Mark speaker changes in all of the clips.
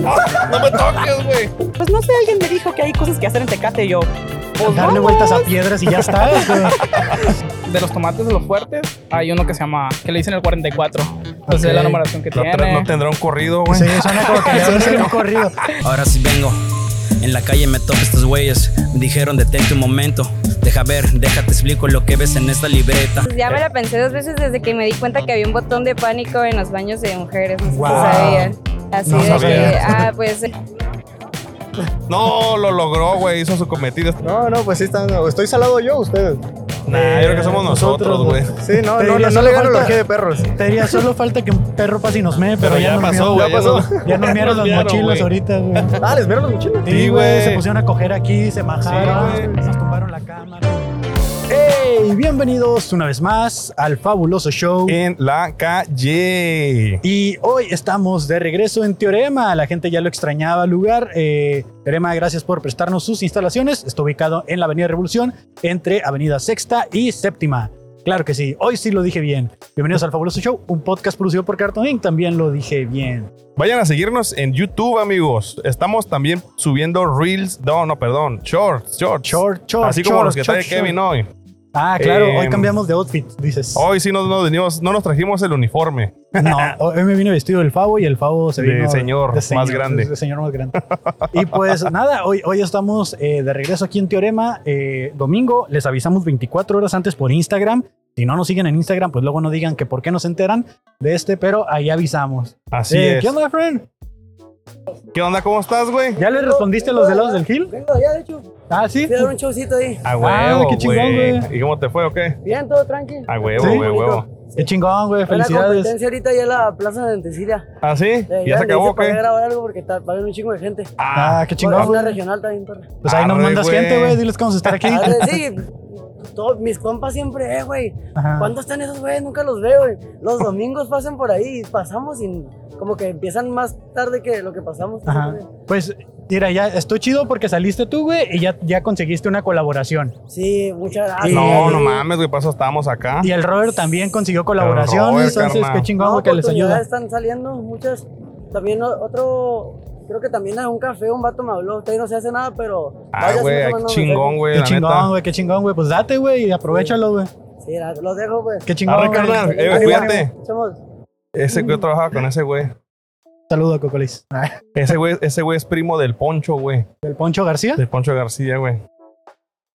Speaker 1: No me toques, güey.
Speaker 2: Pues no sé, alguien me dijo que hay cosas que hacer en Tecate y yo. Pues
Speaker 3: Darle
Speaker 2: vamos.
Speaker 3: vueltas a piedras y ya está. güey.
Speaker 4: De los tomates de los fuertes, hay uno que se llama, que le dicen el 44. Entonces es la
Speaker 3: Ok.
Speaker 4: numeración que
Speaker 1: La otra
Speaker 4: tiene.
Speaker 1: no tendrá un corrido, güey.
Speaker 3: Sí, suena como que le van a hacer un corrido.
Speaker 5: Ahora sí vengo. En la calle me topo estos güeyes. Me dijeron, detente un momento. Deja ver, déjate explico lo que ves en esta libreta.
Speaker 6: Pues ya me la pensé dos veces desde que me di cuenta que había un botón de pánico en los baños de mujeres. No sé si
Speaker 3: Wow.
Speaker 6: sabían. Así
Speaker 3: No
Speaker 6: de que,
Speaker 3: sabía.
Speaker 6: ah, pues
Speaker 1: No, lo logró, güey. Hizo su cometido.
Speaker 7: No, no, pues sí están. o Estoy salado yo, ustedes.
Speaker 1: Nah, yo creo que somos nosotros, güey.
Speaker 7: Sí, no,
Speaker 3: Te
Speaker 7: no,
Speaker 3: diría,
Speaker 7: no,
Speaker 3: solo
Speaker 7: le gano
Speaker 3: falta-
Speaker 7: la orgía de perros.
Speaker 3: Te diría, solo falta que un perro pase y nos mee, pero,
Speaker 1: Pero ya
Speaker 3: nos miaron.
Speaker 1: pasó, güey.
Speaker 7: Ya pasó.
Speaker 3: Ya nos miraron
Speaker 1: nos
Speaker 3: las
Speaker 1: miaron,
Speaker 3: mochilas
Speaker 1: güey.
Speaker 3: ahorita, güey.
Speaker 7: Ah, les vieron los mochilas.
Speaker 3: Sí, güey,
Speaker 1: Sí, güey.
Speaker 3: se pusieron a coger aquí, se
Speaker 1: Sí,
Speaker 3: majaron,
Speaker 1: güey.
Speaker 3: nos tumbaron la cámara. ¡Hey! Bienvenidos una vez más al fabuloso show.
Speaker 1: En la calle.
Speaker 3: Y hoy estamos de regreso en Teorema. La gente ya lo extrañaba el lugar. Eh, Teorema, gracias por prestarnos sus instalaciones. Está ubicado en la Avenida Revolución, entre Avenida Sexta y Séptima. Claro que sí, hoy sí lo dije bien. Bienvenidos al Fabuloso Show, un podcast producido por Cartoon Inc. También lo dije bien.
Speaker 1: Vayan a seguirnos en YouTube, amigos. Estamos también subiendo reels. No, no, perdón. Shorts, shorts.
Speaker 3: Short, short,
Speaker 1: Así como
Speaker 3: short,
Speaker 1: los que
Speaker 3: short,
Speaker 1: trae Kevin
Speaker 3: short.
Speaker 1: hoy.
Speaker 3: Ah, claro, hoy
Speaker 1: Em,
Speaker 3: cambiamos de outfit, dices.
Speaker 1: Hoy sí nos, nos venimos- no nos trajimos el uniforme.
Speaker 3: No, hoy me vino vestido el Favo y el Favo se
Speaker 1: De
Speaker 3: vino.
Speaker 1: señor más grande.
Speaker 3: de señor más grande. Y pues nada, hoy, hoy estamos eh, de regreso aquí en Teorema. eh, domingo les avisamos 24 horas antes por Instagram. Si no nos siguen en Instagram, pues luego no digan que por qué nos enteran de este, pero ahí avisamos.
Speaker 1: Así
Speaker 3: Eh,
Speaker 1: es.
Speaker 3: ¿Qué onda, friend?
Speaker 1: ¿Qué onda? ¿Cómo estás, güey?
Speaker 3: ¿Ya le respondiste a los de los del Gil?
Speaker 8: Vengo ya, de hecho,
Speaker 3: Ah, sí.
Speaker 8: fui a dar un showcito ahí.
Speaker 1: A
Speaker 3: Ah,
Speaker 1: huevo,
Speaker 3: qué chingón,
Speaker 1: güey.
Speaker 3: güey.
Speaker 1: ¿Y cómo te fue o qué?
Speaker 8: Bien, todo tranqui.
Speaker 1: A Oh, huevo,
Speaker 3: ¿Sí?
Speaker 1: güey, huevo.
Speaker 3: Qué chingón, güey.
Speaker 8: Fue la
Speaker 3: Felicidades.
Speaker 8: competencia ahorita ya en la plaza de Antecilia.
Speaker 1: ¿Ah, sí? ¿Ya se acabó o
Speaker 8: Para
Speaker 1: qué?
Speaker 8: grabar algo porque tal, va a haber un chingo de gente.
Speaker 3: Ah, qué
Speaker 8: Bueno,
Speaker 3: chingón,
Speaker 8: una
Speaker 3: güey.
Speaker 8: regional también, perra.
Speaker 3: Pues ahí nos
Speaker 1: Arre,
Speaker 3: mandas
Speaker 1: güey.
Speaker 3: gente, güey. Diles cómo estar aquí.
Speaker 8: Ah, Sí, todos mis compas siempre, eh, güey.
Speaker 3: Ajá.
Speaker 8: ¿Cuándo están esos güeyes? Nunca los veo, güey. Los domingos pasan por ahí y pasamos y como que empiezan más tarde que lo que pasamos.
Speaker 3: Ajá. Pues mira, ya estoy chido porque saliste tú, güey, y ya, ya conseguiste una colaboración.
Speaker 8: Sí, muchas gracias.
Speaker 1: No, no mames, güey. Paso, estábamos acá. Ah,
Speaker 3: Y el Robert también consiguió colaboración,
Speaker 1: Robert,
Speaker 3: entonces
Speaker 1: carnal.
Speaker 3: qué chingón güey, que les
Speaker 8: oportunidades
Speaker 3: ayuda.
Speaker 8: están saliendo muchas. También o- otro, creo que también en un café un vato me habló. Usted no se hace nada, pero.
Speaker 1: Ah,
Speaker 8: váyase,
Speaker 1: güey,
Speaker 8: no se
Speaker 1: qué
Speaker 8: mandan
Speaker 1: chingón, güey,
Speaker 3: Qué
Speaker 1: la
Speaker 3: chingón,
Speaker 1: neta.
Speaker 3: güey, qué chingón, güey. Pues date, güey, y aprovechalo, güey.
Speaker 8: mensajes. Sí, la- los dejo, pues.
Speaker 3: Qué chingón.
Speaker 1: Arre,
Speaker 3: güey.
Speaker 1: carnal, eh,
Speaker 8: Ánimo,
Speaker 1: cuídate.
Speaker 8: ánimo. Somos-
Speaker 1: Ese que yo trabajaba con ese güey.
Speaker 3: Saludo a Cocolis.
Speaker 1: Ese güey, ese güey es primo del Poncho, güey.
Speaker 3: ¿El Poncho García?
Speaker 1: Del Poncho García, güey.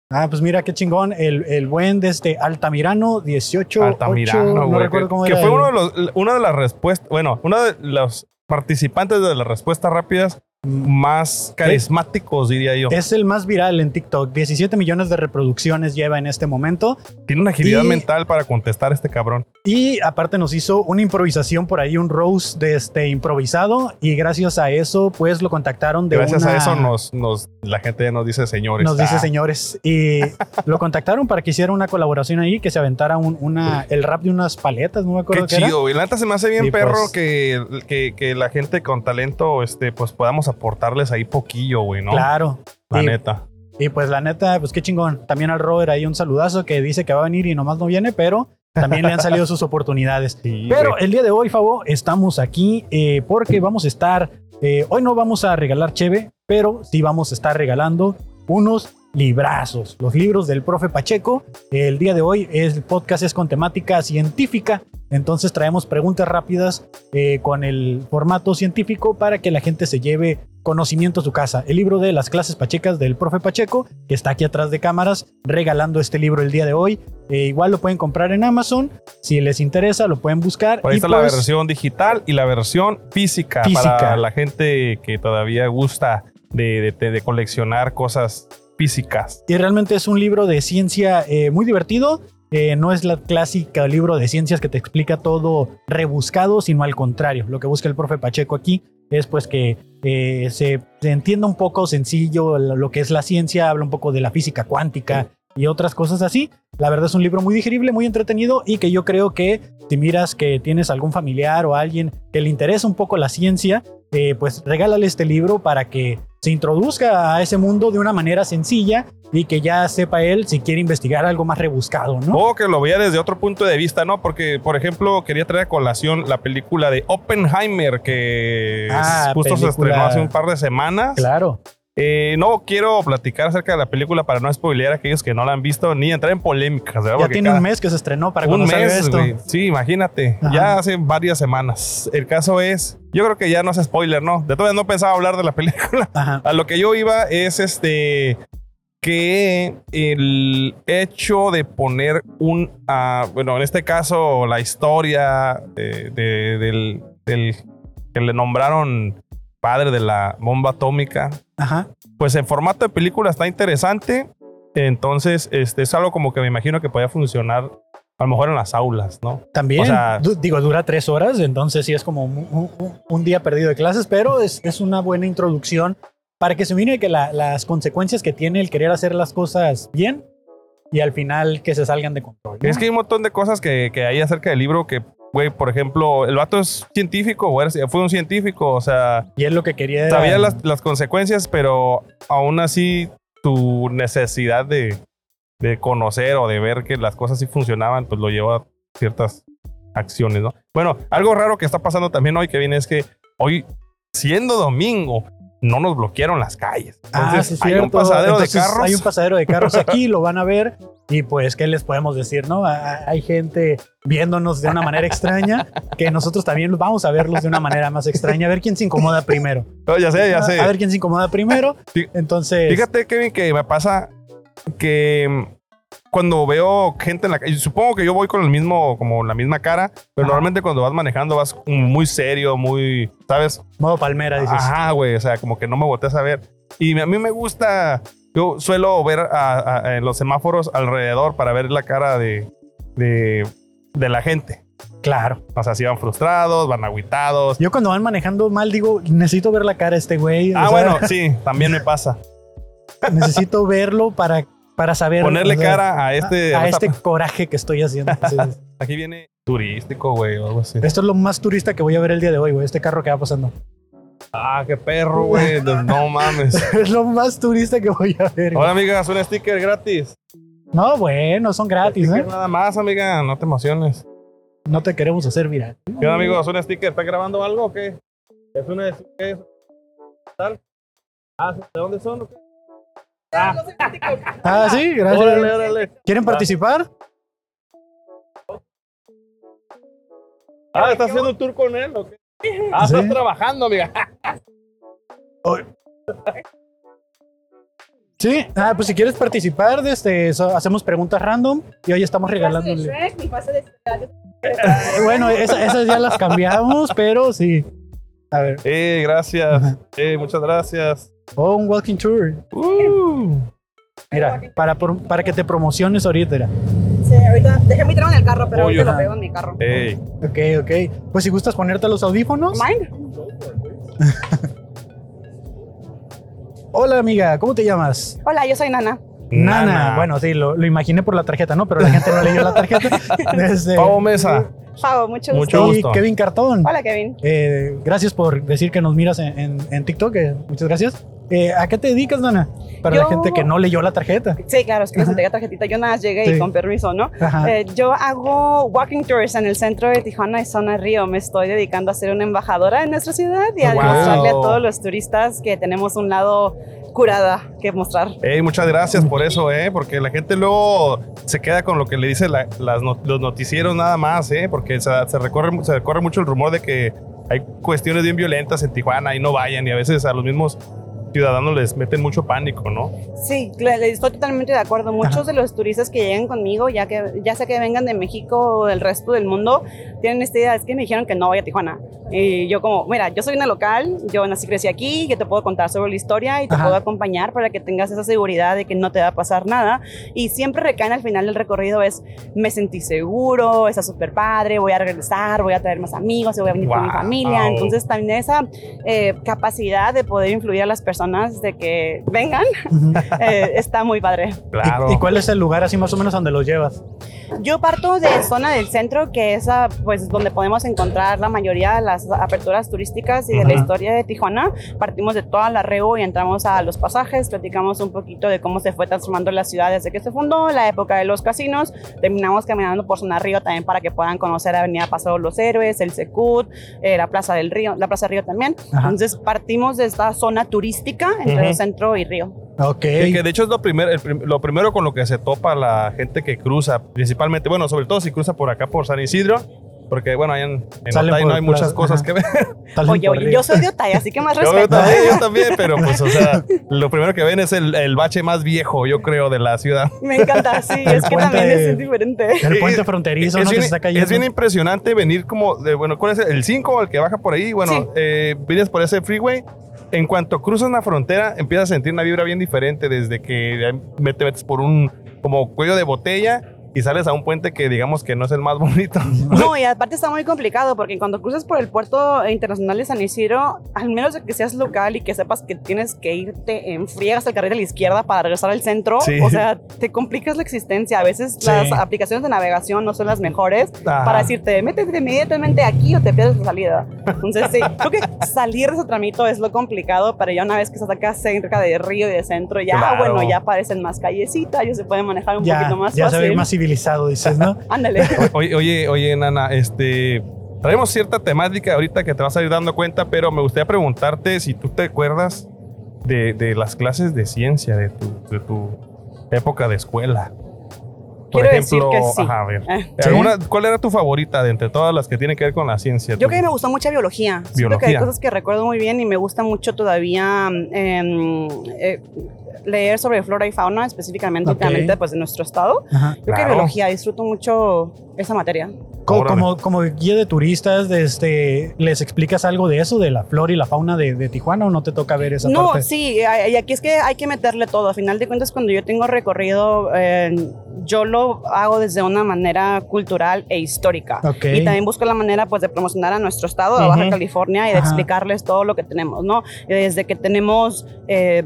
Speaker 3: Ah, pues mira, qué chingón. El, el buen de este Altamirano 18. ocho,
Speaker 1: Altamirano,
Speaker 3: no
Speaker 1: güey.
Speaker 3: recuerdo
Speaker 1: que-
Speaker 3: cómo
Speaker 1: que,
Speaker 3: era.
Speaker 1: fue
Speaker 3: el-
Speaker 1: uno de los, una de las respuestas, bueno, uno de los participantes de las respuestas rápidas más carismáticos, diría yo.
Speaker 3: Es el más viral en TikTok. 17 millones de reproducciones lleva en este momento.
Speaker 1: Tiene una agilidad
Speaker 3: y-
Speaker 1: mental para contestar este cabrón.
Speaker 3: Y aparte nos hizo una improvisación por ahí, un roast de este improvisado. Y gracias a eso, pues lo contactaron de
Speaker 1: Gracias
Speaker 3: una-
Speaker 1: a eso nos, nos, la gente ya nos dice señores.
Speaker 3: nos dice
Speaker 1: Ah,
Speaker 3: señores. Y lo contactaron para que hiciera una colaboración ahí, que se aventara un- una, el rap de unas paletas, no me
Speaker 1: Qué
Speaker 3: acuerdo qué, era.
Speaker 1: chido, güey. La neta se me hace bien
Speaker 3: Y
Speaker 1: perro
Speaker 3: pues-
Speaker 1: que, que, que la gente con talento, este, pues podamos aportarles ahí poquillo, güey, ¿no?
Speaker 3: Claro.
Speaker 1: La
Speaker 3: Y-
Speaker 1: neta.
Speaker 3: Y pues la neta, pues qué chingón. También al Robert ahí un saludazo que dice que va a venir y nomás no viene, pero también le han salido sus oportunidades.
Speaker 1: Sí,
Speaker 3: Pero
Speaker 1: güey.
Speaker 3: el día de hoy, Fabo, estamos aquí eh, porque vamos a estar, eh, hoy no vamos a regalar cheve, pero sí vamos a estar regalando unos librazos, los libros del profe Pacheco. El día de hoy es, el podcast es con temática científica, entonces traemos preguntas rápidas eh, con el formato científico para que la gente se lleve conocimiento a su casa. El libro de las clases pachecas del profe Pacheco, que está aquí atrás de cámaras, regalando este libro el día de hoy. Eh, igual lo pueden comprar en Amazon, si les interesa lo pueden buscar.
Speaker 1: Por ahí
Speaker 3: Y
Speaker 1: está la
Speaker 3: pues,
Speaker 1: versión digital y la versión física,
Speaker 3: Física.
Speaker 1: para la gente que todavía gusta de, de- de- de coleccionar cosas físicas.
Speaker 3: Y realmente es un libro de ciencia eh, muy divertido. Eh, no es la clásica libro de ciencias que te explica todo rebuscado, sino al contrario. Lo que busca el profe Pacheco aquí es pues que eh, se, se entienda un poco sencillo lo lo que es la ciencia, habla un poco de la física cuántica y otras cosas así. La verdad es un libro muy digerible, muy entretenido y que yo creo que si miras que tienes algún familiar o alguien que le interesa un poco la ciencia, eh, pues regálale este libro para que se introduzca a ese mundo de una manera sencilla y que ya sepa él si quiere investigar algo más rebuscado, ¿no?
Speaker 1: O que lo vea desde otro punto de vista, ¿no? Porque, por ejemplo, quería traer a colación la película de Oppenheimer, que
Speaker 3: Ah,
Speaker 1: justo se
Speaker 3: película.
Speaker 1: estrenó hace un par de semanas.
Speaker 3: Claro.
Speaker 1: Eh, no quiero platicar acerca de la película para no spoilear a aquellos que no la han visto ni entrar en polémicas, ¿verdad?
Speaker 3: Ya
Speaker 1: Porque
Speaker 3: tiene
Speaker 1: cada-
Speaker 3: un mes que se estrenó para cuando
Speaker 1: un
Speaker 3: salga
Speaker 1: mes,
Speaker 3: esto.
Speaker 1: güey. Sí, imagínate.
Speaker 3: Ajá.
Speaker 1: Ya hace varias semanas. El caso es, yo creo que ya no es spoiler, ¿no? De todas maneras, no pensaba hablar de la película.
Speaker 3: Ajá.
Speaker 1: A lo que yo iba es este que el hecho de poner un, ah, bueno, en este caso la historia de- de- del, del que le nombraron padre de la bomba atómica,
Speaker 3: Ajá.
Speaker 1: pues en formato de película está interesante. Entonces, este es algo como que me imagino que podía funcionar a lo mejor en las aulas, ¿no?
Speaker 3: También,
Speaker 1: O sea-
Speaker 3: du- digo, dura tres horas, entonces sí es como un, un- un día perdido de clases, pero es, es una buena introducción para que se mire que la- las consecuencias que tiene el querer hacer las cosas bien y al final que se salgan de control. ¿no?
Speaker 1: Es que hay un montón de cosas que, que hay acerca del libro que, güey, por ejemplo, el vato es científico, güey, fue un científico, o sea,
Speaker 3: y es lo que quería. era-
Speaker 1: sabía las, las consecuencias, pero aún así tu necesidad de, de conocer o de ver que las cosas sí funcionaban, pues lo llevó a ciertas acciones, ¿no? Bueno, algo raro que está pasando también hoy que viene es que hoy, siendo domingo, no nos bloquearon las calles.
Speaker 3: Ah, sí,
Speaker 1: Entonces, hay un
Speaker 3: cierto.
Speaker 1: pasadero de
Speaker 3: Entonces,
Speaker 1: carros.
Speaker 3: Hay un pasadero de carros aquí, lo van a ver. Y pues, ¿qué les podemos decir, no? A- a- Hay gente viéndonos de una manera extraña que nosotros también vamos a verlos de una manera más extraña. A ver quién se incomoda primero.
Speaker 1: No, ya sé, ya sé.
Speaker 3: A ver quién se incomoda primero.
Speaker 1: Fí-
Speaker 3: Entonces,
Speaker 1: Fíjate, Kevin, que me pasa que mm, cuando veo gente en la calle, supongo que yo voy con el mismo, como la misma cara, pero normalmente cuando vas manejando vas mm, muy serio, muy, ¿sabes?
Speaker 3: modo palmera, Ah, dices.
Speaker 1: Ajá, güey, o sea, como que no me volteas a ver. Y me- a mí me gusta, yo suelo ver a- a- en los semáforos alrededor para ver la cara de, de, de la gente.
Speaker 3: Claro.
Speaker 1: O sea, si van frustrados, van agüitados.
Speaker 3: Yo cuando van manejando mal digo, necesito ver la cara de este güey. o
Speaker 1: Ah,
Speaker 3: sea,
Speaker 1: bueno, sí, también me pasa.
Speaker 3: Necesito verlo para, para saber.
Speaker 1: Ponerle
Speaker 3: o sea,
Speaker 1: cara a este...
Speaker 3: a, a
Speaker 1: esta-
Speaker 3: este coraje que estoy haciendo. Sí, sí, sí.
Speaker 1: Aquí viene turístico, güey, o algo así.
Speaker 3: Esto es lo más turista que voy a ver el día de hoy, güey. Este carro que va pasando.
Speaker 1: Ah, qué perro, güey. No, no mames.
Speaker 3: Es lo más turista que voy a ver. güey.
Speaker 1: Hola, amiga, es un sticker gratis.
Speaker 3: No, bueno, son gratis,
Speaker 1: Sticker
Speaker 3: ¿eh?
Speaker 1: nada más, amiga. No te emociones.
Speaker 3: No te queremos hacer viral.
Speaker 1: ¿Qué onda, amigo? ¿Es un sticker? ¿Estás grabando algo o qué? ¿Es una qué es? ¿Tal? Ah, ¿de dónde son? o qué?
Speaker 3: Ah, sí, gracias.
Speaker 1: Órale, órale.
Speaker 3: ¿Quieren participar?
Speaker 1: Ah, ¿estás haciendo un tour con él o qué? Ah,
Speaker 3: Sí.
Speaker 1: estás trabajando, amiga.
Speaker 3: Sí. Ah, pues si quieres participar, este, so- hacemos preguntas random y hoy estamos regalando. un libro. Eh, Bueno, esa- esas ya las cambiamos, pero sí. A ver,
Speaker 1: Eh, gracias. Eh, muchas gracias.
Speaker 3: o un walking tour.
Speaker 1: Uh.
Speaker 3: Mira, para, por- para que te promociones ahorita. mira.
Speaker 2: Sí, ahorita dejé mi trago en el carro, pero
Speaker 1: Pollo.
Speaker 2: ahorita lo pego en mi carro.
Speaker 1: Ey.
Speaker 3: Ok, ok. Pues si gustas ponerte los audífonos.
Speaker 2: Mine.
Speaker 3: Hola, amiga, ¿cómo te llamas?
Speaker 2: Hola, yo soy Nana.
Speaker 3: Nana. Bueno, sí, lo, lo imaginé por la tarjeta, ¿no? Pero la gente no leyó la tarjeta. Este,
Speaker 1: Pavo Mesa.
Speaker 2: Pavo, mucho gusto.
Speaker 1: Mucho
Speaker 3: y
Speaker 1: gusto.
Speaker 3: Kevin Cartón.
Speaker 2: Hola, Kevin.
Speaker 3: Eh, gracias por decir que nos miras en, en- en TikTok. eh, muchas gracias. Eh, ¿A qué te dedicas, Nana? Para la
Speaker 2: Yo-
Speaker 3: gente que no leyó la tarjeta.
Speaker 2: Sí, claro, es que les entregué tarjetita. Yo nada más llegué
Speaker 3: Sí. Ah.
Speaker 2: y con permiso, ¿no?
Speaker 3: Ajá.
Speaker 2: Eh, yo hago walking tours en el centro de Tijuana y zona Río. Me estoy dedicando a ser una embajadora de nuestra ciudad y a
Speaker 1: Wow.
Speaker 2: demostrarle a todos los turistas que tenemos un lado curada que mostrar.
Speaker 1: Ey, muchas gracias por eso, eh, porque la gente luego se queda con lo que le dicen la- las no- los noticieros nada más, eh, porque se, se recorre, se recorre mucho el rumor de que hay cuestiones bien violentas en Tijuana y no vayan y a veces a los mismos ciudadanos les meten mucho pánico, ¿no?
Speaker 2: Sí, cla- estoy totalmente de acuerdo. Muchos de los turistas que llegan conmigo, ya que ya sea que vengan de México o del resto del mundo, tienen esta idea, es que me dijeron que no vaya a Tijuana. Y yo como, mira, yo soy una local, yo nací, crecí aquí, yo te puedo contar sobre la historia y te
Speaker 3: Ajá.
Speaker 2: puedo acompañar para que tengas esa seguridad de que no te va a pasar nada. Y siempre recaen al final del recorrido es, me sentí seguro, está súper padre, voy a regresar, voy a traer más amigos, voy a venir con mi
Speaker 1: Wow.
Speaker 2: familia. Entonces también esa eh, capacidad de poder influir a las personas de que vengan
Speaker 3: Ujú.
Speaker 2: eh, está muy padre.
Speaker 1: Claro.
Speaker 3: ¿Y, y cuál es el lugar así más o menos donde los llevas?
Speaker 2: Yo parto de zona del centro, que es ah, pues donde podemos encontrar la mayoría de las las aperturas turísticas y de la
Speaker 3: Ajá.
Speaker 2: historia de Tijuana. Partimos de toda la Reu y entramos a los pasajes, platicamos un poquito de cómo se fue transformando la ciudad desde que se fundó, la época de los casinos. Terminamos caminando por Zona Río también para que puedan conocer Avenida Paseo de los Héroes, el Secut, eh, la Plaza del Río, la Plaza del Río también.
Speaker 3: Ajá.
Speaker 2: Entonces partimos de esta zona turística entre
Speaker 1: Ujú.
Speaker 2: el centro y Río.
Speaker 3: Ok.
Speaker 1: Que, que de hecho es lo, primer, el prim- lo primero con lo que se topa la gente que cruza, principalmente, bueno, sobre todo si cruza por acá por San Isidro, porque bueno, allá en, en
Speaker 3: Salen
Speaker 1: Otay
Speaker 3: por
Speaker 1: no hay
Speaker 3: plaza-
Speaker 1: muchas cosas
Speaker 3: ajá.
Speaker 1: que ver.
Speaker 3: Tal
Speaker 2: Oye, oye, yo soy de Otay, así que más
Speaker 1: Yo,
Speaker 2: respeto. ¿eh?
Speaker 1: también, yo también, pero pues, o sea, lo primero que ven es el, el bache más viejo, yo creo, de la ciudad.
Speaker 2: Me encanta, sí,
Speaker 3: El
Speaker 2: es que
Speaker 3: puente
Speaker 2: también
Speaker 3: de-
Speaker 2: es diferente.
Speaker 3: El puente
Speaker 1: Eh,
Speaker 3: fronterizo, ¿no?
Speaker 1: bien,
Speaker 3: Que se está cayendo.
Speaker 1: es bien impresionante venir como de, bueno, ¿cuál es el 5 el que baja por ahí? Bueno,
Speaker 2: Sí.
Speaker 1: eh, vienes por ese freeway. En cuanto cruzas la frontera, empiezas a sentir una vibra bien diferente desde que ya te metes por un como cuello de botella y sales a un puente que digamos que no es el más bonito.
Speaker 2: No, y aparte está muy complicado porque cuando cruzas por el puerto internacional de San Isidro, al menos de que seas local y que sepas que tienes que irte en friegas al carril de la izquierda para regresar al centro,
Speaker 1: Sí.
Speaker 2: o sea, te complicas la existencia. A veces
Speaker 3: Sí.
Speaker 2: las aplicaciones de navegación no son las mejores
Speaker 1: Ajá.
Speaker 2: para decirte, métete inmediatamente aquí o te pierdes la salida. Entonces, sí, creo que salir de ese tramito es lo complicado, pero ya una vez que estás acá cerca de río y de centro, ya,
Speaker 1: Claro.
Speaker 2: bueno, ya aparecen más callecitas, ya se puede manejar un
Speaker 3: ya,
Speaker 2: poquito más
Speaker 3: ya se ve
Speaker 2: fácil.
Speaker 3: más civilizado, dices, ¿no?
Speaker 2: Ándale.
Speaker 1: Oye, oye, oye, Nana, este. Traemos cierta temática ahorita que te vas a ir dando cuenta, pero me gustaría preguntarte si tú te acuerdas de, de las clases de ciencia de tu, de tu época de escuela. Por
Speaker 2: Quiero decir
Speaker 1: ejemplo,
Speaker 2: que sí.
Speaker 1: ajá, a ver,
Speaker 2: Eh.
Speaker 1: ¿alguna- ¿cuál era tu favorita de entre todas las que tienen que ver con la ciencia?
Speaker 2: Yo
Speaker 1: Tú-
Speaker 2: creo que me gustó mucha biología. Siento que hay
Speaker 1: Biología.
Speaker 2: cosas que recuerdo muy bien y me gusta mucho todavía em, eh, leer sobre flora y fauna, específicamente
Speaker 3: Ok.
Speaker 2: últimamente, pues, de nuestro estado.
Speaker 3: Ajá.
Speaker 2: Creo que
Speaker 1: Claro.
Speaker 2: biología, disfruto mucho esa materia.
Speaker 3: Co-
Speaker 1: Órale.
Speaker 3: Como, como guía de turistas, de este, ¿les explicas algo de eso, de la flora y la fauna de, de Tijuana o no te toca ver esa
Speaker 2: No,
Speaker 3: parte?
Speaker 2: sí, a- y aquí es que hay que meterle todo. A final de cuentas, cuando yo tengo recorrido, eh, yo lo hago desde una manera cultural e histórica.
Speaker 3: Ok.
Speaker 2: Y también busco la manera pues de promocionar a nuestro estado, a Baja
Speaker 1: Ujú.
Speaker 2: California, y de
Speaker 3: Ajá.
Speaker 2: explicarles todo lo que tenemos, ¿no? Desde que tenemos... eh,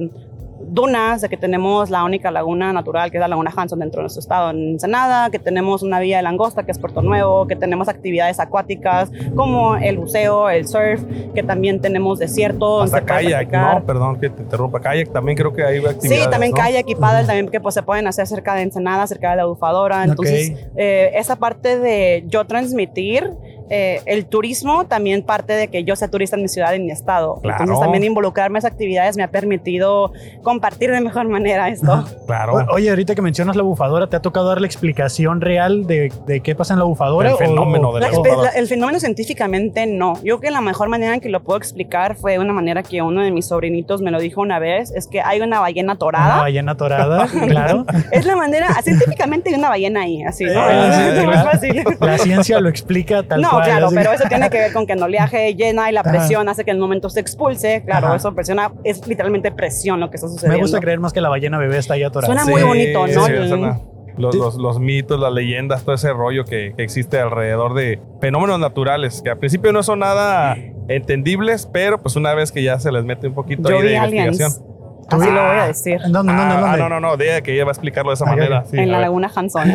Speaker 2: dunas, de que tenemos la única laguna natural que es la Laguna Hanson dentro de nuestro estado en Ensenada, que tenemos una vía de langosta que es Puerto Nuevo, que tenemos actividades acuáticas como el buceo, el surf, que también tenemos desierto.
Speaker 1: Hasta
Speaker 2: donde se puede
Speaker 1: kayak,
Speaker 2: practicar.
Speaker 1: ¿no? Perdón que te interrumpa. Kayak también creo que hay
Speaker 2: Sí,
Speaker 1: actividades,
Speaker 2: también
Speaker 1: ¿no?
Speaker 2: kayak y paddle también que pues, se pueden hacer cerca de Ensenada, cerca de la bufadora. ah, Entonces, eh, esa parte de yo transmitir eh, el turismo, también parte de que yo sea turista en mi ciudad y en mi estado.
Speaker 1: Claro.
Speaker 2: Entonces, también involucrarme en esas actividades me ha permitido compartir de mejor manera esto.
Speaker 1: Claro.
Speaker 3: O- Oye, ahorita que mencionas la bufadora, ¿te ha tocado dar la explicación real de, de qué pasa en la bufadora?
Speaker 1: El
Speaker 3: o-
Speaker 1: fenómeno de
Speaker 2: La
Speaker 1: la
Speaker 2: expe-
Speaker 1: bufadora.
Speaker 2: la- el fenómeno científicamente no. Yo creo que la mejor manera en que lo puedo explicar fue una manera que uno de mis sobrinitos me lo dijo una vez, es que hay una ballena
Speaker 3: Una
Speaker 2: torada.
Speaker 3: ballena torada, claro.
Speaker 2: Es la manera, científicamente hay una ballena ahí, así. ¿no?
Speaker 3: Ah, sí,
Speaker 2: Es
Speaker 3: claro.
Speaker 2: más fácil.
Speaker 3: La ciencia lo explica tal
Speaker 2: no,
Speaker 3: cual.
Speaker 2: claro,
Speaker 3: así.
Speaker 2: pero eso tiene que ver con que el oleaje llena y la
Speaker 3: Ajá.
Speaker 2: presión hace que el momento se expulse. Claro,
Speaker 3: Ajá.
Speaker 2: eso presiona, es literalmente presión lo que está sucediendo.
Speaker 3: Me gusta creer más que la ballena bebé está ahí atorada.
Speaker 2: Suena muy bonito,
Speaker 1: Sí,
Speaker 2: ¿no?
Speaker 1: sí,
Speaker 2: El-
Speaker 1: es una- los, los- los mitos, las leyendas, todo ese rollo que, que existe alrededor de fenómenos naturales, que al principio no son nada entendibles, pero pues una vez que ya se les mete un poquito
Speaker 2: Yo
Speaker 1: ahí de
Speaker 2: vi
Speaker 1: investigación.
Speaker 2: aliens. Así lo voy a decir.
Speaker 3: No, no, no, no,
Speaker 1: Ah,
Speaker 3: no,
Speaker 1: ah, no, no, no, de que ella va a explicarlo de esa
Speaker 3: Ah, ya,
Speaker 1: manera. sí,
Speaker 2: en
Speaker 1: a
Speaker 2: la
Speaker 1: ver.
Speaker 2: Laguna Hanson.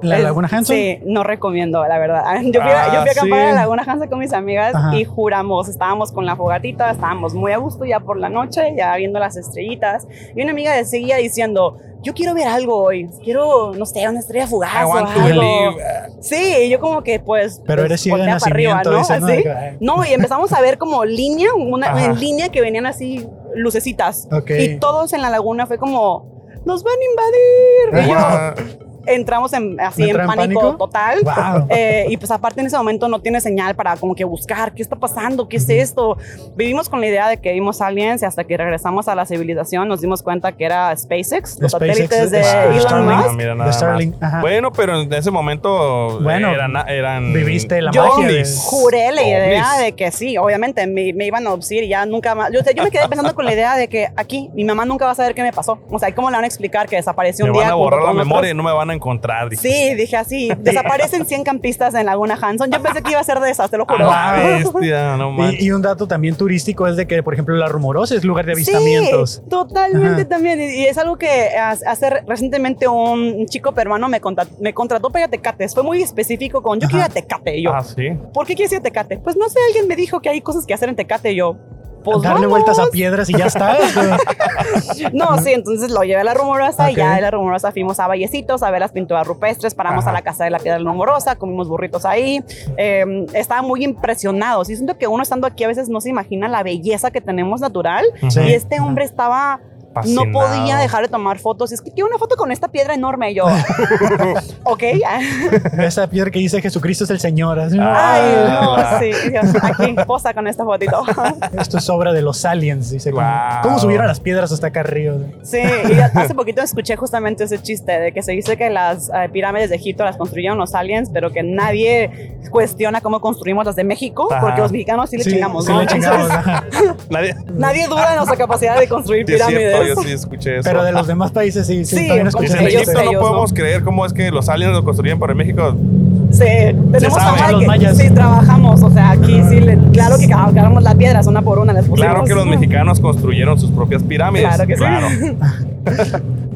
Speaker 3: ¿La
Speaker 2: Es-
Speaker 3: Laguna Hanson?
Speaker 2: Sí, no recomiendo, la verdad. Yo fui, a- yo
Speaker 1: Ah,
Speaker 2: fui a acampar a la
Speaker 1: sí.
Speaker 2: Laguna Hanson con mis amigas
Speaker 3: Ajá.
Speaker 2: y juramos, estábamos con la fogatita, estábamos muy a gusto ya por la noche, ya viendo las estrellitas. Y una amiga seguía diciendo, yo quiero ver algo hoy, quiero, no sé, una estrella fugaz
Speaker 1: I
Speaker 2: o
Speaker 1: want to
Speaker 2: algo".
Speaker 1: believe.
Speaker 2: Sí, y yo como que pues...
Speaker 3: Pero
Speaker 2: pues,
Speaker 3: eres ciega de
Speaker 2: voltea para arriba,
Speaker 3: nacimiento, dices, ¿no?
Speaker 2: Así.
Speaker 3: Ay,
Speaker 2: No, y empezamos a ver como línea, una
Speaker 1: Ajá.
Speaker 2: en línea que venían así lucecitas.
Speaker 3: Ok.
Speaker 2: Y todos en la laguna fue como, nos van a invadir. Y yo,
Speaker 1: Ah,
Speaker 2: entramos en, así
Speaker 3: ¿Me
Speaker 2: en
Speaker 3: entra en
Speaker 2: pánico,
Speaker 3: pánico?
Speaker 2: total.
Speaker 3: Wow.
Speaker 2: Eh, y pues aparte en ese momento no tiene señal para como que buscar qué está pasando, qué es esto. Vivimos con la idea de que vimos aliens y hasta que regresamos a la civilización nos dimos cuenta que era SpaceX, los
Speaker 3: SpaceX,
Speaker 2: satélites de
Speaker 3: es-
Speaker 2: Elon
Speaker 3: Starlink.
Speaker 2: Musk.
Speaker 1: no, Ah,
Speaker 3: ah, De
Speaker 1: mira nada más.
Speaker 3: Starling. Ajá.
Speaker 1: Bueno, pero en ese momento
Speaker 3: Bueno,
Speaker 1: eran, eran
Speaker 3: viviste la
Speaker 2: Yo
Speaker 3: magia. de-
Speaker 1: ovnis.
Speaker 2: Juré la idea
Speaker 1: Ovnis.
Speaker 2: de que sí, obviamente me, me iban a obsir y ya nunca más. Yo, o sea, yo me quedé pensando con la idea de que aquí mi mamá nunca va a saber qué me pasó. O sea, ¿cómo le van a explicar que desapareció
Speaker 1: Me
Speaker 2: un día?
Speaker 1: van a
Speaker 2: junto
Speaker 1: borrar la
Speaker 2: con otros?
Speaker 1: memoria y no me van a encontrar. dije.
Speaker 2: Sí, dije así, desaparecen 100 campistas en Laguna Hanson. Yo pensé que iba a ser de esas, te lo juro.
Speaker 1: Ah, bestia, no manches.
Speaker 3: Y, y un dato también turístico es de que, por ejemplo, La Rumorosa es lugar de avistamientos.
Speaker 2: Sí, totalmente
Speaker 3: Ajá.
Speaker 2: también. Y, y es algo que as- hace re- recientemente un chico peruano me, conta- me contrató para ir a Tecates. Fue muy específico con yo quiero ir a Tecate. Y yo,
Speaker 1: Ah, sí.
Speaker 2: ¿por qué quieres ir a Tecate? Pues no sé, alguien me dijo que hay cosas que hacer en Tecate. Y yo, pues
Speaker 3: Darle
Speaker 2: vamos.
Speaker 3: vueltas a piedras y ya está.
Speaker 2: No, sí, entonces lo llevé a la rumorosa y
Speaker 3: Ok.
Speaker 2: ya de la rumorosa fuimos a Vallecitos a ver las pinturas rupestres, paramos
Speaker 1: Ajá.
Speaker 2: a la casa de la piedra rumorosa, comimos burritos ahí. Eh, estaba muy impresionado. Sí, siento que uno estando aquí a veces no se imagina la belleza que tenemos natural.
Speaker 3: Sí.
Speaker 2: Y este hombre estaba.
Speaker 1: Fascinado.
Speaker 2: No podía dejar de tomar fotos. Y Es que quiero una foto con esta piedra enorme. Y yo, ok.
Speaker 3: Esa piedra que dice Jesucristo es el Señor. Así,
Speaker 2: Ay,
Speaker 1: Ah.
Speaker 2: no, sí. y yo, Aquí, posa con esta fotito.
Speaker 3: "Ah, Esto es obra de los aliens, dice. ¿Cómo-
Speaker 1: Wow.
Speaker 3: ¿Cómo subieron las piedras hasta acá arriba?
Speaker 2: Sí, y hace poquito escuché justamente ese chiste de que se dice que las eh, pirámides de Egipto las construyeron los aliens, pero que nadie cuestiona cómo construimos las de México,
Speaker 1: Ajá.
Speaker 2: porque los mexicanos sí le chingamos,
Speaker 3: sí
Speaker 2: ¿no?
Speaker 3: le chingamos,
Speaker 2: Entonces,
Speaker 3: ajá.
Speaker 1: Nadie-
Speaker 2: nadie duda de nuestra capacidad de construir
Speaker 1: Sí, es cierto,
Speaker 2: pirámides.
Speaker 1: yo sí escuché eso.
Speaker 3: Pero de los demás países sí, sí,
Speaker 2: Sí, como
Speaker 3: también escuché
Speaker 1: Dice, en
Speaker 2: ellos,
Speaker 1: Egipto no
Speaker 2: ellos,
Speaker 1: podemos creer cómo es que los aliens lo construyen, pero en México
Speaker 2: Sí, tenemos
Speaker 1: sabe,
Speaker 2: fama de
Speaker 3: los
Speaker 2: que
Speaker 3: mayas.
Speaker 2: sí trabajamos, o sea, aquí sí, le- claro que ca- cavamos las piedras una por una, las pusimos.
Speaker 1: Claro que los mexicanos construyeron sus propias pirámides.
Speaker 2: pues Claro que sí.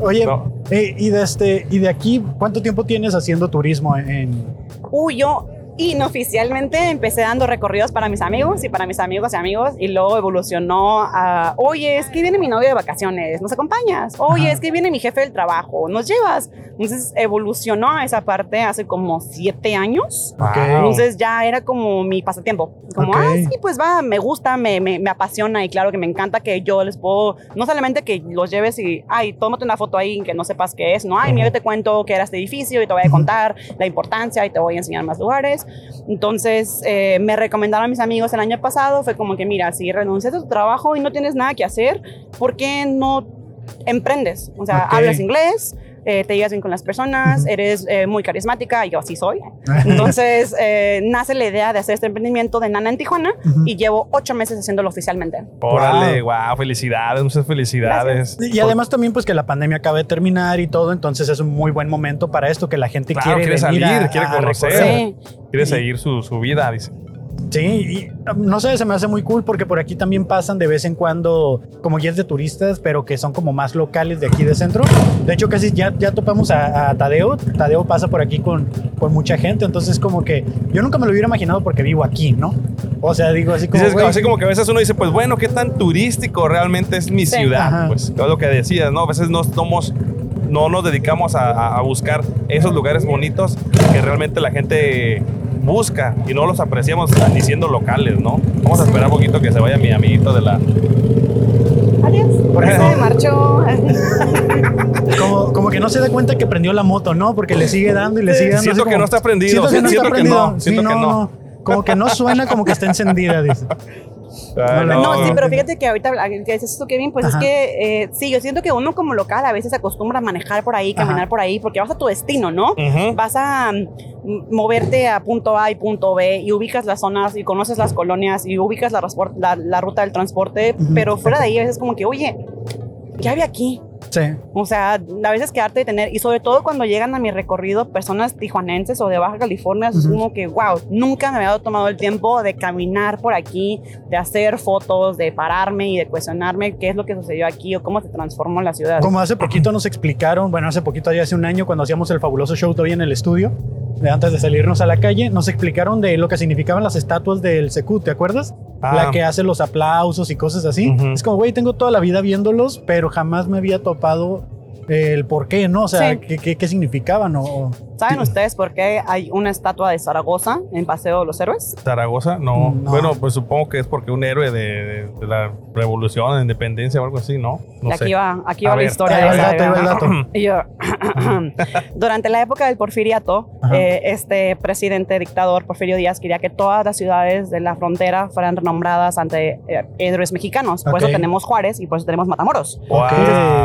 Speaker 3: Oye,
Speaker 1: No.
Speaker 3: eh, y, de este, y de aquí, ¿cuánto tiempo tienes haciendo turismo en, en-
Speaker 2: Uy, yo inoficialmente empecé dando recorridos para mis amigos y para mis amigos y amigos y luego evolucionó a, oye, es que viene mi novio de vacaciones, ¿nos acompañas? Oye,
Speaker 3: Ajá.
Speaker 2: es que viene mi jefe del trabajo, ¿nos llevas? Entonces evolucionó a esa parte hace como siete años.
Speaker 1: Wow.
Speaker 3: Ok.
Speaker 2: Entonces ya era como mi pasatiempo. Como,
Speaker 3: Ok.
Speaker 2: ah, sí, pues va, me gusta, me, me, me apasiona y claro que me encanta que yo les puedo, no solamente que los lleves y, ay, tómate una foto ahí que no sepas qué es, no, ay, mira, yo te cuento que era este edificio y te voy a contar la importancia y te voy a enseñar más lugares. Entonces eh, me recomendaron mis amigos el año pasado, fue como que, mira, si renuncias a tu trabajo y no tienes nada que hacer, ¿por qué no emprendes? O sea,
Speaker 3: Ok.
Speaker 2: hablas inglés. eh, te llevas bien con las personas, eres eh, muy carismática, y yo así soy. Entonces eh, nace la idea de hacer este emprendimiento de Nana en Tijuana
Speaker 3: Ujú.
Speaker 2: y llevo ocho meses haciéndolo oficialmente.
Speaker 1: Órale, guau, felicidades, muchas felicidades.
Speaker 3: Y además también pues que la pandemia acaba de terminar y todo, entonces es un muy buen momento para esto, que la gente
Speaker 1: Claro,
Speaker 3: quiere,
Speaker 1: quiere
Speaker 3: venir
Speaker 1: salir,
Speaker 3: a-
Speaker 1: quiere
Speaker 3: a
Speaker 1: conocer.
Speaker 3: recorrer.
Speaker 1: Sí. Quiere seguir su, su vida, dice.
Speaker 3: Sí, y, um, no sé, se me hace muy cool porque por aquí también pasan de vez en cuando como guías de turistas, pero que son como más locales de aquí de centro. De hecho, casi ya, ya topamos a, a Tadeo. Tadeo pasa por aquí con, con mucha gente, entonces como que yo nunca me lo hubiera imaginado porque vivo aquí, ¿no? O sea, digo así como...
Speaker 1: Dices,
Speaker 3: güey,
Speaker 1: así como que a veces uno dice, pues bueno, qué tan turístico realmente es mi
Speaker 2: Sí.
Speaker 1: ciudad.
Speaker 3: Ajá.
Speaker 1: Pues todo lo que decías, ¿no? A veces no somos, no nos dedicamos a- a, a buscar esos lugares bonitos que realmente la gente busca y no los apreciamos ni siendo locales, ¿no? Vamos a esperar un poquito que se vaya mi amiguito de la...
Speaker 2: Adiós.
Speaker 1: Por
Speaker 2: Ya
Speaker 1: ejemplo.
Speaker 2: se marchó.
Speaker 3: como, como que no se da cuenta que prendió la moto, ¿no? Porque le sigue dando y le sigue dando.
Speaker 1: Siento
Speaker 3: así
Speaker 1: que no está prendido, siento que no,
Speaker 3: Sí,
Speaker 1: siento que no.
Speaker 3: Como que no suena como que está encendida, dice.
Speaker 1: Ay,
Speaker 3: No,
Speaker 2: No,
Speaker 3: no,
Speaker 2: sí,
Speaker 3: no.
Speaker 2: pero fíjate que ahorita habla- que dices esto, Kevin, pues
Speaker 3: Oh, Ajá.
Speaker 2: es que eh, sí, yo siento que uno como local a veces se acostumbra a manejar por ahí, caminar
Speaker 3: Ajá.
Speaker 2: por ahí, porque vas a tu destino, ¿no?
Speaker 1: Ujú.
Speaker 2: Vas a mm, moverte a punto A y punto B y ubicas las zonas y conoces las colonias y ubicas la, raspor- la- la ruta del transporte,
Speaker 3: Ujú.
Speaker 2: pero fuera de ahí a veces como que, oye, ¿qué había aquí?
Speaker 3: Sí.
Speaker 2: O sea, a veces quedarte de tener, y sobre todo cuando llegan a mi recorrido personas tijuanenses o de Baja California, es
Speaker 3: Ujú.
Speaker 2: como que, wow, nunca me había tomado el tiempo de caminar por aquí, de hacer fotos, de pararme y de cuestionarme qué es lo que sucedió aquí o cómo se transformó la ciudad.
Speaker 3: Como hace poquito nos explicaron, bueno, hace poquito, ya hace un año, cuando hacíamos el fabuloso show todavía en el estudio, de antes de salirnos a la calle, nos explicaron de lo que significaban las estatuas del Secu, ¿te acuerdas?
Speaker 1: Ah.
Speaker 3: La que hace los aplausos y cosas así.
Speaker 1: Ujú.
Speaker 3: Es como, güey, tengo toda la vida viéndolos, pero jamás me había topado el por qué, ¿no? O sea,
Speaker 2: Sí.
Speaker 3: qué, qué- qué significaban o- o...
Speaker 2: ¿Saben ustedes por qué hay una estatua de Zaragoza en Paseo de los Héroes?
Speaker 1: Zaragoza, no.
Speaker 3: No.
Speaker 1: Bueno, pues supongo que es porque un héroe de, de- de la revolución, de la independencia o algo así, ¿no? No
Speaker 2: Y
Speaker 1: sé.
Speaker 2: aquí va, aquí
Speaker 1: A
Speaker 2: va la
Speaker 1: ver,
Speaker 2: historia.
Speaker 3: ahí va
Speaker 2: de
Speaker 3: el
Speaker 2: esta
Speaker 3: dato, ahí va el
Speaker 2: vieja.
Speaker 3: dato.
Speaker 2: Y yo, durante la época del porfiriato,
Speaker 3: Ajá.
Speaker 2: eh, este presidente dictador Porfirio Díaz quería que todas las ciudades de la frontera fueran renombradas ante eh, héroes mexicanos. Por
Speaker 3: Ok.
Speaker 2: eso tenemos Juárez y por eso tenemos Matamoros.
Speaker 1: Wow.
Speaker 3: Ok.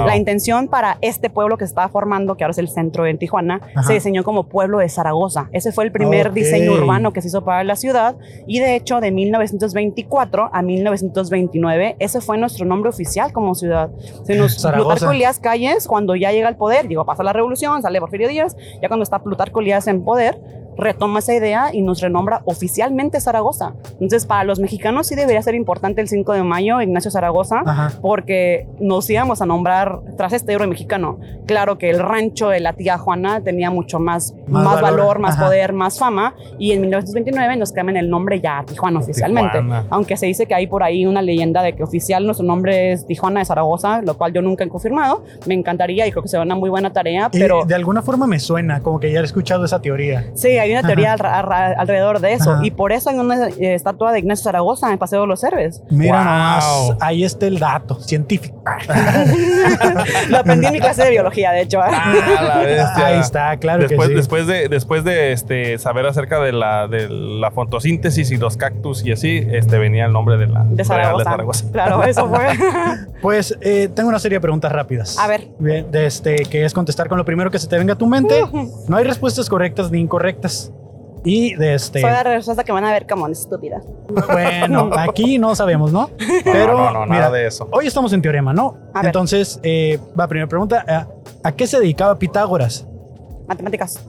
Speaker 2: La intención para este pueblo que se estaba formando, que ahora es el centro de Tijuana,
Speaker 3: Ajá.
Speaker 2: se diseñó como pueblo de Zaragoza. Ese fue el primer
Speaker 3: Ok.
Speaker 2: diseño urbano que se hizo para la ciudad y de hecho de 1924 a 1929 ese fue nuestro nombre oficial como ciudad. Se nos
Speaker 3: Zaragoza.
Speaker 2: Plutarco Elías Calles cuando ya llega al poder, digo, pasa la revolución, sale Porfirio Díaz, ya cuando está Plutarco Elías en poder, retoma esa idea y nos renombra oficialmente Zaragoza. Entonces, para los mexicanos sí debería ser importante el 5 de mayo Ignacio Zaragoza
Speaker 3: Ajá.
Speaker 2: porque nos íbamos a nombrar tras este héroe mexicano. Claro que el rancho de la tía Juana tenía mucho más,
Speaker 3: Más
Speaker 2: más, valor,
Speaker 3: valor,
Speaker 2: más
Speaker 3: ajá.
Speaker 2: poder, más fama. Y en 1929 nos cambian el nombre ya a Tijuana oficialmente.
Speaker 1: Tijuana.
Speaker 2: Aunque se dice que hay por ahí una leyenda de que oficial nuestro nombre es Tijuana de Zaragoza, lo cual yo nunca he confirmado. Me encantaría y creo que será una muy buena tarea,
Speaker 3: Y
Speaker 2: pero...
Speaker 3: de alguna forma me suena, como que ya he escuchado esa teoría.
Speaker 2: Sí, hay una
Speaker 3: Ajá.
Speaker 2: teoría al- al- alrededor de eso.
Speaker 3: Ajá.
Speaker 2: Y por eso hay una eh, estatua de Ignacio Zaragoza en el Paseo de los Héroes.
Speaker 3: Mira
Speaker 1: Wow.
Speaker 3: nomás, ahí está el dato científico.
Speaker 2: Lo aprendí en mi clase de biología, de hecho.
Speaker 1: Ah, la bestia.
Speaker 3: Ahí está, claro
Speaker 1: después,
Speaker 3: que sí.
Speaker 1: después de, después de este, saber acerca de la, de la fotosíntesis y los cactus y así, este, venía el nombre de la
Speaker 2: De Zaragoza. Claro, eso fue.
Speaker 3: Pues eh, tengo una serie de preguntas rápidas.
Speaker 2: A ver.
Speaker 3: Bien, de este, que es contestar con lo primero que se te venga a tu mente. No hay respuestas correctas ni incorrectas. Y de este,
Speaker 2: Soy la respuesta que van a ver como estúpida.
Speaker 3: bueno, aquí no sabemos, ¿no?
Speaker 1: Pero,
Speaker 3: Pero
Speaker 1: no, no,
Speaker 3: mira, pues,
Speaker 1: nada de eso.
Speaker 3: hoy estamos en teorema, ¿no?
Speaker 2: A ver.
Speaker 3: Entonces, eh, la primera pregunta, ¿a, a qué se dedicaba Pitágoras?
Speaker 2: Matemáticas.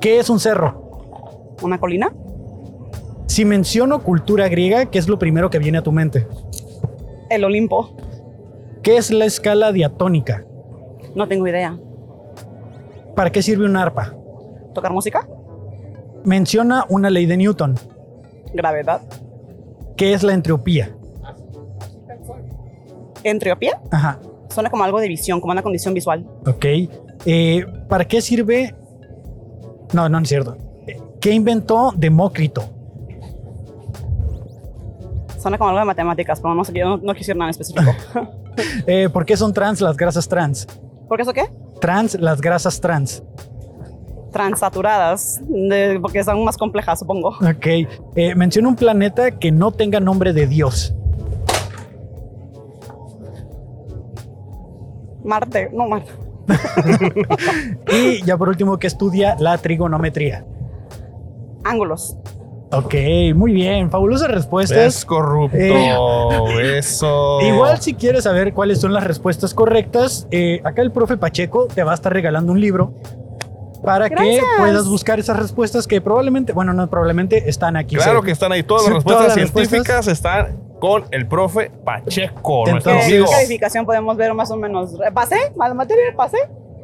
Speaker 3: ¿Qué es un cerro?
Speaker 2: ¿Una colina?
Speaker 3: Si menciono cultura griega, ¿qué es lo primero que viene a tu mente?
Speaker 2: El Olimpo.
Speaker 3: ¿Qué es la escala diatónica?
Speaker 2: No tengo idea.
Speaker 3: ¿Para qué sirve un arpa?
Speaker 2: ¿Tocar música?
Speaker 3: Menciona una ley de Newton.
Speaker 2: Gravedad.
Speaker 3: ¿Qué es la entropía?
Speaker 2: ¿Entriopía?
Speaker 3: Ajá,
Speaker 2: Suena como algo de visión, como una condición visual.
Speaker 3: ok. Eh, ¿Para qué sirve? No, no, no es cierto. ¿Qué inventó Demócrito?
Speaker 2: Suena como algo de matemáticas, pero no sé, yo no, no quisiera nada en específico.
Speaker 3: Eh, ¿Por qué son trans las grasas trans?
Speaker 2: ¿Por qué eso qué?
Speaker 3: Trans las grasas trans.
Speaker 2: Transaturadas, de- porque son más complejas, supongo.
Speaker 3: Ok. Eh, menciona un planeta que no tenga nombre de Dios.
Speaker 2: Marte, no Marte.
Speaker 3: Y ya por último, que estudia la trigonometría.
Speaker 2: Ángulos.
Speaker 3: Ok, muy bien. Fabulosas respuestas.
Speaker 1: Es corrupto. Eso.
Speaker 3: eh, Igual si quieres saber cuáles son las respuestas correctas, eh, acá el profe Pacheco te va a estar regalando un libro para que
Speaker 2: Gracias.
Speaker 3: puedas buscar esas respuestas que probablemente, bueno, no, probablemente están aquí.
Speaker 1: Claro
Speaker 3: Sí.
Speaker 1: que están ahí. Todas
Speaker 3: Sí,
Speaker 1: las respuestas
Speaker 3: todas las
Speaker 1: científicas están con el profe Pacheco, nuestro
Speaker 3: Entonces-
Speaker 2: ¿Qué
Speaker 1: amigo.
Speaker 2: calificación podemos ver más o menos? Eh, ¿Pasé? ¿Mal material pasé?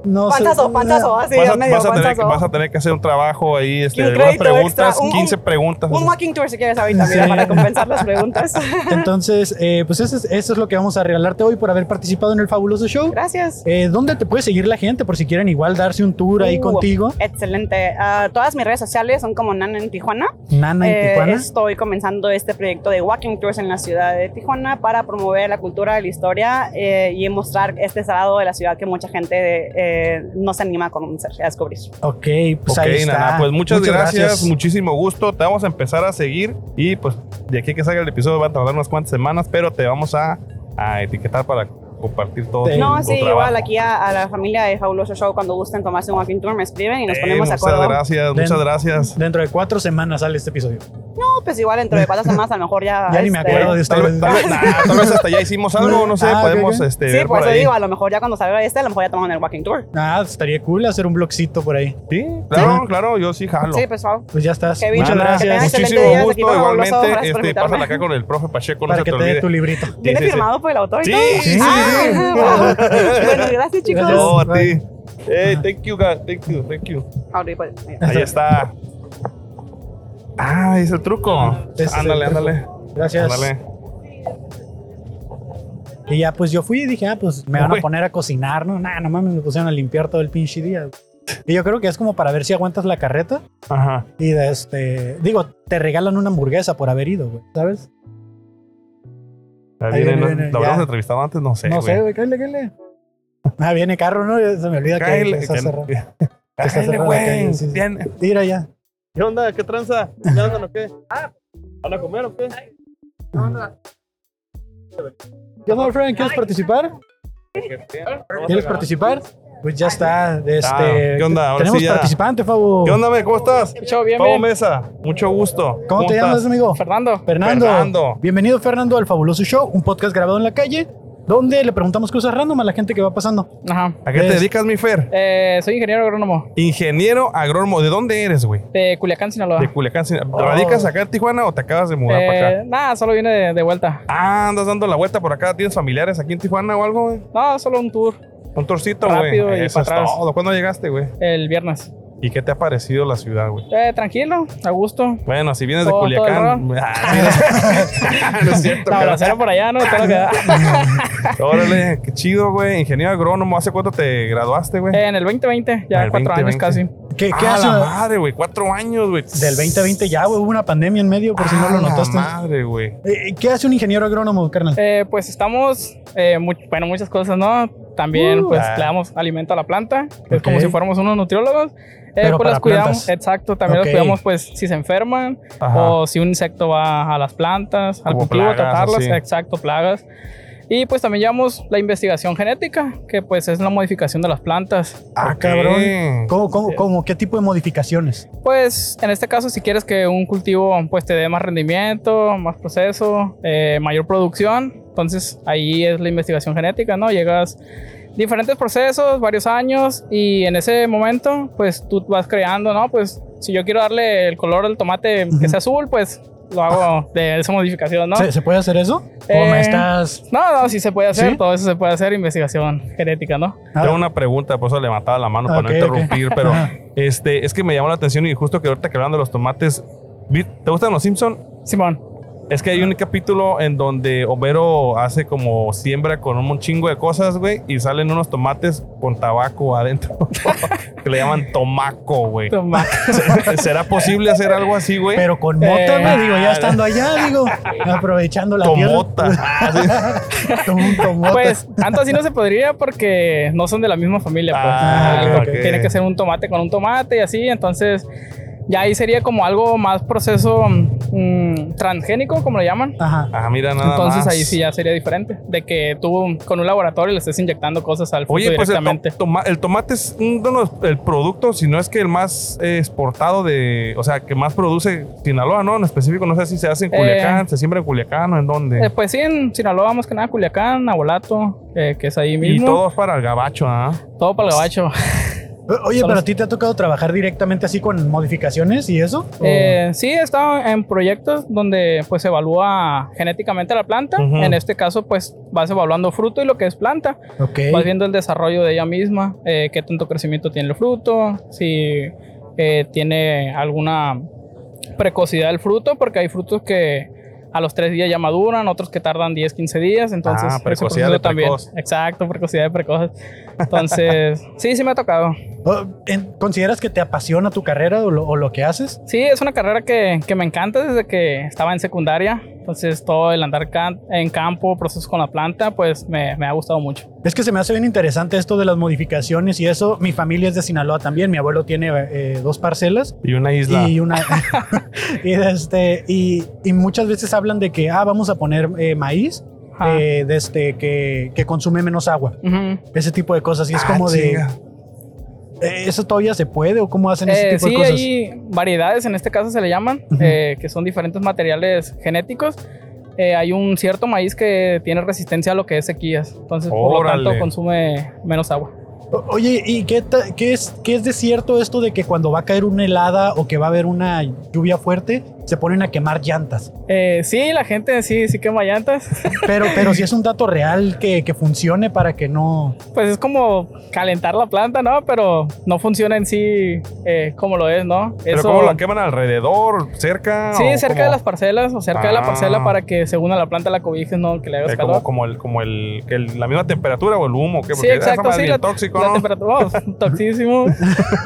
Speaker 3: No sé-
Speaker 2: Pantazo, pantazo, así,
Speaker 1: Vas a,
Speaker 2: medio
Speaker 1: vas a tener, que-
Speaker 2: pantazo.
Speaker 1: vas a tener que hacer un trabajo ahí, este,
Speaker 2: Y un
Speaker 1: de algunas
Speaker 2: crédito
Speaker 1: preguntas,
Speaker 2: extra, un-
Speaker 1: 15 preguntas.
Speaker 2: Un walking tour si quieres ahorita, mira,
Speaker 3: Sí.
Speaker 2: para compensar las preguntas.
Speaker 3: Entonces, eh, pues eso es, eso es lo que vamos a regalarte hoy por haber participado en el fabuloso show.
Speaker 2: Gracias.
Speaker 3: Eh, ¿Dónde te puede seguir la gente por si quieren igual darse un tour ahí
Speaker 2: Uh,
Speaker 3: contigo?
Speaker 2: Excelente. Ah, todas mis redes sociales son como Nana en Tijuana.
Speaker 3: Nana en
Speaker 2: Eh,
Speaker 3: Tijuana.
Speaker 2: Estoy comenzando este proyecto de Walking Tours en la ciudad de Tijuana para promover la cultura, la historia eh, y mostrar este lado de la ciudad que mucha gente eh, no se anima a conocer, a descubrir.
Speaker 3: Ok, pues
Speaker 1: Ok,
Speaker 3: ahí está.
Speaker 1: Nana, pues muchas, gracias, muchísimo gusto. Te vamos a empezar a seguir y pues de aquí a que salga el episodio va a tardar unas cuantas semanas, pero te vamos a, a etiquetar para compartir todo.
Speaker 3: Sí.
Speaker 1: tu-
Speaker 2: No,
Speaker 1: tu
Speaker 2: sí,
Speaker 1: trabajo.
Speaker 2: igual aquí a, a la familia de Fabuloso Show, cuando gusten tomarse un Walking Tour, me escriben y nos
Speaker 1: Eh,
Speaker 2: ponemos de
Speaker 1: muchas
Speaker 2: acuerdo.
Speaker 1: gracias,
Speaker 3: Den-
Speaker 1: muchas gracias.
Speaker 3: Dentro de cuatro semanas sale este episodio.
Speaker 2: No, pues igual dentro de cuatro semanas a lo mejor ya.
Speaker 3: Ya ni me
Speaker 2: este,
Speaker 3: acuerdo de
Speaker 1: Tal vez,
Speaker 3: ustedes.
Speaker 1: tal vez- nah, tal vez hasta ya hicimos algo, no sé,
Speaker 3: Ah, ok,
Speaker 1: podemos
Speaker 3: ok.
Speaker 1: este,
Speaker 2: Sí,
Speaker 1: ver
Speaker 2: por
Speaker 1: por
Speaker 2: eso
Speaker 1: ahí.
Speaker 2: digo, a lo mejor ya cuando salga este, a lo mejor ya toman el Walking Tour.
Speaker 3: Ah, estaría cool hacer un blogcito por ahí.
Speaker 1: Sí, claro,
Speaker 3: Sí.
Speaker 1: claro, yo sí jalo.
Speaker 2: Sí, pues, wow.
Speaker 3: Pues ya estás.
Speaker 2: Qué bien,
Speaker 3: Muchas
Speaker 2: Nana, que
Speaker 3: gracias.
Speaker 2: tengas excelente
Speaker 1: Muchísimo
Speaker 2: día, desde aquí
Speaker 1: gusto,
Speaker 2: para Fabuloso,
Speaker 1: igualmente.
Speaker 2: gracias por
Speaker 1: Este,
Speaker 2: invitarme.
Speaker 1: pásala acá con el profe Pacheco, no
Speaker 3: Para
Speaker 1: se
Speaker 3: que
Speaker 1: te
Speaker 3: te dé
Speaker 1: olvide.
Speaker 3: tu librito.
Speaker 2: ¿Viene
Speaker 1: Sí, sí, sí.
Speaker 2: firmado por el autor? y
Speaker 1: Sí,
Speaker 2: todo?
Speaker 1: sí, sí,
Speaker 2: Ah,
Speaker 1: sí.
Speaker 2: wow. bueno, gracias, chicos.
Speaker 3: Gracias.
Speaker 1: No, a
Speaker 3: Bye.
Speaker 1: ti. Hey, thank you, guys. Thank you, thank you.
Speaker 2: Ahora, pues, mira.
Speaker 1: Ahí está. Ah, es el truco.
Speaker 3: Ese es el
Speaker 1: ándale,
Speaker 3: truco.
Speaker 1: ándale.
Speaker 3: Gracias.
Speaker 1: Ándale.
Speaker 3: Y ya, pues yo fui y dije, ah, pues me van a
Speaker 1: Güey.
Speaker 3: poner a cocinar, ¿no? Nah, no mames, me pusieron a limpiar todo el pinche día. Y yo creo que es como para ver si aguantas la carreta.
Speaker 1: Ajá.
Speaker 3: Y de este. Digo, te regalan una hamburguesa por haber ido, güey, ¿sabes?
Speaker 1: Ahí
Speaker 3: Ahí
Speaker 1: viene,
Speaker 3: viene,
Speaker 1: ¿no?
Speaker 3: viene,
Speaker 1: ¿Lo
Speaker 3: ya.
Speaker 1: habíamos entrevistado antes? No sé,
Speaker 3: no sé,
Speaker 1: güey.
Speaker 3: güey, cállale, cállale. Ah, viene carro, ¿no? Se me olvida que
Speaker 1: Cáele,
Speaker 3: está
Speaker 1: que-
Speaker 3: cerrado. está
Speaker 1: Cáele,
Speaker 3: cerrada la calle,
Speaker 1: Ah, güey.
Speaker 3: sí, sí.
Speaker 1: Tiene-
Speaker 3: Mira ya.
Speaker 7: ¿Qué onda? ¿Qué tranza? ¿Ya andan o qué? ¿Van a comer o qué?
Speaker 3: ¿Qué onda, Frank? ¿Quieres participar? ¿Quieres participar? Pues ya está. Este,
Speaker 1: Ah, ¿qué onda? Ahora
Speaker 3: tenemos
Speaker 1: sí ya.
Speaker 3: participante, Fabo.
Speaker 1: ¿Qué onda, me? ¿Cómo estás?
Speaker 4: Chau, bien,
Speaker 1: Pablo
Speaker 4: bien.
Speaker 1: Mesa, mucho gusto.
Speaker 3: ¿Cómo, te
Speaker 1: estás?
Speaker 3: llamas, amigo?
Speaker 4: Fernando.
Speaker 3: Fernando.
Speaker 1: Fernando.
Speaker 3: Bienvenido, Fernando, al Fabuloso Show, un podcast grabado en la calle, donde le preguntamos cosas random a la gente que va pasando.
Speaker 4: Ajá.
Speaker 1: ¿A qué te
Speaker 3: Es-
Speaker 1: dedicas, mi Fer?
Speaker 4: Eh, soy ingeniero agrónomo
Speaker 1: Ingeniero agrónomo. ¿De dónde eres, güey?
Speaker 4: de Culiacán, Sinaloa.
Speaker 3: Ah.
Speaker 1: ¿De Culiacán? Sin-
Speaker 3: Oh.
Speaker 1: ¿Radicas acá en Tijuana o te acabas de mudar para acá?
Speaker 4: Eh, nada, solo vine de, de vuelta.
Speaker 1: Ah, andas dando la vuelta por acá. ¿Tienes familiares aquí en Tijuana o algo, güey?
Speaker 4: No, solo un tour
Speaker 1: Un torcito, güey.
Speaker 4: Rápido y
Speaker 1: Eso
Speaker 4: pa'
Speaker 1: es
Speaker 4: atrás.
Speaker 1: todo. ¿Cuándo llegaste, güey?
Speaker 4: el viernes.
Speaker 1: ¿Y qué te ha parecido la ciudad, güey?
Speaker 4: Eh, tranquilo, a gusto.
Speaker 1: Bueno, si vienes de
Speaker 4: Todo- todo el
Speaker 1: Culiacán. Ah, mira. no es cierto,
Speaker 4: La
Speaker 1: cara.
Speaker 4: balacera por allá, ¿no? Todo lo que da.
Speaker 1: Órale, qué chido, güey. Ingeniero agrónomo, ¿hace cuánto te graduaste, güey?
Speaker 4: Eh, en el 2020, ya
Speaker 1: El
Speaker 4: cuatro
Speaker 1: 2020.
Speaker 4: años casi.
Speaker 3: ¿Qué, qué
Speaker 1: ah,
Speaker 3: hace?
Speaker 1: la madre, güey. Cuatro años, güey.
Speaker 3: Del 2020 ya, güey, hubo una pandemia en medio, por si no
Speaker 1: Ah,
Speaker 3: lo notaste.
Speaker 1: La madre, güey.
Speaker 3: Eh, ¿Qué hace un ingeniero agrónomo, carnal?
Speaker 4: Eh, pues estamos, eh, mu- bueno, muchas cosas, ¿no? También,
Speaker 1: Uh,
Speaker 4: pues
Speaker 1: ah.
Speaker 4: le damos alimento a la planta, que es
Speaker 3: Ok.
Speaker 4: como si fuéramos unos nutriólogos. Eh, pues
Speaker 3: Pero para
Speaker 4: las cuidamos,
Speaker 3: plantas.
Speaker 4: exacto, también
Speaker 3: Ok.
Speaker 4: las cuidamos, pues si se enferman
Speaker 1: Ajá.
Speaker 4: o si un insecto va a las plantas, al
Speaker 1: Como
Speaker 4: cultivo,
Speaker 1: plagas,
Speaker 4: tratarlas,
Speaker 1: así.
Speaker 4: exacto, plagas. Y pues también llevamos la investigación genética, que pues es la modificación de las plantas.
Speaker 3: Ah,
Speaker 1: Ok.
Speaker 3: cabrón. ¿Cómo, cómo, cómo? ¿Qué tipo de modificaciones?
Speaker 4: Pues en este caso, si quieres que un cultivo pues te dé más rendimiento, más proceso, eh, mayor producción, entonces ahí es la investigación genética, ¿no? Llegas diferentes procesos, varios años y en ese momento pues tú vas creando, ¿no? Pues si yo quiero darle el color al tomate
Speaker 3: Ujú.
Speaker 4: que sea azul, pues lo hago de esa modificación, ¿no?
Speaker 3: ¿Se, se puede hacer eso? ¿O
Speaker 4: Eh,
Speaker 3: me estás.?
Speaker 4: No, no, sí se puede hacer,
Speaker 3: ¿Sí?
Speaker 4: todo eso se puede hacer, investigación genética, ¿no?
Speaker 1: Tengo una pregunta, por eso le mataba la mano para
Speaker 3: Ah. Ok,
Speaker 1: no interrumpir, pero
Speaker 3: Ajá.
Speaker 1: este, es que me llamó la atención y justo que ahorita que hablando de los tomates, vi- ¿te gustan los Simpson?
Speaker 4: Simón,
Speaker 1: Es que hay un capítulo en donde Homero hace como siembra con un chingo de cosas, güey, y salen unos tomates con tabaco adentro, que le llaman tomaco, güey.
Speaker 4: toma.
Speaker 1: ¿Será posible hacer algo así, güey?
Speaker 3: Pero con mota,
Speaker 4: Eh,
Speaker 3: güey, digo, ya estando allá, digo, aprovechando la
Speaker 1: Tomota.
Speaker 3: tierra. Tom- tomota.
Speaker 4: Pues tanto así no se podría porque no son de la misma familia. Pues.
Speaker 1: Ah,
Speaker 4: Algo
Speaker 1: ok,
Speaker 4: que
Speaker 1: ok.
Speaker 4: Tiene que ser un tomate con un tomate y así. Entonces, ya ahí sería como algo más proceso mm, transgénico, como lo llaman.
Speaker 3: Ajá.
Speaker 1: Ah, mira, nada
Speaker 4: Entonces
Speaker 1: más.
Speaker 4: ahí sí ya sería diferente. De que tú con un laboratorio le estés inyectando cosas al fruto
Speaker 1: Oye, pues el,
Speaker 4: directamente.
Speaker 1: to- toma- el tomate es un de los- el producto, si no es que el más eh, exportado de, o sea, que más produce Sinaloa, ¿no? En específico, no sé si se hace en
Speaker 4: Eh.
Speaker 1: Culiacán, se siembra en Culiacán o en dónde.
Speaker 4: Eh, pues sí, en Sinaloa, más que nada, Culiacán, Abolato, eh, que es ahí
Speaker 1: y
Speaker 4: mismo.
Speaker 1: todo es para el gabacho, ¿ah?
Speaker 4: Todo para el gabacho.
Speaker 3: O- Oye, pero a ti te ha tocado trabajar directamente así con modificaciones y eso.
Speaker 1: Oh.
Speaker 3: ¿O-
Speaker 4: Eh, sí, he estado en proyectos donde pues se evalúa genéticamente la planta.
Speaker 1: Ujú.
Speaker 4: En este caso, pues vas evaluando fruto y lo que es planta.
Speaker 3: ok.
Speaker 4: Vas viendo el desarrollo de ella misma, eh, qué tanto crecimiento tiene el fruto, si eh, tiene alguna precocidad el fruto, porque hay frutos que a los tres días ya maduran, otros que tardan 10, 15 días, entonces...
Speaker 1: Ah,
Speaker 4: ese
Speaker 1: precocidad
Speaker 4: proceso
Speaker 1: de precoz.
Speaker 4: Exacto, precocidad de precoz. Entonces, sí, sí me ha tocado.
Speaker 3: O- en- ¿Consideras que te apasiona tu carrera o lo, o lo que haces?
Speaker 4: Sí, es una carrera que, que me encanta desde que estaba en secundaria. Entonces, todo el andar can- en campo, procesos con la planta, pues me, me ha gustado mucho.
Speaker 3: Es que se me hace bien interesante esto de las modificaciones y eso. Mi familia es de Sinaloa también. Mi abuelo tiene eh, dos parcelas
Speaker 1: Y una isla.
Speaker 3: Y una. y, de este, y, y muchas veces hablan de que, ah, vamos a poner eh, maíz
Speaker 4: Ajá.
Speaker 3: eh, de este, que, que consume menos agua.
Speaker 4: Ujú.
Speaker 3: Ese tipo de cosas. Y es
Speaker 1: Ah,
Speaker 3: como
Speaker 1: chinga.
Speaker 3: de. eh, ¿Eso todavía se puede o cómo hacen ese
Speaker 4: Eh,
Speaker 3: tipo
Speaker 4: sí,
Speaker 3: de cosas?
Speaker 4: hay variedades, en este caso se le llaman,
Speaker 3: Ujú.
Speaker 4: eh, que son diferentes materiales genéticos. Eh, hay un cierto maíz que tiene resistencia a lo que es sequías, entonces por lo
Speaker 1: Órale.
Speaker 4: tanto consume menos agua.
Speaker 3: O- Oye, ¿y qué, ta- qué es, qué es de cierto esto de que cuando va a caer una helada o que va a haber una lluvia fuerte, se ponen a quemar llantas?
Speaker 4: Eh, sí, la gente sí, sí quema llantas,
Speaker 3: Pero, pero si es un dato real que, que funcione para que no.
Speaker 4: pues es como calentar la planta, ¿no? Pero no funciona en sí eh, como lo es, ¿no?
Speaker 1: Pero
Speaker 4: Eso-
Speaker 1: ¿cómo la queman alrededor? ¿Cerca?
Speaker 4: Sí,
Speaker 1: o
Speaker 4: cerca
Speaker 1: cómo?
Speaker 4: de las parcelas o cerca de la
Speaker 1: Ah.
Speaker 4: parcela para que según a la planta la cobijes, ¿no? Que le hagas
Speaker 1: Eh,
Speaker 4: calor.
Speaker 1: como, como el, como el, que el- la misma temperatura o el humo, ¿qué?
Speaker 4: Sí,
Speaker 1: Porque esa
Speaker 4: exacto,
Speaker 1: madre
Speaker 4: sí,
Speaker 1: es
Speaker 4: la,
Speaker 1: tóxico,
Speaker 4: la
Speaker 1: ¿no?
Speaker 4: temperatura, vamos, toxísimo.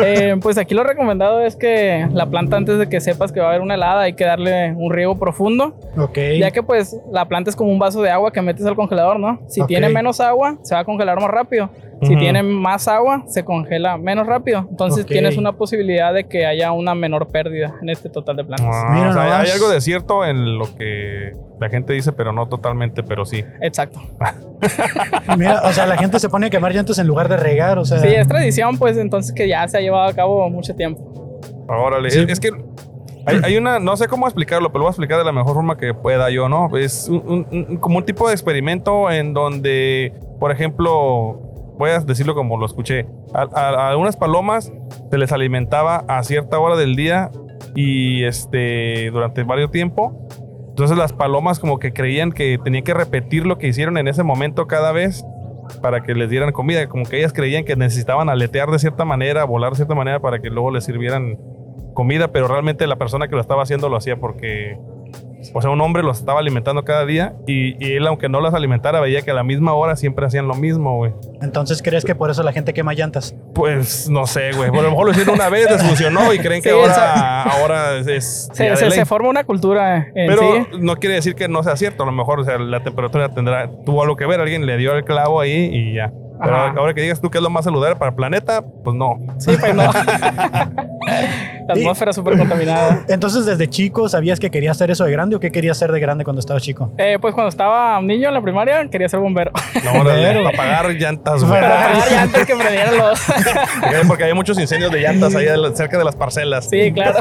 Speaker 4: Eh, pues aquí lo recomendado es que la planta antes de que sepas que va a haber una helada hay que darle un riego profundo,
Speaker 3: Ok.
Speaker 4: ya que pues la planta es como un vaso de agua que metes al congelador, ¿no? Si
Speaker 3: Ok.
Speaker 4: tiene menos agua, se va a congelar más rápido. Si
Speaker 1: Ujú.
Speaker 4: tiene más agua, se congela menos rápido. Entonces
Speaker 3: Ok.
Speaker 4: tienes una posibilidad de que haya una menor pérdida en este total de plantas.
Speaker 1: Ah,
Speaker 3: Mira
Speaker 1: o sea,
Speaker 3: nomás.
Speaker 1: hay algo de cierto en lo que La gente dice, pero no totalmente, pero sí.
Speaker 4: Exacto.
Speaker 3: Mira, o sea, la gente se pone a quemar llantas en lugar de regar, o sea.
Speaker 4: Sí, es tradición, pues entonces que ya se ha llevado a cabo mucho tiempo.
Speaker 1: Órale,
Speaker 3: Sí.
Speaker 1: es, es que hay, hay una, no sé cómo explicarlo, pero lo voy a explicar de la mejor forma que pueda yo, ¿no? Es un- un- un- como un tipo de experimento en donde, por ejemplo, voy a decirlo como lo escuché, a, a- a algunas palomas se les alimentaba a cierta hora del día y este, durante varios tiempo. Entonces las palomas como que creían que tenían que repetir lo que hicieron en ese momento cada vez para que les dieran comida, como que ellas creían que necesitaban aletear de cierta manera, volar de cierta manera para que luego les sirvieran comida, pero realmente la persona que lo estaba haciendo lo hacía porque, o sea, un hombre los estaba alimentando cada día y, y él, aunque no las alimentara, veía que a la misma hora siempre hacían lo mismo, güey.
Speaker 3: Entonces, ¿crees que por eso la gente quema llantas?
Speaker 1: Pues no sé, güey. Por lo mejor lo hicieron una vez, les funcionó y creen que
Speaker 4: Sí,
Speaker 1: ahora, ahora es. es día
Speaker 4: Se,
Speaker 1: de
Speaker 4: se-
Speaker 1: ley.
Speaker 4: se forma una cultura en
Speaker 1: Pero
Speaker 4: sí.
Speaker 1: no quiere decir que no sea cierto. A lo mejor o sea, la temperatura tendrá, tuvo algo que ver. Alguien le dio el clavo ahí y ya. Pero
Speaker 4: Ajá.
Speaker 1: ahora que digas tú que es lo más saludable para el planeta, pues no.
Speaker 4: Sí, pues no. La
Speaker 3: Y-
Speaker 4: atmósfera súper contaminada.
Speaker 3: Entonces, desde chico, ¿sabías que querías hacer eso de grande o qué querías hacer de grande cuando estabas chico?
Speaker 4: Eh, pues cuando estaba un niño en la primaria quería ser bombero.
Speaker 1: No, órale, para pagar llantas, güey.
Speaker 4: Para pagar llantas que prendieran los.
Speaker 1: Porque hay muchos incendios de llantas ahí al- cerca de las parcelas.
Speaker 4: Sí, claro.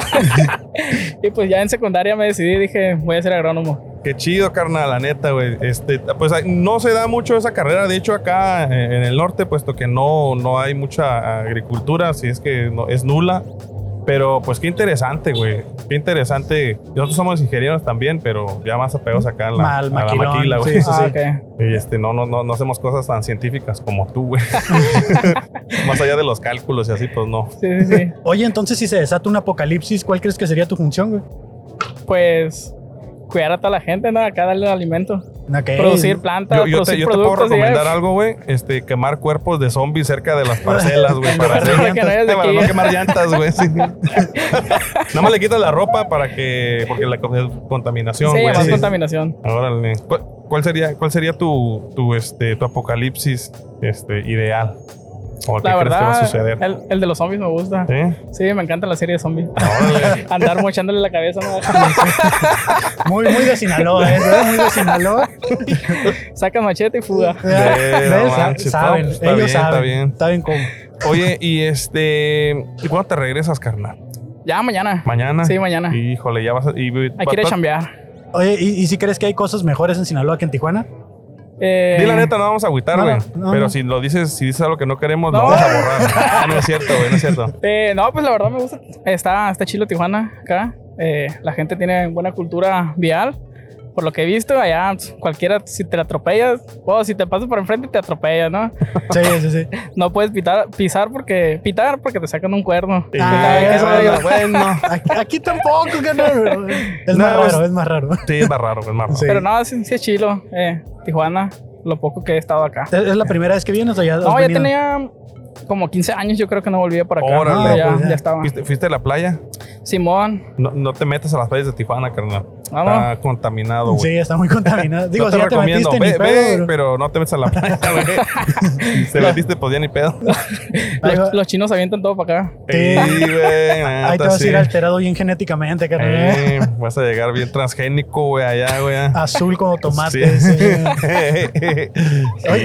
Speaker 4: y pues ya en secundaria me decidí, dije, voy a ser agrónomo.
Speaker 1: Qué chido, carnal, la neta, güey. Este, pues ay, no se da mucho esa carrera, de hecho, acá eh, en el norte, puesto que no, no hay mucha agricultura, si es que no- es nula. Pero pues qué interesante, güey. Qué interesante. Nosotros somos ingenieros también, pero ya más apegados acá a la,
Speaker 3: Mal,
Speaker 1: a la
Speaker 3: maquilón,
Speaker 1: maquila, güey.
Speaker 3: sí, sí,
Speaker 4: Ah,
Speaker 3: sí.
Speaker 4: ok.
Speaker 1: Y este, no, no, no, no hacemos cosas tan científicas como tú, güey. más allá de los cálculos y así, pues no.
Speaker 4: Sí, sí, sí.
Speaker 3: Oye, entonces, si se desata un apocalipsis, ¿cuál crees que sería tu función, güey?
Speaker 4: Pues cuidar a toda la gente, ¿no? Acá darle alimento.
Speaker 3: Ok.
Speaker 4: Producir plantas,
Speaker 1: Yo, yo te,
Speaker 4: producir
Speaker 1: yo te puedo
Speaker 4: productos.
Speaker 1: recomendar
Speaker 4: ya.
Speaker 1: algo, güey. Este, quemar cuerpos de zombies cerca de las parcelas, güey. para
Speaker 4: Para
Speaker 1: hacer
Speaker 4: que no hayas de
Speaker 1: para no
Speaker 4: aquí.
Speaker 1: quemar llantas, güey. sí. Nada más le quitas la ropa para que. Porque la co- contaminación,
Speaker 4: Sí,
Speaker 1: güey.
Speaker 4: más
Speaker 1: sí.
Speaker 4: contaminación.
Speaker 1: Órale. ¿Cuál, cuál sería, cuál sería tu, tu, este, tu apocalipsis este, ideal? ¿O qué
Speaker 4: La
Speaker 1: crees que va a
Speaker 4: verdad,
Speaker 1: suceder? ¿Eh?
Speaker 4: el, el de los zombies me gusta.
Speaker 1: ¿Sí?
Speaker 4: Sí, me encanta la serie de zombies.
Speaker 1: Órale.
Speaker 4: Andar mochándole la cabeza, ¿no?
Speaker 3: Muy, muy de Sinaloa, ¿eh? Muy de Sinaloa.
Speaker 4: Saca machete y fuga.
Speaker 1: Sí, no
Speaker 3: ¿Ves?
Speaker 1: manches,
Speaker 3: saben,
Speaker 1: no, pues, está
Speaker 3: ellos
Speaker 1: bien, está
Speaker 3: saben.
Speaker 1: bien.
Speaker 3: Saben cómo.
Speaker 1: Oye, y este. ¿Y cuándo te regresas, carnal?
Speaker 4: Ya mañana.
Speaker 1: ¿Mañana?
Speaker 4: Sí, mañana.
Speaker 1: Híjole, ya vas a. Y,
Speaker 4: Hay que ir a chambear.
Speaker 3: Oye, ¿y, y si crees que hay cosas mejores en Sinaloa que en Tijuana?
Speaker 4: Eh,
Speaker 1: Di la neta, no vamos a agüitar,
Speaker 3: no,
Speaker 1: güey.
Speaker 3: no,
Speaker 1: Pero
Speaker 3: no.
Speaker 1: si lo dices, si dices algo que no queremos, lo
Speaker 4: No.
Speaker 1: vamos a borrar. Ah, No es cierto, güey, no es cierto.
Speaker 4: eh, no, pues la verdad me gusta. Está, está chilo Tijuana acá. Eh, la gente tiene buena cultura vial. Por lo que he visto, allá pues, cualquiera, si te la atropellas, o si te pasas por enfrente, te atropellas, ¿no?
Speaker 3: Sí, sí, sí.
Speaker 4: No puedes pitar, pisar porque pitar porque te sacan un cuerno.
Speaker 3: Ah,
Speaker 1: Eh,
Speaker 4: qué
Speaker 3: eso,
Speaker 4: rollo.
Speaker 3: bueno. Aquí, aquí tampoco, carnal. Es
Speaker 1: No,
Speaker 3: más
Speaker 1: pues-
Speaker 3: raro, es más raro.
Speaker 1: Sí, es más raro, es más raro.
Speaker 3: Sí.
Speaker 4: Pero no, sí, sí es chilo. eh, Tijuana, lo poco que he estado acá.
Speaker 3: ¿Es es la primera vez que vienes o ya has
Speaker 4: No, ya
Speaker 3: venido?
Speaker 4: tenía como 15 años, yo creo que no volvía para acá.
Speaker 1: Órale.
Speaker 4: ya,
Speaker 3: Ah, pues ya.
Speaker 4: ya estaba.
Speaker 1: ¿Fuiste, fuiste a la playa?
Speaker 4: Simón,
Speaker 1: No, no te metas a las playas de Tijuana, carnal.
Speaker 4: Vamos.
Speaker 1: Está contaminado, güey.
Speaker 3: Sí, está muy contaminada. Digo,
Speaker 1: no
Speaker 3: si
Speaker 1: te
Speaker 3: ya te
Speaker 1: recomiendo.
Speaker 3: metiste ni
Speaker 1: ve, ve,
Speaker 3: pedo, bro.
Speaker 1: pero no te metas a la playa, güey. Si te metiste, pues ya ni pedo.
Speaker 3: Ahí va.
Speaker 4: los, los chinos avientan todo para acá.
Speaker 1: Sí, güey.
Speaker 3: Ahí te vas a ir alterado bien genéticamente, carnal. ¿eh?
Speaker 1: Eh. vas a llegar bien transgénico, güey, allá, güey.
Speaker 3: Azul como
Speaker 1: Sí.
Speaker 3: tomate. sí. Oye,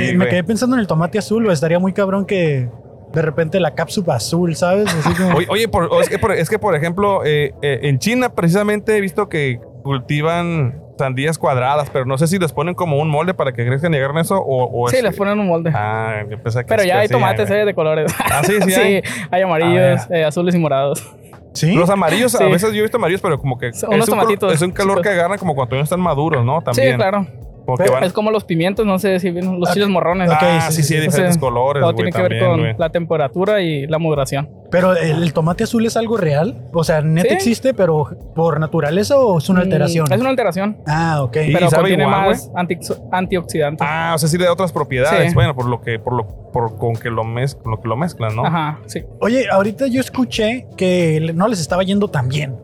Speaker 1: Sí,
Speaker 3: me
Speaker 1: güey.
Speaker 3: quedé pensando en el tomate azul, güey. Estaría muy cabrón que de repente la cápsula azul, ¿sabes? Así como...
Speaker 1: Oye, oye, por- o es, que por, es que, por ejemplo, eh, eh, en China precisamente he visto que cultivan sandías cuadradas, pero no sé si les ponen como un molde para que crezcan y agarren eso o, o
Speaker 4: Sí,
Speaker 1: es-
Speaker 4: les ponen un molde.
Speaker 1: Pues, Ah, yo pensé que
Speaker 4: Pero
Speaker 1: es
Speaker 4: ya
Speaker 1: que
Speaker 4: hay
Speaker 1: sí,
Speaker 4: tomates
Speaker 1: güey.
Speaker 4: eh, de colores.
Speaker 1: Ah, sí, sí.
Speaker 4: Sí,
Speaker 1: hay. Ah,
Speaker 4: hay, amarillos, eh, azules y morados.
Speaker 3: ¿Sí?
Speaker 1: Los amarillos,
Speaker 4: Sí.
Speaker 1: a veces yo he visto amarillos, pero como que
Speaker 4: Son unos
Speaker 1: es, un
Speaker 4: tomatitos
Speaker 1: calor, es un calor que
Speaker 4: chicos.
Speaker 1: agarran como cuando todavía están maduros, ¿no? También.
Speaker 4: Sí, claro.
Speaker 1: Como que
Speaker 3: Pero
Speaker 1: van-
Speaker 4: Es como los pimientos, no sé si bien, los chiles morrones.
Speaker 3: ok,
Speaker 1: ah, sí, sí, hay
Speaker 4: sí,
Speaker 1: diferentes
Speaker 4: pues sí.
Speaker 1: colores,
Speaker 4: Todo
Speaker 1: güey,
Speaker 4: tiene que ver
Speaker 1: también,
Speaker 4: con
Speaker 1: güey.
Speaker 4: la temperatura y la moderación.
Speaker 3: Pero el, el tomate azul es algo real. O sea, neta
Speaker 4: Sí.
Speaker 3: existe, pero por naturaleza o es una alteración.
Speaker 4: Mm, Es una alteración.
Speaker 3: Ah, ok.
Speaker 1: Y
Speaker 4: Pero
Speaker 1: sabe
Speaker 4: contiene
Speaker 1: igual,
Speaker 4: más anti- antioxidantes.
Speaker 1: Ah, o sea, sí le da otras propiedades.
Speaker 4: Sí.
Speaker 1: Bueno, por lo que, por lo, por con que lo mez, con lo que lo mezclan, ¿no?
Speaker 4: Ajá, sí.
Speaker 3: Oye, ahorita yo escuché que le- no les estaba yendo tan bien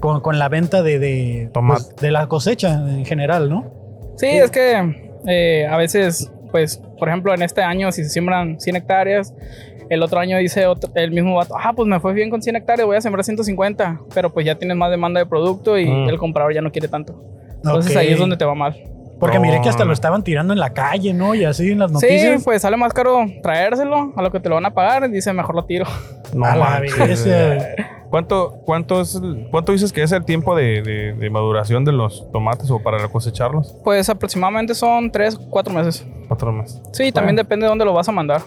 Speaker 3: con, con la venta de, de,
Speaker 1: Tomate.
Speaker 3: pues, de la cosecha en general, ¿no?
Speaker 4: Sí, es que eh, a veces, pues, por ejemplo, en este año, si se siembran 100 hectáreas, el otro año dice otro- el mismo vato, ah, pues me fue bien con 100 hectáreas, voy a sembrar 150, pero pues ya tienes más demanda de producto y
Speaker 1: Mm.
Speaker 4: el comprador ya no quiere tanto. Entonces ahí
Speaker 3: Ah. Ok.
Speaker 4: es donde te va mal.
Speaker 3: Porque miré que hasta
Speaker 1: No.
Speaker 3: lo estaban tirando en la calle, ¿no? Y así en las noticias.
Speaker 4: Sí, pues sale más caro traérselo a lo que te lo van a pagar. Dice, mejor lo tiro.
Speaker 1: No
Speaker 3: A la
Speaker 1: manches.
Speaker 3: bestia.
Speaker 1: ¿Cuánto, cuánto, es el- ¿Cuánto dices que es el tiempo de, de- de maduración de los tomates o para cosecharlos?
Speaker 4: Pues aproximadamente son 3, 4 meses.
Speaker 1: Otro mes.
Speaker 4: Sí, también depende de dónde lo vas a mandar.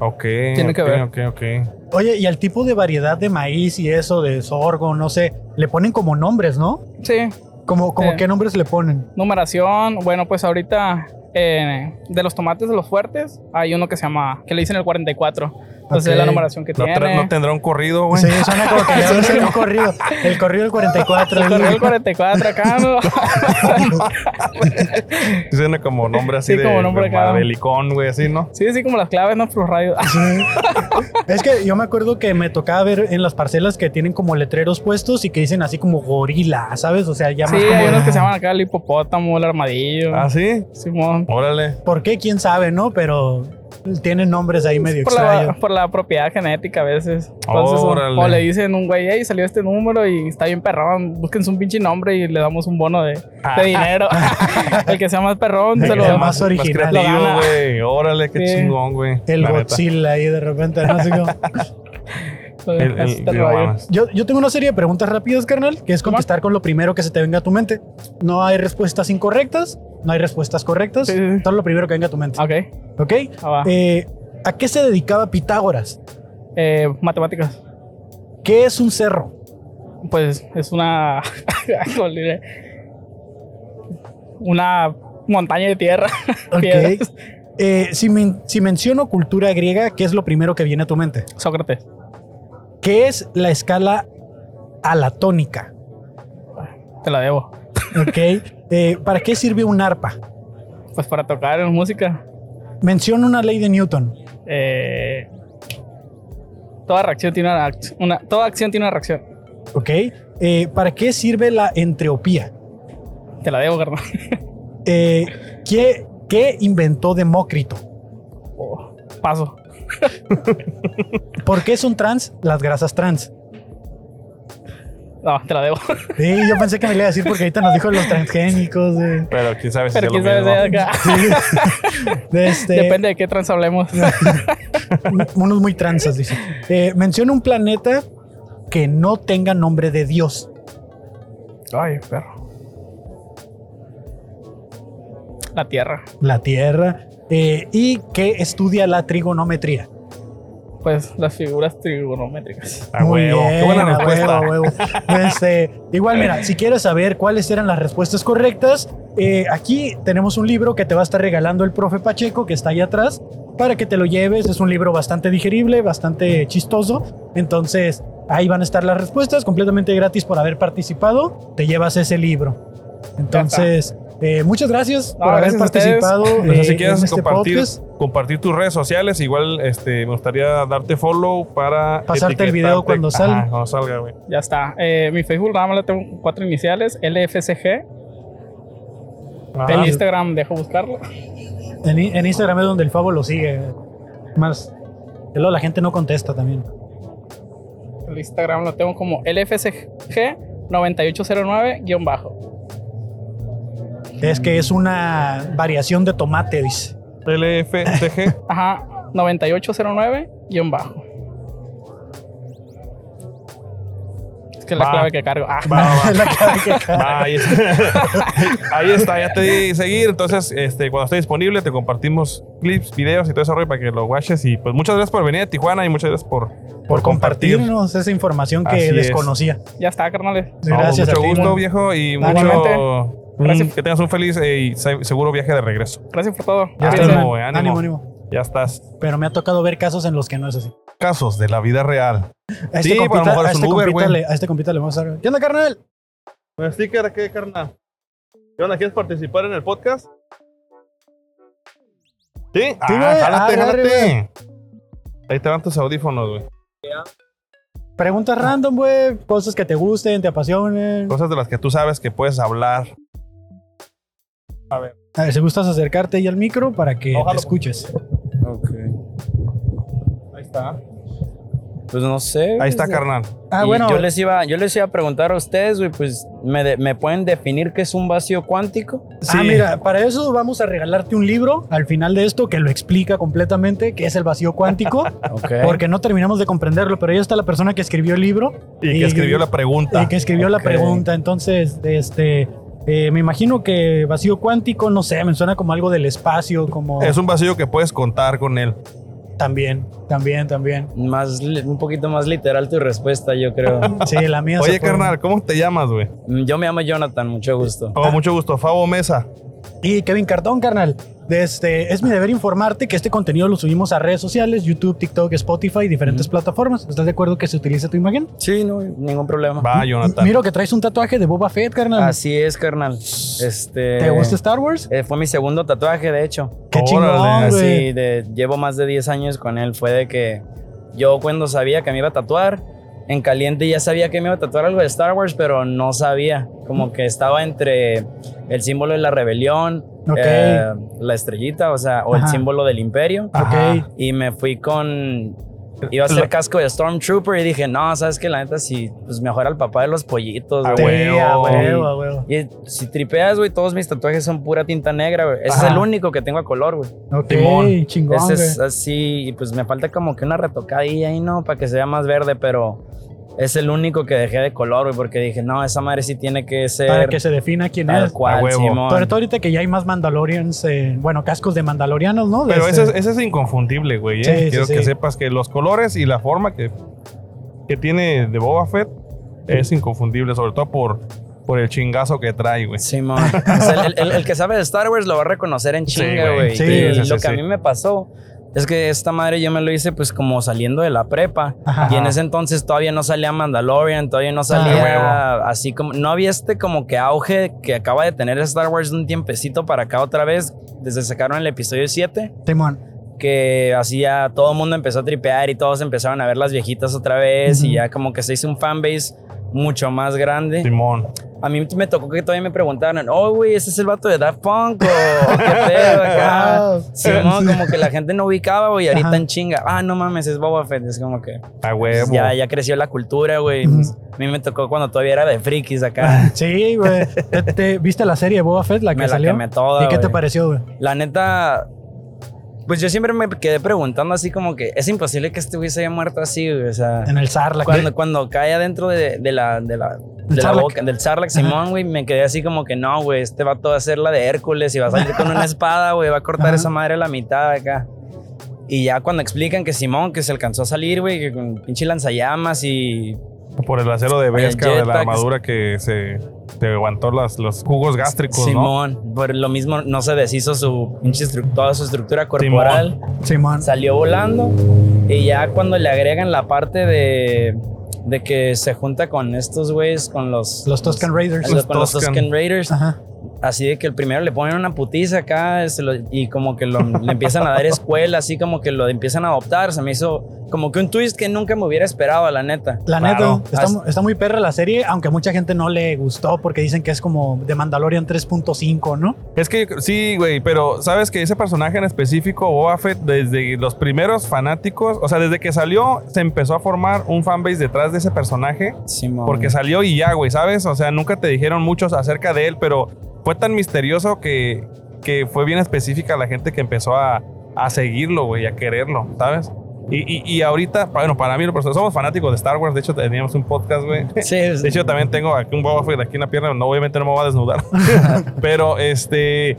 Speaker 1: Ok.
Speaker 4: Tiene que
Speaker 1: ok,
Speaker 4: ver.
Speaker 1: Ok, ok.
Speaker 3: Oye, y al tipo de variedad de maíz y eso, de sorgo, no sé, le ponen como nombres, ¿no?
Speaker 4: Sí,
Speaker 3: Como, como
Speaker 4: Sí.
Speaker 3: qué nombres le ponen.
Speaker 4: numeración. Bueno, pues ahorita eh, de los tomates de los fuertes hay uno que se llama, que le dicen el 44. Entonces
Speaker 3: Ok.
Speaker 4: es la numeración que
Speaker 1: No, tra-
Speaker 4: tiene.
Speaker 1: no tendrá un corrido, güey.
Speaker 3: Sí, suena como que le van a hacer un corrido. El corrido del 44.
Speaker 4: El correo del 44 acá, ¿no?
Speaker 1: Suena como nombre así
Speaker 4: Sí,
Speaker 1: de,
Speaker 4: como nombre
Speaker 1: de
Speaker 4: acá.
Speaker 1: mabelicón, güey, así, ¿no?
Speaker 4: Sí, sí, como las claves, ¿no? Plus radio.
Speaker 3: Es que yo me acuerdo que me tocaba ver en las parcelas que tienen como letreros puestos y que dicen así como gorila, ¿sabes? O sea, ya
Speaker 4: Sí,
Speaker 3: más como...
Speaker 4: hay unos que se llaman acá el hipopótamo, el armadillo.
Speaker 1: ¿Ah, sí?
Speaker 4: Simón.
Speaker 1: Órale.
Speaker 3: ¿Por qué? ¿Quién sabe, no? Pero tienen nombres ahí medio
Speaker 4: Por la,
Speaker 3: extraños.
Speaker 4: por la propiedad genética a veces. Entonces, o-
Speaker 1: Órale.
Speaker 4: o le dicen un güey, hey, salió este número y está bien perrón, búsquense un pinche nombre y le damos un bono de, de dinero. el que sea más perrón,
Speaker 3: El
Speaker 4: se
Speaker 3: que
Speaker 4: lo
Speaker 3: sea más
Speaker 1: Más
Speaker 3: original.
Speaker 4: Lo
Speaker 1: creativo,
Speaker 4: gana.
Speaker 1: güey. Órale, qué
Speaker 4: Sí.
Speaker 1: chingón, güey.
Speaker 3: El
Speaker 1: La neta.
Speaker 3: Godzilla ahí de repente, ¿no? Así como-
Speaker 4: lo-
Speaker 1: El, el-
Speaker 4: este
Speaker 1: no
Speaker 4: rollo.
Speaker 1: mames.
Speaker 3: Yo, yo tengo una serie de preguntas rápidas, carnal, que es contestar con lo primero que se te venga a tu mente. No hay respuestas incorrectas, no hay respuestas correctas,
Speaker 4: Sí, sí, sí.
Speaker 3: todo lo primero que venga a tu mente.
Speaker 4: Ok,
Speaker 3: ¿Ok?
Speaker 4: ah, va.
Speaker 3: Eh, ¿A qué se dedicaba Pitágoras?
Speaker 4: Eh, matemáticas.
Speaker 3: ¿Qué es un cerro?
Speaker 4: Pues es una. ¿cómo le diré? una montaña de tierra.
Speaker 3: Ok.
Speaker 4: Piedras.
Speaker 3: Eh, si, men- si menciono cultura griega, ¿qué es lo primero que viene a tu mente?
Speaker 4: Sócrates.
Speaker 3: ¿Qué es la escala alatónica?
Speaker 4: Te la debo.
Speaker 3: ¿Ok? Eh, ¿Para qué sirve un arpa?
Speaker 4: Pues para tocar en música.
Speaker 3: Menciono una ley de Newton.
Speaker 4: Eh, toda reacción tiene una, ac- una- Toda acción tiene una reacción.
Speaker 3: ¿Ok? Eh, ¿Para qué sirve la entropía?
Speaker 4: Te la debo, carnal.
Speaker 3: Eh, ¿qué, qué inventó Demócrito?
Speaker 4: Oh, paso.
Speaker 3: ¿Por qué son trans las grasas trans?
Speaker 4: No, te la debo.
Speaker 3: Sí, yo pensé que me lo iba a decir porque ahorita nos dijo los transgénicos. eh,
Speaker 1: Pero quién sabe si
Speaker 4: Pero
Speaker 1: es lo
Speaker 4: quién sabe
Speaker 1: mismo.
Speaker 4: de acá.
Speaker 3: de este,
Speaker 4: Depende de qué trans hablemos.
Speaker 3: Unos muy transas, dice. Eh, menciona un planeta que no tenga nombre de Dios.
Speaker 4: Ay, perro. La tierra.
Speaker 3: La Tierra. eh, y que estudia la trigonometría.
Speaker 4: Pues las figuras trigonométricas.
Speaker 1: A
Speaker 3: Muy
Speaker 1: huevo.
Speaker 3: bien,
Speaker 1: Qué buena
Speaker 3: a
Speaker 1: respuesta.
Speaker 3: huevo, a huevo. Este, igual, mira, si quieres saber cuáles eran las respuestas correctas, eh, aquí tenemos un libro que te va a estar regalando el profe Pacheco, que está ahí atrás, para que te lo lleves. Es un libro bastante digerible, bastante chistoso. Entonces, ahí van a estar las respuestas completamente gratis por haber participado. Te llevas ese libro. Entonces, eh, muchas gracias por
Speaker 4: Ah,
Speaker 3: haber
Speaker 4: gracias a ustedes.
Speaker 3: participado.
Speaker 1: No sé
Speaker 3: eh,
Speaker 1: Pues, si quieres
Speaker 3: en este
Speaker 1: compartir,
Speaker 3: podcast.
Speaker 1: compartir tus redes sociales. Igual este, me gustaría darte follow para.
Speaker 3: Pasarte el
Speaker 1: etiquetarte.
Speaker 3: video cuando salga.
Speaker 1: Ajá, cuando salga, güey.
Speaker 4: Ya está. Eh, mi Facebook nada más le tengo cuatro iniciales. LFCG.
Speaker 1: Ajá.
Speaker 4: El Instagram, dejo buscarlo.
Speaker 3: En, i- en Instagram es donde el Favo lo sigue. Más. y luego la gente no contesta también.
Speaker 4: El Instagram lo tengo como LFCG9809-bajo.
Speaker 3: Es que
Speaker 1: Mm.
Speaker 3: es una variación de tomate, dice.
Speaker 1: LFCG.
Speaker 4: Ajá, 9809-bajo. Es que es la
Speaker 1: Va.
Speaker 4: clave que cargo. Ah,
Speaker 3: Es la clave que cae.
Speaker 1: Va, Ah, ahí, está. Ahí está, ya te di seguir. Entonces, este, cuando esté disponible, te compartimos clips, videos y todo eso, rollo para que lo watches. Y pues muchas gracias por venir a Tijuana y muchas gracias por,
Speaker 3: por compartirnos esa información que
Speaker 1: Así es.
Speaker 3: desconocía.
Speaker 4: ya está, carnales.
Speaker 1: No, pues,
Speaker 3: Gracias a
Speaker 1: mucho
Speaker 3: ti.
Speaker 1: gusto, viejo. Y
Speaker 4: Igualmente.
Speaker 1: mucho.
Speaker 4: Gracias.
Speaker 1: Que tengas un feliz eh, y se- seguro viaje de regreso.
Speaker 4: Gracias por todo.
Speaker 3: Ya está,
Speaker 1: Ánimo,
Speaker 3: ánimo,
Speaker 1: güey, ánimo.
Speaker 3: ánimo, ánimo.
Speaker 1: Ya estás.
Speaker 3: Pero me ha tocado ver casos en los que no es así.
Speaker 1: Casos de la vida real.
Speaker 3: A este
Speaker 1: Sí,
Speaker 3: compita,
Speaker 1: a lo mejor
Speaker 3: a
Speaker 1: es un
Speaker 3: este
Speaker 1: Uber,
Speaker 3: compita
Speaker 1: güey.
Speaker 3: le, a este compita le vamos a dar. ¿Qué onda, carnal?
Speaker 7: ¿Un sticker qué, carnal? ¿Qué onda? ¿Quieres participar en el podcast?
Speaker 1: ¿Sí? Ah,
Speaker 3: güey.
Speaker 1: jálate,
Speaker 3: Ah,
Speaker 1: jálate.
Speaker 3: arre,
Speaker 1: Ahí te van tus audífonos, güey.
Speaker 3: Preguntas random, güey. Cosas que te gusten, te apasionen.
Speaker 1: Cosas de las que tú sabes que puedes hablar.
Speaker 3: A ver, si gustas acercarte ahí al micro para que
Speaker 1: Ojalá.
Speaker 3: te escuches.
Speaker 7: Ahí está.
Speaker 5: Pues no sé.
Speaker 1: Ahí está,
Speaker 5: carnal.
Speaker 1: carnal.
Speaker 3: Ah,
Speaker 5: Y
Speaker 3: bueno.
Speaker 5: Yo les, iba, yo les iba a preguntar a ustedes, güey, pues, ¿me, de- ¿me pueden definir qué es un vacío cuántico?
Speaker 1: Sí.
Speaker 3: Ah, mira, para eso vamos a regalarte un libro al final de esto que lo explica completamente, que es el vacío cuántico,
Speaker 5: Ok.
Speaker 3: porque no terminamos de comprenderlo, pero ahí está la persona que escribió el libro
Speaker 1: Y que escribió la pregunta.
Speaker 3: y que escribió la
Speaker 5: Ok.
Speaker 3: pregunta. Entonces, este, eh, me imagino que vacío cuántico, no sé, me suena como algo del espacio, como
Speaker 1: Es un vacío que puedes contar con él.
Speaker 3: también, también, también.
Speaker 5: Más, li- un poquito más literal tu respuesta, yo creo.
Speaker 3: Sí, la mía. se
Speaker 1: Oye,
Speaker 3: fue.
Speaker 1: carnal, ¿cómo te llamas, güey?
Speaker 5: Mm, yo me llamo Jonathan, mucho gusto.
Speaker 3: Ah.
Speaker 1: Oh, mucho gusto. Fabo Mesa.
Speaker 3: Y Kevin Cartón, carnal. Este, es mi deber informarte que este contenido lo subimos a redes sociales, YouTube, TikTok, Spotify, diferentes plataformas. ¿Estás de acuerdo que se utilice tu imagen?
Speaker 5: Sí, no, ningún
Speaker 3: Ah.
Speaker 5: problema.
Speaker 1: Va, Ah, Jonathan.
Speaker 3: Miro que traes un tatuaje de Boba Fett, carnal.
Speaker 5: Así es, carnal. Este,
Speaker 3: ¿Te gusta Star Wars?
Speaker 5: eh, fue mi segundo tatuaje, de hecho.
Speaker 3: Qué
Speaker 1: Órale,
Speaker 3: chingón, güey.
Speaker 5: Así, de, llevo más de 10 años con él. Fue de que yo cuando sabía que me iba a tatuar, en caliente ya sabía que me iba a tatuar algo de Star Wars, pero no sabía. Como que estaba entre el símbolo de la rebelión,
Speaker 3: Ok.
Speaker 5: eh, la estrellita, o sea, o
Speaker 3: Ajá.
Speaker 5: el símbolo del imperio.
Speaker 1: Ajá.
Speaker 3: Ok.
Speaker 5: Y me fui con... Iba a ser casco de Stormtrooper y dije, no, sabes que la neta sí, pues mejor al papá de los pollitos.
Speaker 1: Ah,
Speaker 5: güey".
Speaker 3: Sí, a
Speaker 1: huevo.
Speaker 3: huevo, a huevo.
Speaker 5: Y si tripeas, güey, todos mis tatuajes son pura tinta negra, güey. Ese
Speaker 3: Ajá.
Speaker 5: es el único que tengo a color, güey.
Speaker 3: Ok,
Speaker 1: Timón.
Speaker 3: chingón,
Speaker 5: Ese es
Speaker 3: güey.
Speaker 5: así, y pues me falta como que una retocadilla ahí, ¿no? Para que se vea más verde, pero es el único que dejé de color, güey, porque dije, no, esa madre sí tiene que ser
Speaker 3: Para que se defina quién
Speaker 5: tal
Speaker 3: es.
Speaker 5: cual,
Speaker 1: A huevo.
Speaker 5: Simón.
Speaker 3: Sobre todo ahorita que ya hay más Mandalorians, eh, bueno, cascos de Mandalorianos, ¿no? De
Speaker 1: Pero
Speaker 3: este-
Speaker 1: ese, es- ese es inconfundible, güey. ¿eh?
Speaker 3: Sí, sí,
Speaker 1: Quiero
Speaker 3: sí.
Speaker 1: que sepas que los colores y la forma que, que tiene de Boba Fett es inconfundible, sobre todo por, por el chingazo que trae, güey.
Speaker 5: Simón. O sea, el, el- el que sabe de Star Wars lo va a reconocer en
Speaker 1: Sí,
Speaker 5: chinga,
Speaker 1: güey.
Speaker 5: güey.
Speaker 3: Sí,
Speaker 5: y
Speaker 1: sí, sí,
Speaker 5: lo que a
Speaker 1: sí.
Speaker 5: mí me pasó es que esta madre yo me lo hice pues como saliendo de la prepa.
Speaker 3: Ajá.
Speaker 5: Y en ese entonces todavía no salía Mandalorian, todavía no
Speaker 1: Ah,
Speaker 5: salía así como... No había este como que auge que acaba de tener Star Wars de un tiempecito para acá otra vez, desde sacaron el episodio 7,
Speaker 3: Timón.
Speaker 5: que hacía todo el mundo empezó a tripear y todos empezaron a ver las viejitas otra vez
Speaker 3: Ujú.
Speaker 5: y ya como que se hizo un fanbase mucho más grande.
Speaker 1: Simón.
Speaker 5: A mí me tocó que todavía me preguntaran, oh, güey, ¿ese es el vato de Daft Punk o qué pedo acá?
Speaker 3: Wow.
Speaker 5: Sí, no, como que la gente no ubicaba, güey, y ahorita
Speaker 3: Ajá.
Speaker 5: en chinga. Ah, no mames, es Boba Fett. Es como que
Speaker 1: A
Speaker 5: pues,
Speaker 1: huevo.
Speaker 5: ya, ya creció la cultura, güey.
Speaker 3: Ujú. Ah.
Speaker 5: Pues, A mí me tocó cuando todavía era de frikis acá.
Speaker 3: Sí, güey. ¿Te, te- viste la serie de Boba Fett, la que
Speaker 5: me la
Speaker 3: salió?
Speaker 5: quemé toda,
Speaker 3: ¿Y qué te
Speaker 5: güey.
Speaker 3: pareció, güey?
Speaker 5: La neta, pues yo siempre me quedé preguntando así como que es imposible que este güey se haya muerto así, güey. O sea,
Speaker 3: En el SAR, la
Speaker 5: cuando, cuando cae adentro de, de la, de la, de la
Speaker 3: Sarlacc.
Speaker 5: boca, del Sarlacc Simón, güey, me quedé así como que no, güey, este vato va a hacer la de Hércules y va a salir con una espada, güey, va a cortar
Speaker 3: Ajá.
Speaker 5: esa madre a la mitad acá. Y ya cuando explican que Simón, que se alcanzó a salir, güey, que con pinche lanzallamas y
Speaker 1: Por el acero de Vesca
Speaker 5: El
Speaker 1: de la
Speaker 5: jetpack.
Speaker 1: armadura que se te levantó las, los jugos gástricos, ¿no?
Speaker 5: Simón, por lo mismo no se deshizo su pinche estru- toda su estructura corporal.
Speaker 3: que... Simón.
Speaker 5: salió volando y ya cuando le agregan la parte de, de que se junta con estos güeyes, con los...
Speaker 3: Los Tusken Raiders.
Speaker 5: los- con los
Speaker 1: Tusken.
Speaker 5: Tusken Raiders.
Speaker 3: Ajá.
Speaker 5: Así de que el primero le ponen una putiza acá se lo- y como que lo, le empiezan a dar escuela, así como que lo empiezan a adoptar. Se me hizo como que un twist que nunca me hubiera esperado, la neta.
Speaker 3: La
Speaker 1: Claro.
Speaker 3: neta, está, mu- está muy perra la serie, aunque mucha gente no le gustó porque dicen que es como de Mandalorian 3.5, ¿no?
Speaker 1: Es que sí, güey, pero sabes que ese personaje en específico, Boba Fett, desde los primeros fanáticos, o sea, desde que salió, se empezó a formar un fanbase detrás de ese personaje.
Speaker 5: Simón.
Speaker 1: Porque salió y ya, güey, ¿sabes? O sea, nunca te dijeron muchos acerca de él, pero fue tan misterioso que, que fue bien específica la gente que empezó a, a seguirlo, güey, a quererlo, ¿sabes? Y, y, y ahorita, bueno, para mí, lo personal, somos fanáticos de Star Wars. De hecho, teníamos un podcast, güey.
Speaker 5: Sí,
Speaker 1: De hecho, también tengo aquí un Boba Fett aquí en la pierna. No, obviamente no me voy a desnudar. Pero este.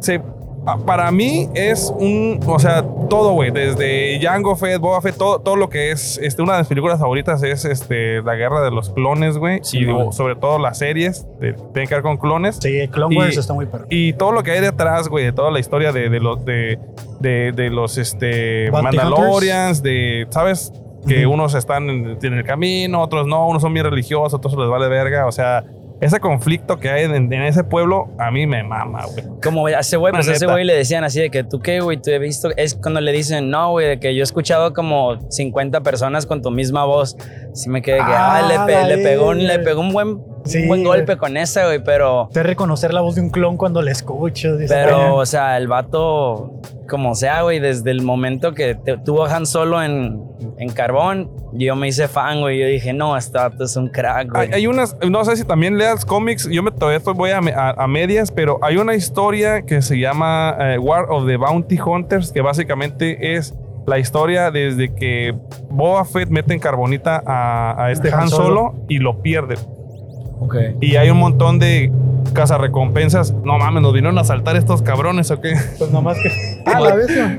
Speaker 1: se- pa- para mí es un. O sea, todo, güey. Desde Jango Fett, Boba Fett, todo, todo lo que es. Este, una de mis películas favoritas es este, La Guerra de los Clones, güey.
Speaker 5: Sí,
Speaker 1: y digo,
Speaker 5: güey.
Speaker 1: sobre todo las series. de- tienen que ver con clones.
Speaker 3: Sí, Clone
Speaker 1: Y-
Speaker 3: Wars está muy perro.
Speaker 1: Y todo lo que hay detrás, güey, de toda la historia de, de los de, de, de los este
Speaker 3: Bounty
Speaker 1: Mandalorians, de, ¿sabes? Que
Speaker 3: Ujú.
Speaker 1: unos están en, en el camino, otros no, unos son bien religiosos, otros les vale verga, o sea, ese conflicto que hay en, en ese pueblo a mí me mama, güey.
Speaker 5: Como a ese güey,
Speaker 1: La
Speaker 5: pues a ese
Speaker 1: neta.
Speaker 5: güey le decían así de que tú qué, güey, tú he visto. Es cuando le dicen, no, güey, de que yo he escuchado como 50 personas con tu misma voz. Sí me quedé que, ah,
Speaker 3: Ah,
Speaker 5: le, pe-
Speaker 3: la
Speaker 5: le pegó, un,
Speaker 3: verga.
Speaker 5: le pegó un buen,
Speaker 3: Sí,
Speaker 5: un buen
Speaker 3: güey.
Speaker 5: golpe con esa, güey, pero,
Speaker 3: De reconocer la voz de un clon cuando la escucho. dices,
Speaker 5: pero,
Speaker 3: "Ah".
Speaker 5: o sea, el vato como sea, güey, desde el momento que te- tuvo a Han Solo en, en Carbón, yo me hice fan, güey. Yo dije, no, este vato es un crack, güey.
Speaker 1: Hay, hay unas, no sé si también leas cómics, yo me, todavía estoy, voy a, me- a- a medias, pero hay una historia que se llama eh, War of the Bounty Hunters, que básicamente es la historia desde que Boba Fett mete en carbonita a, a este
Speaker 3: Han
Speaker 1: Han, Solo.
Speaker 3: Solo.
Speaker 1: y lo pierde.
Speaker 5: Ok.
Speaker 1: Y hay un montón de cazarrecompensas. No mames, nos vinieron a saltar estos cabrones, ¿o qué?
Speaker 3: Pues nomás que. Ah, la bestia.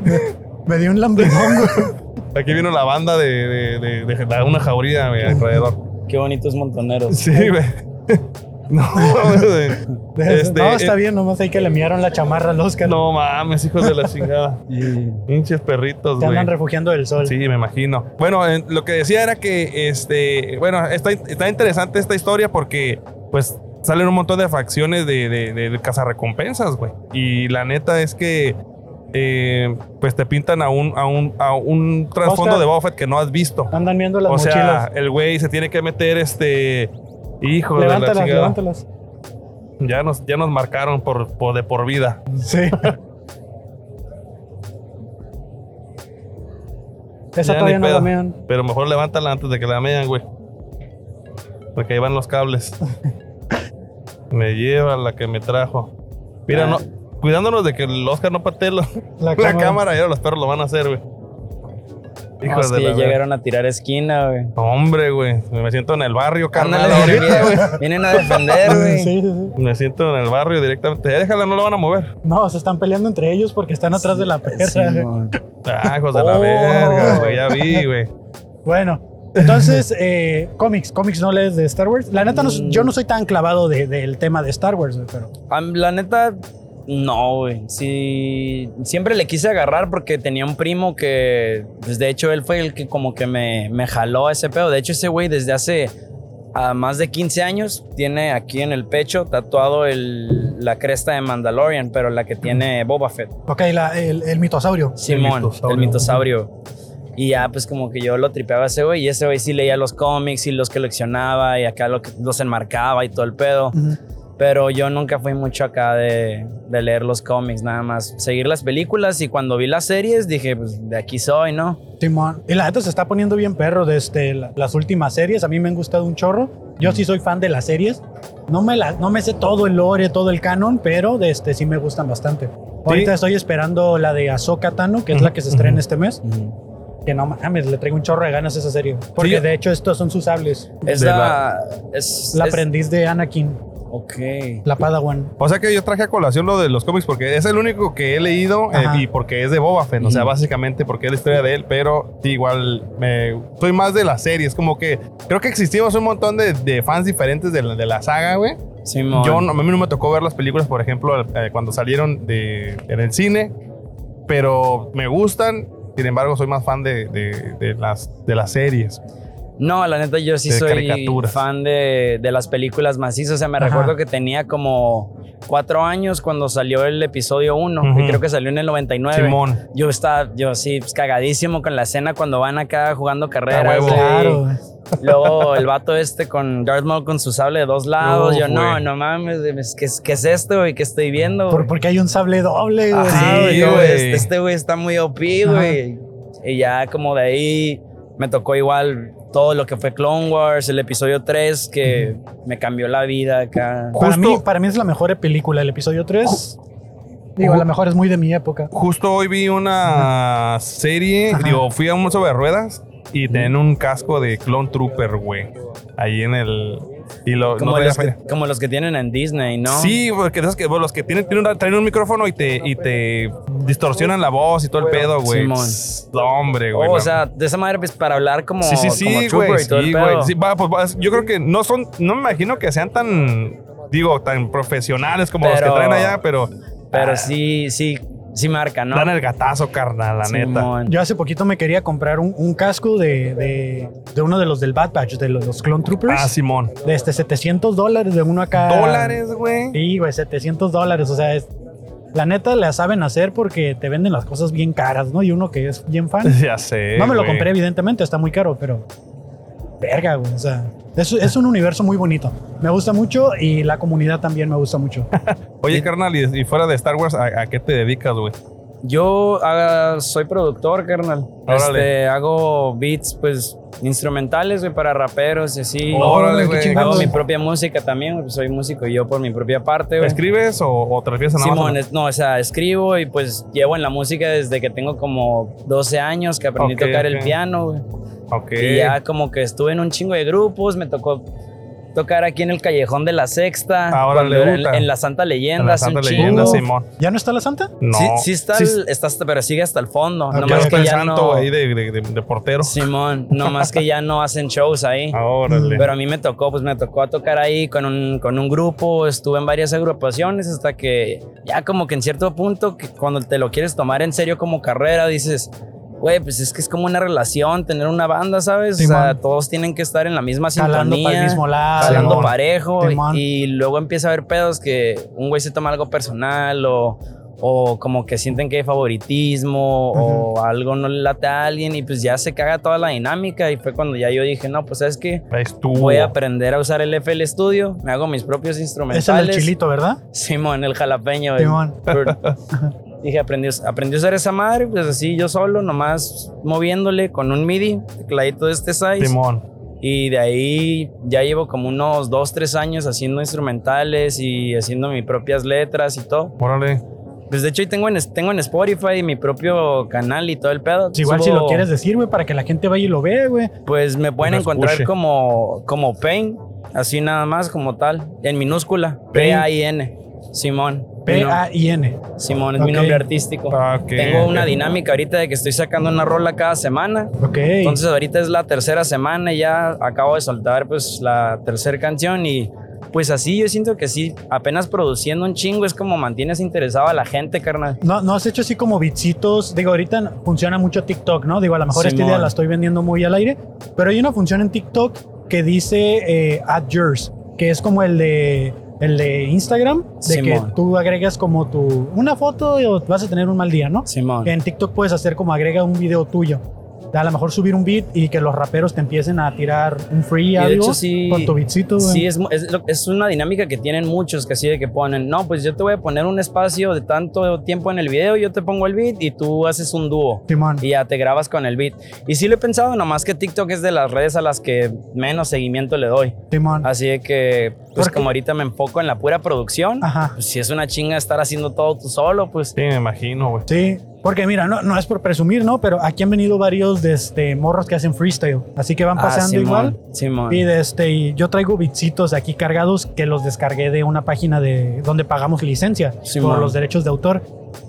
Speaker 3: Me dio un lambrimón, güey.
Speaker 1: Aquí vino la banda de, de- de- de- de una jauría güey, alrededor.
Speaker 5: Qué bonitos montoneros.
Speaker 1: Sí, güey. No, güey. Este,
Speaker 3: no, está
Speaker 1: eh,
Speaker 3: bien, nomás hay que le miraron la chamarra al Oscar.
Speaker 1: No mames, hijos de la chingada. Pinches perritos,
Speaker 3: Te
Speaker 1: güey.
Speaker 3: andan refugiando del sol.
Speaker 1: Sí, me imagino. Bueno, eh, lo que decía era que, este, bueno, está, está interesante esta historia porque, pues, salen un montón de facciones de, de, de, de cazarrecompensas, güey. Y la neta es que, eh, pues, te pintan a un, a un, a un trasfondo
Speaker 3: Oscar.
Speaker 1: de Buffett que no has visto.
Speaker 3: Andan viendo las
Speaker 1: o sea,
Speaker 3: mochilas.
Speaker 1: el güey se tiene que meter, este, hijo de la
Speaker 3: Levántalas,
Speaker 1: chingada.
Speaker 3: levántalas.
Speaker 1: Ya nos, ya nos marcaron por, por- de por vida.
Speaker 3: Sí. Esa
Speaker 1: Ya
Speaker 3: todavía
Speaker 1: ni
Speaker 3: no la
Speaker 1: pedo.
Speaker 3: mean.
Speaker 1: Pero mejor levántala antes de que la mean, güey. Porque ahí van los cables. me lleva la que me trajo. Mira, no, cuidándonos de que el Oscar no patee lo-
Speaker 3: La
Speaker 1: la,
Speaker 3: cámara.
Speaker 1: cámara. ya los perros lo van a hacer, güey.
Speaker 5: No, es
Speaker 1: Hijos de
Speaker 5: que ya
Speaker 1: la verga.
Speaker 5: llegaron a tirar esquina, güey.
Speaker 1: Hombre, güey. Me siento en el barrio, carnal.
Speaker 5: Ándale,
Speaker 1: ahorita, güey.
Speaker 5: vienen, vienen a defender,
Speaker 3: Sí,
Speaker 5: güey.
Speaker 3: sí, sí.
Speaker 1: Me siento en el barrio directamente. Ya déjala, no la van a mover.
Speaker 3: No, se están peleando entre ellos porque están atrás de la perra. güey.
Speaker 5: Simón.
Speaker 1: Ah, hijos de la
Speaker 3: Oh.
Speaker 1: verga, güey. Ya vi, güey.
Speaker 3: Bueno, entonces, eh, cómics, cómics no lees de Star Wars. La neta, no- yo no soy tan clavado de- del tema de Star Wars, güey, pero
Speaker 5: Am- Ah, La neta, no, güey. Sí, siempre le quise agarrar porque tenía un primo que, pues de hecho, él fue el que como que me, me jaló a ese pedo. De hecho, ese güey desde hace ah, más de 15 años tiene aquí en el pecho tatuado el- la cresta de Mandalorian, pero la que tiene Boba Fett.
Speaker 3: Ok, la- el, el mitosaurio.
Speaker 5: Simón, el mitosaurio.
Speaker 1: mitosaurio.
Speaker 5: Y ya, pues como que yo lo tripeaba a ese güey. Y ese güey sí leía los cómics y los coleccionaba y acá lo que- los enmarcaba y todo el pedo.
Speaker 3: Ujú.
Speaker 5: Pero yo nunca fui mucho acá de, de leer los cómics, nada más. Seguir las películas y cuando vi las series dije, pues de aquí soy, ¿no?
Speaker 3: Simón. Y la neta se está poniendo bien perro desde la- las últimas series. A mí me han gustado un chorro. Yo sí soy fan de las series. No me, la, no me sé todo el lore, todo el canon, pero de este, sí me gustan bastante. Ahorita estoy esperando la de Ahsoka Tano, que es la que se estrena este mes. Que no mames, le traigo un chorro de ganas a esa serie. Porque
Speaker 5: yo-
Speaker 3: de hecho estos son sus sables.
Speaker 5: Es
Speaker 1: De
Speaker 5: la...
Speaker 1: la-
Speaker 5: es,
Speaker 3: La
Speaker 5: es-
Speaker 3: aprendiz de Anakin,
Speaker 5: Ok.
Speaker 3: la Padawan.
Speaker 1: O sea que yo traje a colación lo de los cómics porque es el único que he leído eh,
Speaker 3: Ajá.
Speaker 1: y porque es de Boba Fett. O sea,
Speaker 5: Ujú.
Speaker 1: básicamente porque es la historia de él, pero sí, igual me, soy más de las series. Como que creo que existimos un montón de, de fans diferentes de la, de la saga, güey.
Speaker 5: Simón.
Speaker 1: Yo no- a mí no me tocó ver las películas, por ejemplo, eh, cuando salieron de, en el cine, pero me gustan. Sin embargo, soy más fan de, de- de las, de las series.
Speaker 5: No, la neta, yo sí
Speaker 1: De
Speaker 5: soy
Speaker 1: caricaturas.
Speaker 5: fan de, de las películas macizas. O sea, me
Speaker 3: Ajá.
Speaker 5: recuerdo que tenía como cuatro años cuando salió el episodio 1, que
Speaker 1: Ujú.
Speaker 5: creo que salió en el 99.
Speaker 1: Simón.
Speaker 5: Yo estaba, yo sí, pues, cagadísimo con la escena cuando van acá jugando carreras.
Speaker 1: huevo.
Speaker 5: güey.
Speaker 3: Claro. güey.
Speaker 5: Luego el vato este con Darth Maul con su sable de dos lados. yo,
Speaker 1: Uf,
Speaker 5: no,
Speaker 1: güey.
Speaker 5: no mames, güey, es- ¿qué, es- qué es esto, güey? ¿Qué estoy viendo?
Speaker 3: Por-
Speaker 5: güey?
Speaker 3: porque hay un sable doble. güey.
Speaker 5: Ajá,
Speaker 1: Sí,
Speaker 5: güey, yo,
Speaker 1: güey.
Speaker 5: Este este güey está muy OP,
Speaker 3: Ajá.
Speaker 5: güey. Y ya como de ahí me tocó igual todo lo que fue Clone Wars, el episodio 3, que me cambió la vida acá.
Speaker 3: Para,
Speaker 1: Justo-
Speaker 3: mí, para mí es la mejor película, el episodio 3. Digo, la mejor es muy de mi época.
Speaker 1: Justo hoy vi una serie,
Speaker 3: Ajá.
Speaker 1: digo, fui a un sobre ruedas y tenían un casco de Clone Trooper, güey. Ahí en el. Y lo. no
Speaker 5: Como,
Speaker 1: traía
Speaker 5: los que,
Speaker 1: feria.
Speaker 5: como los que tienen en Disney, ¿no?
Speaker 1: Sí, porque esas que, bueno, los que tienen, tienen un, traen un micrófono y te, y te distorsionan la voz y todo el pedo, güey.
Speaker 5: Simón.
Speaker 1: No, hombre, güey.
Speaker 5: Oh, o
Speaker 1: no.
Speaker 5: sea, de esa manera pues para hablar como
Speaker 1: sí, sí,
Speaker 5: como
Speaker 1: sí,
Speaker 5: trooper
Speaker 1: güey.
Speaker 5: y todo el
Speaker 1: Sí,
Speaker 5: pedo.
Speaker 1: güey. Sí, va, pues, va, yo creo que no son, no me imagino que sean tan, digo, tan profesionales como los
Speaker 5: Pero-
Speaker 1: que traen allá, pero ah.
Speaker 5: Pero sí, sí, sí marca, ¿no?
Speaker 1: dan el gatazo, carnal, la neta.
Speaker 5: Simón.
Speaker 3: Yo hace poquito me quería comprar un, un casco de, de, de uno de los del Bad Batch, de los, los Clone Troopers.
Speaker 1: Ah, Simón.
Speaker 3: De este 700 dólares de uno acá.
Speaker 1: Dólares, güey.
Speaker 3: Sí, güey, 700 dólares. O sea, es, la neta la saben hacer porque te venden las cosas bien caras, ¿no? Y uno que es bien fan.
Speaker 1: Ya sé.
Speaker 3: No me lo
Speaker 1: güey.
Speaker 3: compré, evidentemente, está muy caro, pero. Verga, güey. O sea, es, es un universo muy bonito. Me gusta mucho y la comunidad también me gusta mucho.
Speaker 1: Oye, carnal, y, y fuera de Star Wars, ¿a, a qué te dedicas, güey?
Speaker 5: Yo ah, soy productor, carnal.
Speaker 1: Órale.
Speaker 5: Este, hago beats, pues, instrumentales, güey, para raperos y así.
Speaker 1: Órale,
Speaker 3: qué
Speaker 1: güey.
Speaker 3: chingón.
Speaker 5: Hago mi propia música también, güey, pues, soy músico yo por mi propia parte, güey.
Speaker 1: ¿Escribes o, o te refieres a nada
Speaker 5: Simón,
Speaker 1: más?
Speaker 5: es- no, o sea, escribo y pues llevo en la música desde que tengo como 12 años que aprendí
Speaker 1: Ok,
Speaker 5: a tocar
Speaker 1: ok.
Speaker 5: el piano, güey.
Speaker 1: Ok.
Speaker 5: Y ya como que estuve en un chingo de grupos, me tocó tocar aquí en el Callejón de la Sexta,
Speaker 1: Ahora
Speaker 5: cuando
Speaker 1: le
Speaker 5: era
Speaker 1: gusta.
Speaker 5: en, en la Santa Leyenda,
Speaker 1: Ah, En la
Speaker 5: hace un
Speaker 1: santa
Speaker 5: chingo.
Speaker 1: leyenda, Simón.
Speaker 3: ¿Ya no está la santa?
Speaker 1: No.
Speaker 5: Sí, sí está,
Speaker 1: Sí,
Speaker 5: el- está hasta- pero sigue hasta el fondo.
Speaker 3: Ah,
Speaker 1: ya
Speaker 5: nomás
Speaker 1: está
Speaker 5: que
Speaker 1: el
Speaker 5: ya
Speaker 1: santo
Speaker 5: no,
Speaker 1: ahí de, de- de- de portero. Ah,
Speaker 5: Simón, nomás que ya no hacen shows ahí.
Speaker 3: Ah,
Speaker 1: Órale.
Speaker 5: Pero a mí me tocó, pues me tocó tocar ahí con un, con un grupo, estuve en varias agrupaciones hasta que ya como que en cierto punto, que cuando te lo quieres tomar en serio como carrera, dices, güey, pues es que es como una relación, tener una banda, ¿sabes? o sea,
Speaker 3: Simón.
Speaker 5: todos tienen que estar en la misma
Speaker 3: Calando
Speaker 5: sintonía,
Speaker 3: para el mismo lado.
Speaker 5: jalando
Speaker 1: Simón.
Speaker 5: parejo
Speaker 3: Simón.
Speaker 5: y luego empieza a haber pedos que un güey se toma algo personal o... o como que sienten que hay favoritismo o algo no le late a alguien y pues ya se caga toda la dinámica y fue cuando ya yo dije, no, pues sabes que
Speaker 1: Ahí estuvo.
Speaker 5: Voy a aprender a usar el FL Studio, me hago mis propios instrumentales.
Speaker 3: Es el del chilito, ¿verdad?
Speaker 5: Simón, el jalapeño. el-
Speaker 3: Simón.
Speaker 5: Dije, aprendí, a us- aprendí a usar esa madre, pues así yo solo, nomás moviéndole con un MIDI, tecladito de este size.
Speaker 1: Simón.
Speaker 5: Y de ahí ya llevo como unos 2, 3 años haciendo instrumentales y haciendo mis propias letras y todo.
Speaker 1: Órale.
Speaker 5: Pues de hecho, ahí tengo en, tengo en Spotify mi propio canal y todo el pedo.
Speaker 3: Pues Igual si
Speaker 5: Subo-
Speaker 3: lo quieres decir, güey, para que la gente vaya y lo vea, güey.
Speaker 5: Pues me pueden
Speaker 1: Unas
Speaker 5: encontrar
Speaker 1: pushe.
Speaker 5: como, como Pain, así nada más, como tal, en minúscula.
Speaker 1: Pain.
Speaker 5: P-A-I-N. Simón. Mi nom-
Speaker 3: P-A-I-N.
Speaker 5: Simón es mi
Speaker 3: Ok.
Speaker 5: nombre artístico.
Speaker 1: Ah, ok,
Speaker 5: Tengo
Speaker 1: ok.
Speaker 5: una dinámica ahorita de que estoy sacando una rola cada semana.
Speaker 3: Ok.
Speaker 5: Entonces ahorita es la tercera semana y ya acabo de soltar pues la tercera canción y pues así yo siento que sí, apenas produciendo un chingo es como mantienes interesado a la gente, carnal.
Speaker 3: No, no has hecho así como bitsitos. Digo, ahorita no- funciona mucho TikTok, ¿no? Digo, a lo mejor esta
Speaker 5: Simón.
Speaker 3: idea la estoy vendiendo muy al aire, pero hay una función en TikTok que dice eh, Add Yours, que es como el de el de Instagram, de que
Speaker 5: Simón.
Speaker 3: tú agregas como tu una foto y o vas a tener un mal día, ¿no?
Speaker 5: Simón.
Speaker 3: Que en TikTok puedes hacer como agrega un video tuyo. A lo mejor subir un beat y que los raperos te empiecen a tirar un free
Speaker 5: Y de
Speaker 3: algo
Speaker 5: hecho, sí-
Speaker 3: con tu beatcito, güey.
Speaker 5: Sí, es, mu- es, lo- es una dinámica que tienen muchos, que así de que ponen, no, pues yo te voy a poner un espacio de tanto tiempo en el video, yo te pongo el beat y tú haces un dúo.
Speaker 3: Simón.
Speaker 5: Y ya te grabas con el beat. Y sí lo he pensado, nomás que TikTok es de las redes a las que menos seguimiento le doy.
Speaker 3: Simón.
Speaker 5: Así de que, pues
Speaker 3: ¿Por qué?
Speaker 5: como ahorita me enfoco en la pura producción,
Speaker 3: Ajá.
Speaker 5: pues si es una chinga estar haciendo todo tú solo, pues...
Speaker 1: Sí, me imagino, güey.
Speaker 3: Sí, porque mira, no, no es por presumir, ¿no? Pero aquí han venido varios de este, morros que hacen freestyle. Así que van
Speaker 5: ah,
Speaker 3: pasando
Speaker 5: Simón,
Speaker 3: igual.
Speaker 5: Simón.
Speaker 3: Y, de este, y yo traigo bitsitos aquí cargados que los descargué de una página de donde pagamos licencia por
Speaker 5: Simón.
Speaker 3: los derechos de autor.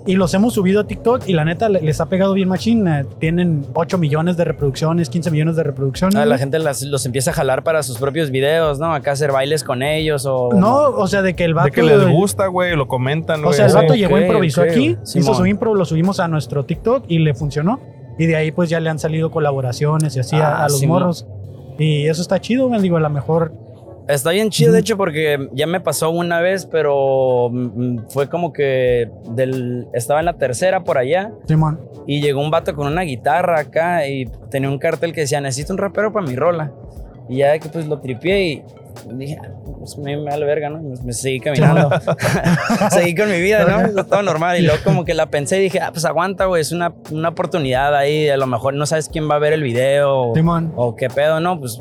Speaker 3: Y los hemos subido a TikTok y la neta le- les ha pegado bien machine. Tienen 8 millones de reproducciones, 15 millones de reproducciones.
Speaker 5: Ah, la gente las- los empieza a jalar para sus propios videos, ¿no? Acá hacer bailes con ellos o...
Speaker 3: No, o sea, de que el vato...
Speaker 1: De que les gusta, güey, lo comentan,
Speaker 3: O
Speaker 1: güey.
Speaker 3: sea, el
Speaker 5: Sí,
Speaker 3: vato
Speaker 5: ok,
Speaker 3: llegó, improvisó
Speaker 5: ok.
Speaker 3: aquí, hizo
Speaker 5: Simón.
Speaker 3: su impro, lo subimos a nuestro TikTok y le funcionó. Y de ahí pues ya le han salido colaboraciones y así a- a,
Speaker 5: Ah,
Speaker 3: los
Speaker 5: Simón.
Speaker 3: morros. Y eso está chido, me digo, a lo mejor.
Speaker 5: Está bien chido,
Speaker 3: Ujú.
Speaker 5: de hecho, porque ya me pasó una vez, pero mm, fue como que del, estaba en la tercera por allá
Speaker 3: Simón.
Speaker 5: y llegó un vato con una guitarra acá y tenía un cartel que decía, necesito un rapero para mi rola. Y ya de que pues lo tripié y dije, "Ah, pues me, me da la verga, ¿no? Me, me seguí caminando. seguí con mi vida, ¿no? Todo normal. Y luego como que la pensé y dije, ah, pues aguanta, güey, es una, una oportunidad ahí. A lo mejor no sabes quién va a ver el video
Speaker 3: Simón.
Speaker 5: o qué pedo, no, pues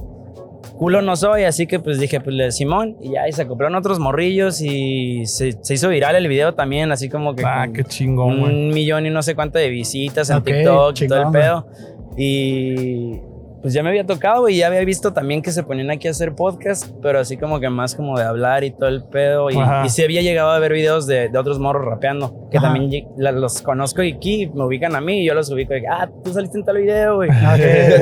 Speaker 5: culo no soy, así que pues dije, pues le Simón, y ya, y se compraron otros morrillos y se, se hizo viral el video también, así como que
Speaker 1: Ah,
Speaker 5: con
Speaker 1: qué chingón,
Speaker 5: un
Speaker 1: güey.
Speaker 5: millón y no sé cuánto de visitas en
Speaker 3: Ok,
Speaker 5: TikTok y
Speaker 3: chingón,
Speaker 5: todo el pedo. Y pues ya me había tocado y ya había visto también que se ponían aquí a hacer podcast, pero así como que más como de hablar y todo el pedo. Y,
Speaker 1: Ajá.
Speaker 5: y sí había llegado a ver videos de, de otros morros rapeando, que
Speaker 3: Ajá.
Speaker 5: también lleg- la- los conozco y aquí me ubican a mí y yo los ubico. Y, ah, tú saliste en tal video, güey.
Speaker 3: Ah,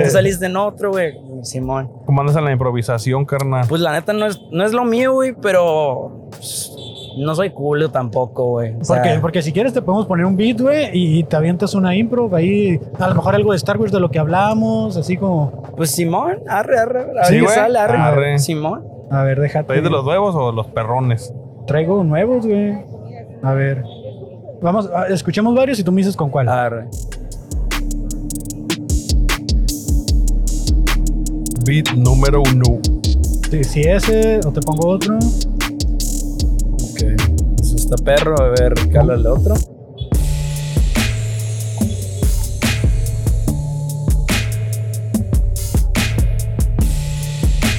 Speaker 5: Tú saliste en otro, güey. Simón.
Speaker 1: ¿Cómo andas en la improvisación, carnal?
Speaker 5: Pues la neta no es, no es lo mío, güey, pero pues, no soy culo tampoco, güey. O sea,
Speaker 3: Porque, porque si quieres te podemos poner un beat, güey, y te avientas una impro, ahí a lo mejor algo de Star Wars de lo que hablamos, así como,
Speaker 5: Pues Simón, arre, arre, arre. a ver
Speaker 1: Sí,
Speaker 5: qué
Speaker 1: güey.
Speaker 5: sale, arre.
Speaker 1: Arre.
Speaker 5: Simón.
Speaker 3: a ver, déjate.
Speaker 1: ¿Traes de los nuevos o de los perrones?
Speaker 3: Traigo nuevos, güey. A ver. Vamos, a- escuchemos varios y tú me dices con cuál.
Speaker 5: Arre.
Speaker 1: Beat número uno.
Speaker 3: Si, si ese, o te pongo otro.
Speaker 5: Ok. Eso está perro, a ver, cala el otro.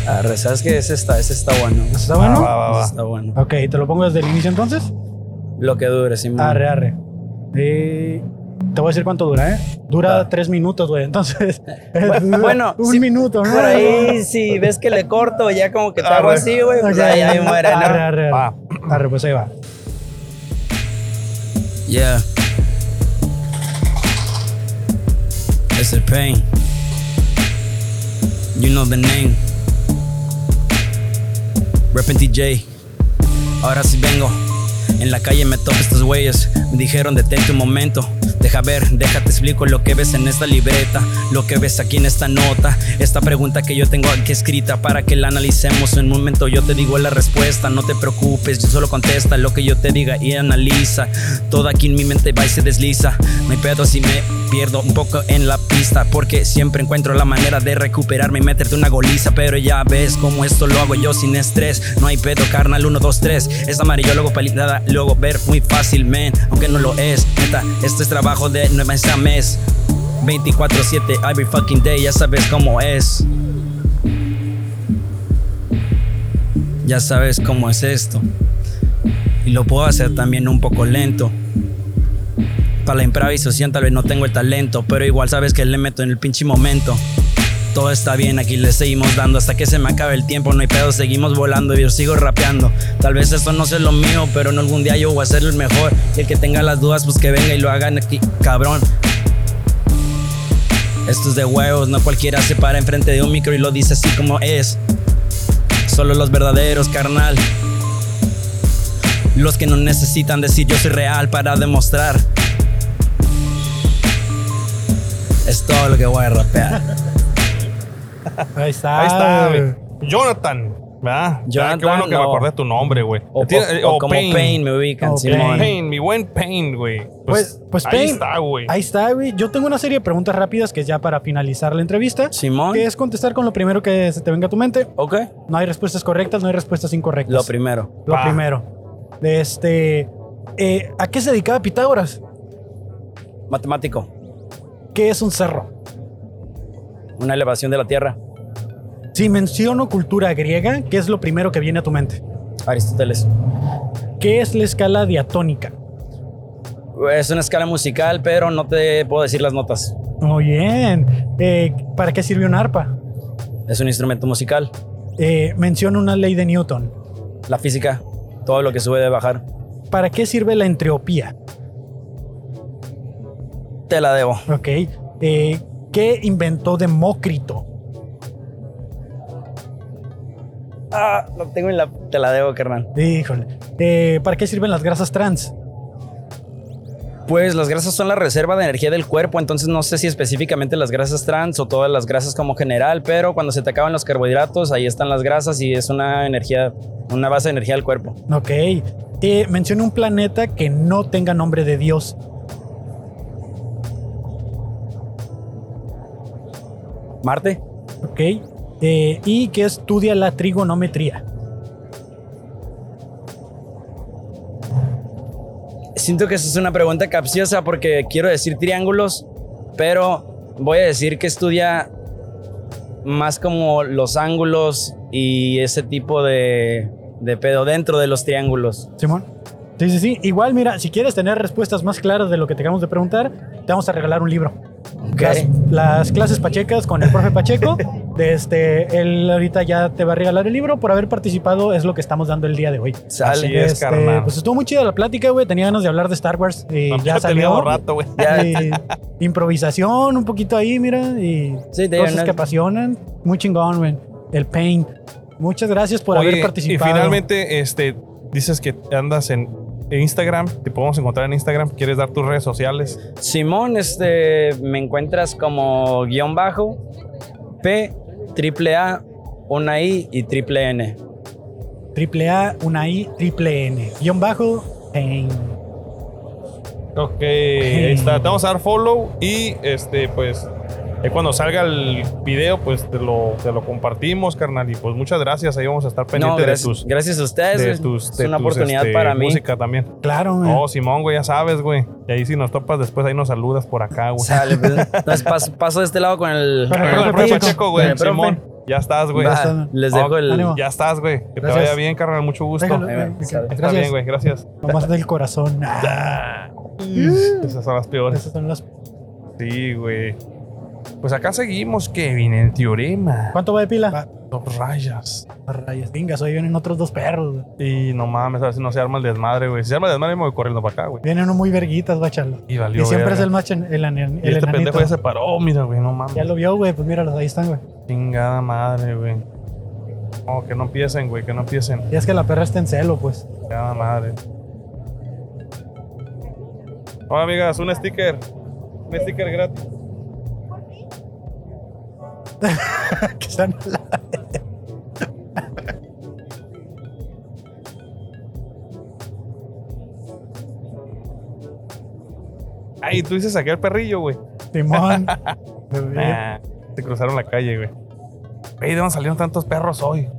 Speaker 5: Arre, ¿sabes qué? Ese está, ese está bueno.
Speaker 3: ¿Está bueno?
Speaker 1: Va, va, va.
Speaker 5: Ese está bueno.
Speaker 3: Ok, ¿te lo pongo desde el inicio entonces?
Speaker 5: Lo que dure, Simón.
Speaker 3: Arre, arre. Eh, te voy a decir cuánto dura, ¿eh? Dura tres minutos, güey. Entonces,
Speaker 5: bueno,
Speaker 3: un
Speaker 5: sí,
Speaker 3: minuto, ¿no?
Speaker 5: Por
Speaker 2: Ah.
Speaker 5: ahí, si ves que le corto, ya como que te hago
Speaker 1: Arre.
Speaker 5: así, güey, pues
Speaker 3: Ok.
Speaker 5: ahí, ahí muere, ¿no?
Speaker 3: Arre, arre, arre.
Speaker 1: Va.
Speaker 3: Arre, pues ahí va.
Speaker 5: Yeah. It's a pain. You know the name. Reppin' TJ. Ahora sí vengo. En la calle me topo estos güeyes. Me dijeron detente un momento. Deja ver, déjate explico lo que ves en esta libreta, lo que ves aquí en esta nota, esta pregunta que yo tengo aquí escrita para que la analicemos en un momento. Yo te digo la respuesta, no te preocupes, yo solo contesta lo que yo te diga y analiza. Todo aquí en mi mente va y se desliza. Me pedo si me pierdo un poco en la pista, porque siempre encuentro la manera de recuperarme y meterte una goliza. Pero ya ves cómo esto lo hago yo sin estrés. No hay pedo, carnal, 1, 2, 3. Es amarillo, luego palitada, luego ver muy fácil, man. Aunque no lo es, neta, este es trabajo de nueva mes a mes. 24-7, every fucking day, ya sabes cómo es. Ya sabes cómo es esto. Y lo puedo hacer también un poco lento. Para la improvisación tal vez no tengo el talento, pero igual sabes que le meto en el pinche momento. Todo está bien, aquí le seguimos dando hasta que se me acabe el tiempo, no hay pedo, seguimos volando y yo sigo rapeando. Tal vez esto no sea lo mío, pero en algún día yo voy a ser el mejor. Y el que tenga las dudas, pues que venga y lo hagan aquí, cabrón. Esto es de huevos, no cualquiera se para enfrente de un micro y lo dice así como es. Solo los verdaderos, carnal. Los que no necesitan decir yo soy real para demostrar. Es todo lo que voy a rapear.
Speaker 3: Ahí está.
Speaker 1: Ahí está,
Speaker 3: güey.
Speaker 1: güey. Jonathan, ¿verdad? Ya, qué
Speaker 5: Ah. Jonathan,
Speaker 1: bueno que me
Speaker 5: o-
Speaker 1: acordé de tu nombre, güey.
Speaker 5: O,
Speaker 1: Tiene-
Speaker 5: o-
Speaker 1: eh,
Speaker 5: o
Speaker 1: o
Speaker 5: como Pain, me ubican,
Speaker 3: O
Speaker 5: Simón.
Speaker 1: Pain, mi buen Pain, güey.
Speaker 3: Pues, pues
Speaker 1: ahí
Speaker 3: Pain,
Speaker 1: está, güey.
Speaker 3: Ahí está, güey. Yo tengo una serie de preguntas rápidas que es ya para finalizar la entrevista,
Speaker 5: Simón.
Speaker 3: que es contestar con lo primero que se te venga a tu mente.
Speaker 5: Ok.
Speaker 3: No hay respuestas correctas, no hay respuestas incorrectas.
Speaker 5: Lo primero.
Speaker 3: Lo
Speaker 1: Va.
Speaker 3: primero. De Este, eh, ¿A qué se dedicaba Pitágoras?
Speaker 5: Matemático.
Speaker 3: ¿Qué es un cerro?
Speaker 5: Una elevación de la tierra.
Speaker 3: Si menciono cultura griega, ¿qué es lo primero que viene a tu mente?
Speaker 5: Aristóteles.
Speaker 3: ¿Qué es la escala diatónica?
Speaker 5: Es una escala musical, pero no te puedo decir las notas.
Speaker 3: Muy bien. Eh, ¿Para qué sirve un arpa?
Speaker 5: Es un instrumento musical.
Speaker 3: Eh, menciono una ley de Newton.
Speaker 5: La física. Todo lo que sube debe bajar.
Speaker 3: ¿Para qué sirve la entropía?
Speaker 5: Te la debo.
Speaker 3: Ok. Eh, ¿Qué inventó Demócrito?
Speaker 5: Ah, lo tengo en la. Te la debo, carnal.
Speaker 3: Híjole. Eh, ¿Para qué sirven las grasas trans?
Speaker 5: Pues las grasas son la reserva de energía del cuerpo, entonces no sé si específicamente las grasas trans o todas las grasas como general, pero cuando se te acaban los carbohidratos, ahí están las grasas y es una energía, una base de energía del cuerpo.
Speaker 3: Ok. Eh, menciono un planeta que no tenga nombre de Dios.
Speaker 5: Marte,
Speaker 3: Ok. Eh, y que estudia la trigonometría.
Speaker 5: siento que esa es una pregunta capciosa porque quiero decir triángulos, pero voy a decir que estudia más como los ángulos y ese tipo de, de pedo dentro de los triángulos.
Speaker 3: Simón. Sí, sí, sí. Igual, mira, si quieres tener respuestas más claras de lo que te acabamos de preguntar, te vamos a regalar un libro.
Speaker 5: Ok.
Speaker 3: Las, las clases pachecas con el profe Pacheco. De este, él ahorita ya te va a regalar el libro por haber participado. Es lo que estamos dando el día de hoy.
Speaker 5: Sale.
Speaker 1: Así es, carnal.
Speaker 3: Pues estuvo muy chida la plática, güey. Tenía ganas de hablar de Star Wars y
Speaker 1: Tampoco
Speaker 3: ya
Speaker 1: te leí
Speaker 3: salió.
Speaker 1: un rato, güey.
Speaker 5: Ya,
Speaker 3: Eh, improvisación, un poquito ahí, mira. Y
Speaker 5: Sí, te
Speaker 3: cosas
Speaker 5: ganas.
Speaker 3: que apasionan. Muy chingón, güey. El paint. Muchas gracias por
Speaker 1: Oye,
Speaker 3: haber participado.
Speaker 1: Y finalmente, este, dices que andas en Instagram, te podemos encontrar en Instagram, quieres dar tus redes sociales.
Speaker 5: Simón, este, me encuentras como guión bajo P, triple A, una I y triple N.
Speaker 3: Triple A, una I, triple N. Guión bajo, paint.
Speaker 1: Ok, ahí está. Te vamos a dar follow y este, pues, ahí cuando salga el video, pues te lo, te lo compartimos, carnal. Y pues muchas gracias. Ahí vamos a estar
Speaker 5: No,
Speaker 1: pendiente
Speaker 5: gracias,
Speaker 1: de tus.
Speaker 5: gracias a ustedes.
Speaker 1: de
Speaker 5: es-
Speaker 1: tus-
Speaker 5: es
Speaker 1: de
Speaker 5: una
Speaker 1: tus,
Speaker 5: oportunidad
Speaker 1: este,
Speaker 5: para mí.
Speaker 1: Música también.
Speaker 3: Claro, güey.
Speaker 1: Oh, Simón, güey, ya sabes, güey. Y ahí si nos topas después, ahí nos saludas por acá, güey.
Speaker 5: Sale, pues. Entonces paso, paso de este lado con el.
Speaker 3: Para
Speaker 1: Con el
Speaker 3: Pacheco.
Speaker 1: profe Pacheco, güey,
Speaker 5: Con el profe.
Speaker 1: Simón. Ya estás, güey. ah,
Speaker 5: Va,
Speaker 3: está.
Speaker 5: les dejo
Speaker 1: Ok,
Speaker 5: el.
Speaker 3: ánimo.
Speaker 1: Ya estás, güey. Que
Speaker 3: Gracias.
Speaker 1: te vaya bien, carnal. Mucho gusto.
Speaker 3: Déjalo,
Speaker 5: Ahí va,
Speaker 3: ok,
Speaker 5: sale.
Speaker 3: ok,
Speaker 1: Está bien,
Speaker 3: Gracias.
Speaker 1: güey. Gracias.
Speaker 3: Nomás del corazón. Ah,
Speaker 1: Esas son las peores.
Speaker 3: esas son las-
Speaker 1: Sí, güey. Pues acá seguimos, Kevin, en teorema.
Speaker 3: ¿Cuánto va de pila?
Speaker 1: Dos rayas.
Speaker 3: Ah, Rayas, vingas, hoy vienen otros dos perros. güey.
Speaker 1: Y no mames, a ver si no se arma el desmadre, güey. Si se arma el desmadre, me voy corriendo para acá, güey.
Speaker 3: Vienen uno muy verguitas, bachalo.
Speaker 1: Y
Speaker 3: Y
Speaker 1: valió.
Speaker 3: siempre es
Speaker 1: verga.
Speaker 3: el más en- el, ane-
Speaker 1: Y
Speaker 3: el
Speaker 1: este
Speaker 3: enanito.
Speaker 1: pendejo ya se paró, mira, güey. No mames.
Speaker 3: Ya lo vio, güey. Pues míralos, ahí están, güey.
Speaker 1: Chingada madre, güey. No, que no empiecen, güey, que no empiecen.
Speaker 3: Y es que la perra está en celo, pues.
Speaker 1: Chingada madre. Hola, amigas, un sticker. Un sticker gratis.
Speaker 3: que están a la-
Speaker 1: Ay, tú dices saqué al perrillo, güey.
Speaker 3: Timón. Bebé.
Speaker 1: Nah, te cruzaron la calle, güey. Ey, ¿de dónde salieron tantos perros hoy?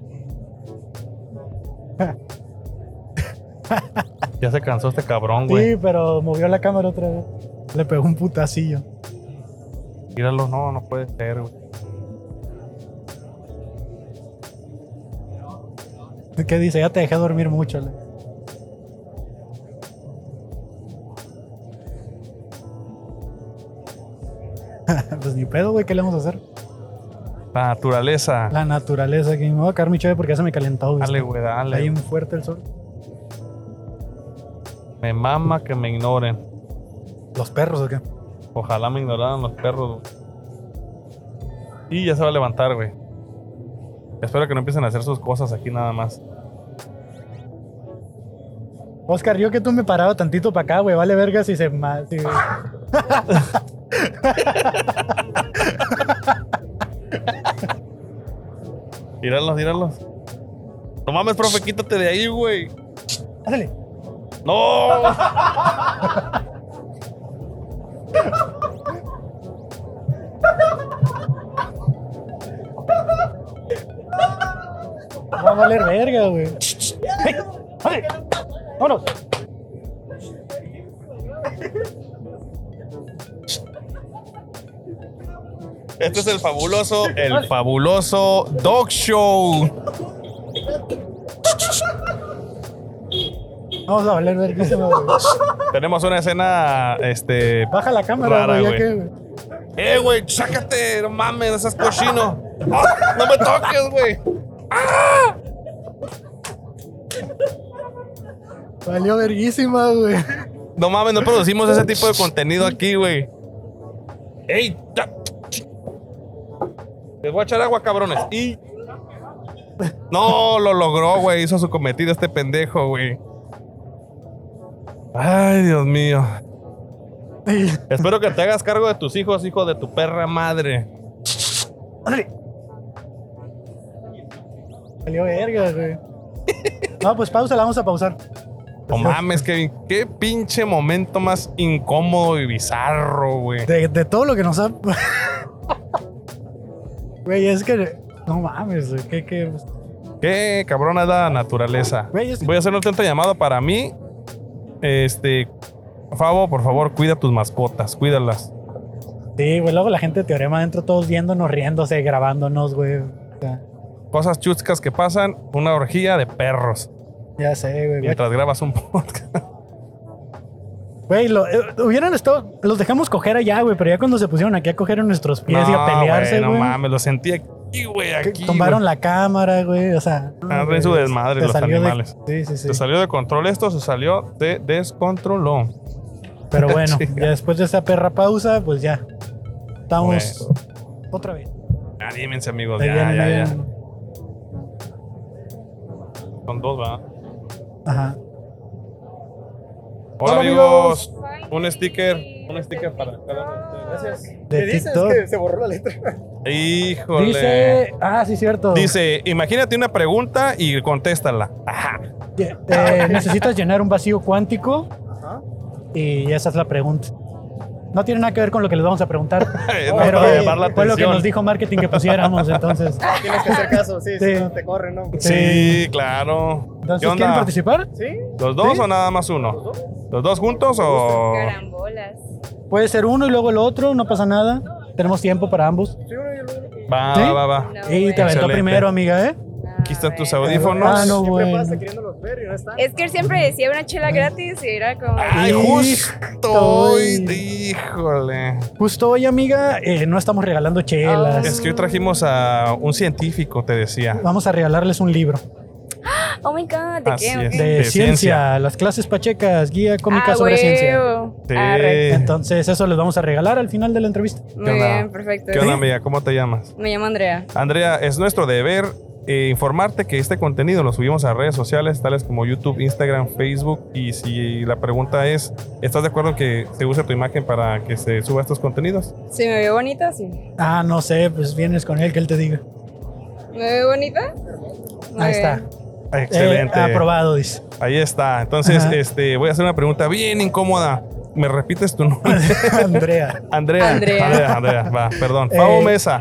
Speaker 1: ya se cansó este cabrón, güey.
Speaker 3: sí, pero movió la cámara otra vez. Le pegó un putacillo.
Speaker 1: Míralo, no, no puede ser, güey.
Speaker 3: ¿Qué dice? Ya te dejé dormir mucho. le. pues ni pedo, güey. ¿Qué le vamos a hacer?
Speaker 1: La naturaleza.
Speaker 3: La naturaleza. Que me voy a quedar mi chave porque ya se me calentó. güey.
Speaker 1: Dale, güey,
Speaker 3: Está
Speaker 1: dale.
Speaker 3: bien fuerte el sol.
Speaker 1: Me mama que me ignoren.
Speaker 3: Los perros, ¿o qué?
Speaker 1: Ojalá me ignoraran los perros. güey. Y ya se va a levantar, güey. Espero que no empiecen a hacer sus cosas aquí nada más.
Speaker 3: Oscar, yo que tú me paraba tantito para acá, güey. Vale verga si se... ma- si-
Speaker 1: Tíralos, tíralos. No mames, profe, quítate de ahí, güey.
Speaker 3: Ándale.
Speaker 1: ¡No!
Speaker 3: Va a valer verga, güey. Ey, ándale. ¡Vámonos!
Speaker 1: Este es el fabuloso, el fabuloso Dog Show.
Speaker 3: Vamos a valer verga.
Speaker 1: Tenemos una escena, este...
Speaker 3: Baja la cámara,
Speaker 1: Rara,
Speaker 3: güey. ya
Speaker 1: güey.
Speaker 3: que, güey.
Speaker 1: ¡Eh, güey, sácate! ¡No mames, no seas cochino! ¡Ah! ¡No me toques, güey!
Speaker 3: Valió verguísima, güey.
Speaker 1: No mames, no producimos ese tipo de contenido aquí, güey. ¡Ey! ta- Les voy a echar agua, cabrones. Y. No, lo logró, güey. Hizo su cometido este pendejo, güey. Ay, Dios mío.
Speaker 3: Ey,
Speaker 1: Espero que te hagas cargo de tus hijos, hijo de tu perra madre.
Speaker 3: ándale. Valió verga, güey. No, pues pausa, la vamos a pausar.
Speaker 1: No mames, Kevin. Qué pinche momento más incómodo y bizarro, güey.
Speaker 3: De, de todo lo que nos ha. Güey, es que. No mames, güey. Que, que...
Speaker 1: Qué cabrona es la naturaleza.
Speaker 3: Güey, es-
Speaker 1: Voy a hacer un atento llamado para mí. Este, Favo, por favor, cuida tus mascotas, cuídalas.
Speaker 3: Sí, güey. Luego la gente de teorema adentro, todos viéndonos, riéndose, grabándonos, güey. O sea,
Speaker 1: Cosas chuscas que pasan, una orgía de perros
Speaker 3: ya sé, güey.
Speaker 1: mientras grabas un podcast.
Speaker 3: Güey, lo- eh, hubieran estado. Los dejamos coger allá, güey, pero ya cuando se pusieron aquí a coger en nuestros pies y a pelearse,
Speaker 1: güey,
Speaker 3: güey.
Speaker 1: no mames, lo sentí aquí, güey,
Speaker 3: que
Speaker 1: aquí.
Speaker 3: tumbaron
Speaker 1: güey.
Speaker 3: la cámara, güey. O sea. no,
Speaker 1: Ah,
Speaker 3: güey,
Speaker 1: traen su desmadre
Speaker 3: se
Speaker 1: los
Speaker 3: salió de-
Speaker 1: animales.
Speaker 3: sí, sí,
Speaker 1: Se
Speaker 3: sí.
Speaker 1: salió de control esto, se salió, se descontroló.
Speaker 3: Pero bueno,
Speaker 1: Sí.
Speaker 3: ya después de esa perra pausa, pues ya. Estamos otra vez.
Speaker 1: Anímense, amigos,
Speaker 3: Ahí
Speaker 1: Pues ya,
Speaker 3: vienen,
Speaker 1: ya,
Speaker 3: ahí
Speaker 1: ya.
Speaker 3: vienen.
Speaker 1: Son dos, ¿verdad?
Speaker 3: Ajá.
Speaker 1: Hola,
Speaker 3: Hola, amigos.
Speaker 1: amigos. Un sticker, un sticker para cada uno de ustedes. Gracias.
Speaker 3: De TikTok.
Speaker 8: se borró la letra.
Speaker 1: Híjole.
Speaker 3: Dice. Ah, sí, cierto.
Speaker 1: Dice, imagínate una pregunta y contéstala. Ajá.
Speaker 3: Ye- eh, necesitas llenar un vacío cuántico. Y esa es la pregunta. No tiene nada que ver con lo que les vamos a preguntar.
Speaker 1: Eh, No,
Speaker 3: pero
Speaker 1: para llamar la
Speaker 3: fue lo que
Speaker 1: atención.
Speaker 3: nos dijo marketing que pusiéramos, entonces.
Speaker 8: Tienes que hacer caso, sí,
Speaker 3: Sí.
Speaker 8: si no te corren, ¿no?
Speaker 1: Sí, claro. ¿Qué
Speaker 3: Entonces,
Speaker 1: onda?
Speaker 3: ¿quieren participar?
Speaker 8: ¿Sí?
Speaker 1: ¿Los dos o nada más uno? ¿Los dos juntos o...?
Speaker 6: Carambolas.
Speaker 3: Puede ser uno y luego el otro, no pasa nada. Tenemos tiempo para ambos.
Speaker 8: Sí, uno y el otro.
Speaker 1: Va,
Speaker 3: ¿Sí?
Speaker 1: va, va, va.
Speaker 6: No,
Speaker 3: Y te aventó
Speaker 1: Excelente.
Speaker 3: primero, amiga, ¿eh?
Speaker 6: bueno.
Speaker 1: Aquí están tus
Speaker 6: Ah, bueno.
Speaker 1: audífonos.
Speaker 3: Ah, no, bueno.
Speaker 8: queriéndolos ver y no están.
Speaker 6: Es que él siempre decía una chela gratis y era como.
Speaker 1: Ay, justo. hoy, Híjole.
Speaker 3: Justo hoy, amiga, eh, no estamos regalando chelas.
Speaker 1: Es que hoy trajimos a un científico, te decía.
Speaker 3: Vamos a regalarles un libro
Speaker 6: Oh my god, ¿de
Speaker 1: Así
Speaker 6: qué?
Speaker 1: es.
Speaker 6: ¿O qué?
Speaker 3: de, ciencia,
Speaker 1: De ciencia.
Speaker 3: las clases pachecas, guía cómica
Speaker 6: Ah,
Speaker 3: sobre ciencia.
Speaker 6: huevo.
Speaker 1: Sí.
Speaker 6: Arre.
Speaker 3: Entonces, eso les vamos a regalar al final de la entrevista.
Speaker 1: ¿Qué
Speaker 6: Muy
Speaker 1: onda?
Speaker 6: bien, perfecto.
Speaker 1: ¿Qué onda, amiga? ¿Cómo te llamas?
Speaker 6: Me llamo Andrea.
Speaker 1: Andrea, es nuestro deber eh, informarte que este contenido lo subimos a redes sociales tales como YouTube, Instagram, Facebook. Y si la pregunta es, ¿estás de acuerdo en que se use tu imagen para que se suba estos contenidos?
Speaker 6: ¿Sí me veo bonita? Sí.
Speaker 3: Ah, no sé, pues vienes con él, que él te diga. Eh,
Speaker 6: ¿Me veo bonita? Muy
Speaker 3: Ahí está.
Speaker 6: bien.
Speaker 1: Excelente.
Speaker 3: Eh, aprobado, dice.
Speaker 1: Ahí está. Entonces,
Speaker 3: Ajá.
Speaker 1: este, voy a hacer una pregunta bien incómoda. ¿Me repites tu nombre?
Speaker 3: Andrea.
Speaker 1: Andrea.
Speaker 6: Andrea.
Speaker 1: Andrea, Andrea, va, perdón.
Speaker 3: Eh.
Speaker 1: Fabo Mesa.